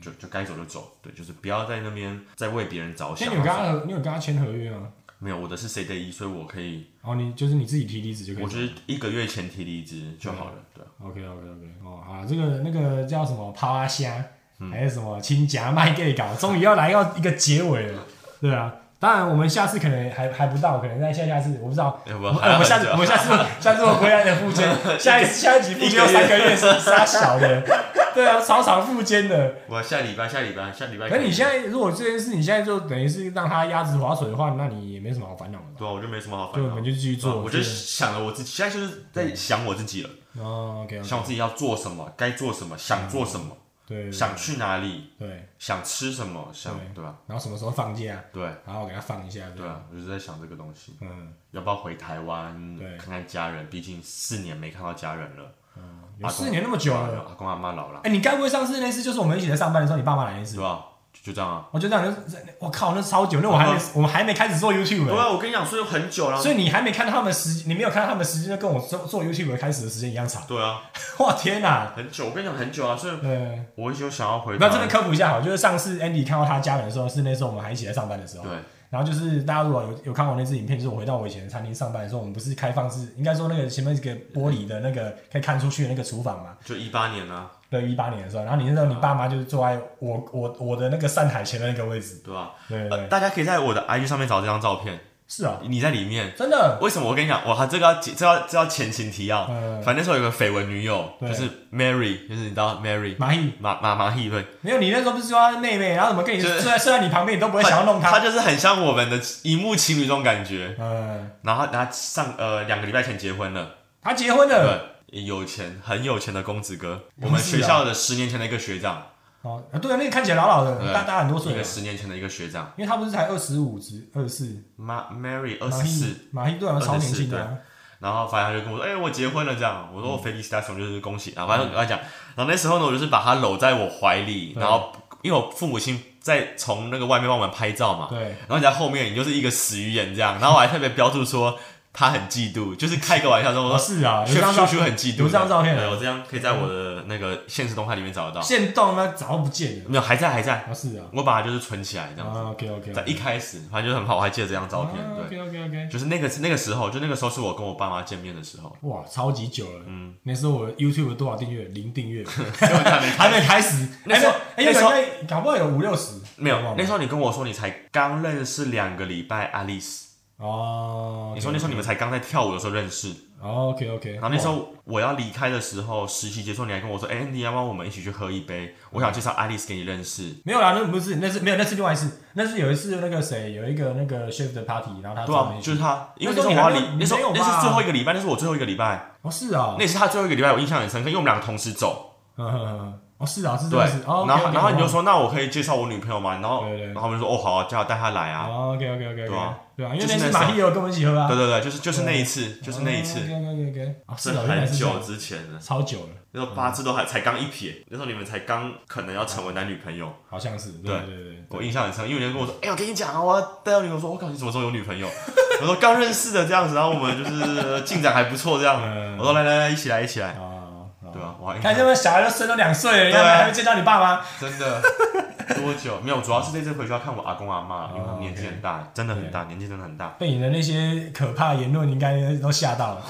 Speaker 2: 就就该走就走，对，就是不要在那边再为别人着
Speaker 1: 所以
Speaker 2: 想
Speaker 1: 你。有跟他合，你有跟他签合约吗？
Speaker 2: 没有，我的是 C day 一，所以我可以，
Speaker 1: 哦，你就是你自己提离职就可以
Speaker 2: 我。就是一个月前提离职就好了，对啊， [LAUGHS]
Speaker 1: OK OK OK，哦，好，这个那个叫什么趴啊虾，
Speaker 2: 嗯
Speaker 1: 还是什么亲夹卖 gay 搞，终于要来到一个结尾了，对啊。当然，我们下次可能还还不到，可能在下下次，我不知道。
Speaker 2: 要不
Speaker 1: 我们
Speaker 2: 然哦还
Speaker 1: 我
Speaker 2: 要
Speaker 1: 们下次
Speaker 2: 很久
Speaker 1: 我们下次下次我回来的附件，
Speaker 2: [LAUGHS]
Speaker 1: 下一下一集附件要三个月是杀小的，对啊，少少附件的。
Speaker 2: 我下礼拜，下礼拜，下礼拜。
Speaker 1: 可你现，在如果这件事你现在就等于是让他鸭子划水的话，那你也没什么好烦恼的吧？
Speaker 2: 对啊，我就没什么好
Speaker 1: 对，
Speaker 2: 烦
Speaker 1: 我
Speaker 2: 恼
Speaker 1: 们。就继续
Speaker 2: 对啊
Speaker 1: 做。
Speaker 2: 我就想了我自己，现在就是在想我自己了，
Speaker 1: 哦，OK，
Speaker 2: 想我自己要做什么，该做什么，想做什么，
Speaker 1: 嗯对
Speaker 2: 想去哪里，
Speaker 1: 对，
Speaker 2: 想吃什么，想对吧？
Speaker 1: 然后什么时候放假，
Speaker 2: 对
Speaker 1: 然后给他放一下，这
Speaker 2: 对
Speaker 1: 样，
Speaker 2: 啊，我就是在想这个东西，
Speaker 1: 嗯。
Speaker 2: 要不要回台湾
Speaker 1: 对
Speaker 2: 看看家人？毕竟四年没看到家人了，啊
Speaker 1: 有啊四年那么久了。
Speaker 2: 阿公阿妈老了，
Speaker 1: 哎、你该不会上次那次就是我们一起在上班的时候，你爸妈来那
Speaker 2: 是
Speaker 1: 次？
Speaker 2: 吧？就就这样啊。
Speaker 1: 我就这样，就是我靠，那超久，那我还没、我们还没开始做 YouTube，、
Speaker 2: 嗯对啊，我跟你讲，所以很久了。
Speaker 1: 所以你还没看到他们时，你没有看到他们时间，就跟我做做 YouTube 开始的时间一样长。 [LAUGHS]
Speaker 2: 对啊，
Speaker 1: 哇天哪、
Speaker 2: 很久，我跟你讲很久啊，所以
Speaker 1: 对，
Speaker 2: 我就想要回答。
Speaker 1: 那这边科普一下好，就是上次 Andy 看到他家人的时候，是那时候我们还一起在上班的时候。
Speaker 2: 对
Speaker 1: 然后就是大家如果有有看我那支影片，就是我回到我以前的餐厅上班的时候，我们不是开放式，应该说那个前面是个玻璃的那个可以看出去的那个厨房嘛。
Speaker 2: 就一八年啊，
Speaker 1: 对，一八年的时候，然后你那时候你爸妈就是坐在我我我的那个扇台前的那个位置。
Speaker 2: 对吧、
Speaker 1: 对对对
Speaker 2: 呃，大家可以在我的 IG 上面找这张照片，
Speaker 1: 是啊，
Speaker 2: 你在里面。
Speaker 1: 真的，
Speaker 2: 为什么我跟你讲，我还这个要解这要这要前情提要，
Speaker 1: 嗯
Speaker 2: 反正那时候有个绯闻女友，
Speaker 1: 对
Speaker 2: 就是 Mary，就是你知道 Mary
Speaker 1: 蚂蚁
Speaker 2: 马马马戏对，
Speaker 1: 没有你那时候不是说他妹妹，然后怎么跟你
Speaker 2: 就是
Speaker 1: 睡在睡在你旁边，你都不会想要弄
Speaker 2: 她
Speaker 1: 她。
Speaker 2: 就是很像我们的荧幕情侣这种感觉。
Speaker 1: 嗯，
Speaker 2: 然后她上呃两个礼拜前结婚了，
Speaker 1: 他结婚了。
Speaker 2: 对，有钱很有钱的公子哥，
Speaker 1: 公子啊
Speaker 2: 我们学校的十年前的一个学长，
Speaker 1: 哦，啊对啊，那个看起来老老的，
Speaker 2: 对
Speaker 1: 大大很多
Speaker 2: 一
Speaker 1: 岁啊
Speaker 2: 个
Speaker 1: 了，
Speaker 2: 十年前的一个学长，
Speaker 1: 因为他不是才二十五至二十四，
Speaker 2: 马 Mary 二
Speaker 1: 马
Speaker 2: 十四
Speaker 1: 蚁，马蚁对啊，超年轻的啊。
Speaker 2: 然后反正他就跟我说：“哎、我结婚了。”这样，我说：“哦我 Feliz d a t i o 就是恭喜。”然后反正我跟他讲，然后那时候呢，我就是把他搂在我怀里，
Speaker 1: 嗯对
Speaker 2: 然后因为我父母亲在从那个外面帮我们拍照嘛，
Speaker 1: 对，
Speaker 2: 然后你在后面你就是一个死鱼眼这样，然后我还特别标注说他很嫉妒，就是开个玩笑说：“我
Speaker 1: 哦
Speaker 2: 说
Speaker 1: 是啊，有
Speaker 2: 叔
Speaker 1: 这张照
Speaker 2: 叔叔很嫉妒。”
Speaker 1: 有这张照片啊
Speaker 2: 对，我这样可以在我的那个现实动态里面找得到，
Speaker 1: 现动那早不见了。
Speaker 2: 没有还在还在，
Speaker 1: 啊是啊，
Speaker 2: 我把它就是存起来这样子，
Speaker 1: 啊 OK OK，
Speaker 2: 在一开始反正就是很好，我还记得这张照片，对，
Speaker 1: 哦 OK OK OK，
Speaker 2: 就是那个那个时候，就那个时候是我跟我爸妈见面的时候。
Speaker 1: 哇，超级久了。嗯，那时候我 YouTube 多少订阅？零订
Speaker 2: [LAUGHS]
Speaker 1: 阅，
Speaker 2: 根本就还没
Speaker 1: [LAUGHS] 还没开始。
Speaker 2: 那时候
Speaker 1: 哎，没有哎，
Speaker 2: 那时候
Speaker 1: 有应该搞不好有五六十，
Speaker 2: 没有，
Speaker 1: 忘
Speaker 2: 那
Speaker 1: 了
Speaker 2: 时候你跟我说你才刚认识两个礼拜，Alice，
Speaker 1: 哦。
Speaker 2: 你说那时候你们才刚在跳舞的时候认识，
Speaker 1: OK OK，
Speaker 2: 然后那时候我要离开的时候，实习结束你还跟我说，哎，你要不要我们一起去喝一杯？我
Speaker 1: 嗯
Speaker 2: 想介绍 Alice 给你认识。
Speaker 1: 没有啦，那不是，那是没有，那是另外一次，那是有一次那个谁有一个那个 chef 的 party，然后他
Speaker 2: 对
Speaker 1: 找我
Speaker 2: 啊
Speaker 1: 们，一起
Speaker 2: 就是他，因为
Speaker 1: 那
Speaker 2: 那
Speaker 1: 时候你
Speaker 2: 时候我要
Speaker 1: 还没
Speaker 2: 离
Speaker 1: 有，
Speaker 2: 那时
Speaker 1: 哦没有吧
Speaker 2: 候那啊是最后一个礼拜，那是我最后一个礼拜，
Speaker 1: 哦是啊
Speaker 2: 那，也是他最后一个礼拜，我印象很深刻，因为我们两个同时走，
Speaker 1: 嗯， [LAUGHS] 哦，是啊，是这
Speaker 2: 对
Speaker 1: 样子。，哦，OK，OK，
Speaker 2: 然后然后你就
Speaker 1: 我
Speaker 2: 说，那我可以介绍我女朋友吗？然后
Speaker 1: 对对
Speaker 2: 然后他们就说，哦，好啊，叫她带她来啊。
Speaker 1: ，OK OK OK，
Speaker 2: 对啊，
Speaker 1: 哦对啊，因为
Speaker 2: 就是
Speaker 1: 那次
Speaker 2: 那时候
Speaker 1: 马屁有跟我们一起喝啊，
Speaker 2: 对对对，就是就是那一次，就是那一次，
Speaker 1: 哦 OK OK OK，啊，是
Speaker 2: 是
Speaker 1: 啊，原来
Speaker 2: 很
Speaker 1: 是这
Speaker 2: 久
Speaker 1: 样，
Speaker 2: 之前了。
Speaker 1: 超久了，
Speaker 2: 那时候八字都还才刚一撇，那时候你们才刚可能要成为男女朋友，
Speaker 1: 好像是，对
Speaker 2: 对
Speaker 1: 对对，
Speaker 2: 我印象很深，因为有人跟我说：“哎、我跟你讲啊，我要带到女朋友。”我说：“我靠，你什么时候有女朋友？” [LAUGHS] 我说：“刚认识的这样子。”然后我们就是呃进展还不错这样。
Speaker 1: 嗯
Speaker 2: 我说：“来来来，一起来，一起来。
Speaker 1: 啊，”
Speaker 2: 对吧？我还印象
Speaker 1: 看这边小孩都生都两岁了，你
Speaker 2: 对啊
Speaker 1: 看还没见到你爸妈，
Speaker 2: [LAUGHS] 真的多久？没有，主要是这次回去要看我阿公阿妈，因为他们年
Speaker 1: 哦
Speaker 2: 纪很大，真的很大，年纪真的很大。
Speaker 1: 被你的那些可怕言论应该都吓到
Speaker 2: [LAUGHS]
Speaker 1: 了。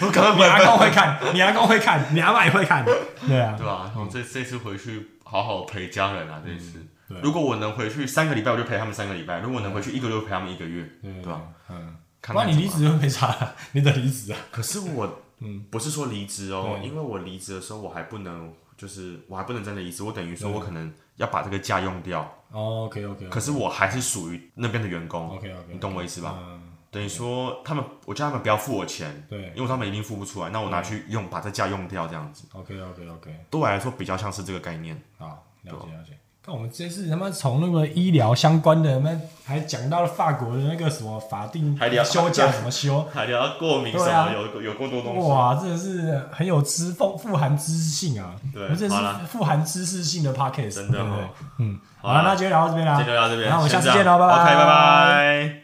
Speaker 2: 我可
Speaker 1: [LAUGHS]
Speaker 2: 能
Speaker 1: 你阿公会看，你阿公会看，你阿妈也会看，对啊
Speaker 2: 对，吧？我这这次回去好好陪家人啊，这一次。
Speaker 1: 嗯对
Speaker 2: 如果我能回去三个礼拜，我就陪他们三个礼拜；如果能回去一个，就陪他们一个月。
Speaker 1: 对
Speaker 2: 对啊，
Speaker 1: 嗯，
Speaker 2: 看
Speaker 1: 那
Speaker 2: 看
Speaker 1: 你
Speaker 2: 怎
Speaker 1: 离
Speaker 2: 么
Speaker 1: 职会被查， [LAUGHS] 你得离职啊。
Speaker 2: 可是
Speaker 1: [LAUGHS]
Speaker 2: 我，嗯，不是说离职哦，
Speaker 1: 对
Speaker 2: 因为我离职的时候，我还不能，就是我还不能真的离职，我等于
Speaker 1: 嗯
Speaker 2: 说我可能要把这个假用掉，
Speaker 1: OK OK
Speaker 2: 可是我还是属于那边的员工，
Speaker 1: OK OK，
Speaker 2: 你懂我意思吧？
Speaker 1: 嗯，
Speaker 2: 等于说他们，我叫他们不要付我钱，
Speaker 1: 对
Speaker 2: 因为他们一定付不出来，那我拿去用，把这假用掉，这样子
Speaker 1: ，OK OK OK，
Speaker 2: 对我来说比较像是这个概念。
Speaker 1: 好，了解
Speaker 2: 啊
Speaker 1: 了解。看我们这次他妈从那个医疗相关的，他妈还讲到了法国的那个什么法定
Speaker 2: 还聊
Speaker 1: 休假怎么休，
Speaker 2: 还聊过敏
Speaker 1: 什么对啊
Speaker 2: 有有过多
Speaker 1: 哇，真的是很有知富富含知识性啊！
Speaker 2: 对
Speaker 1: 我们这是
Speaker 2: 好啦
Speaker 1: 富含知识性的 podcast，
Speaker 2: 真的
Speaker 1: 对不对
Speaker 2: 哦
Speaker 1: 嗯，好
Speaker 2: 好
Speaker 1: 了，
Speaker 2: 啦
Speaker 1: 那就聊到这边啦，
Speaker 2: 聊到这边
Speaker 1: 那我们下次见喽，拜拜
Speaker 2: ，OK，拜拜。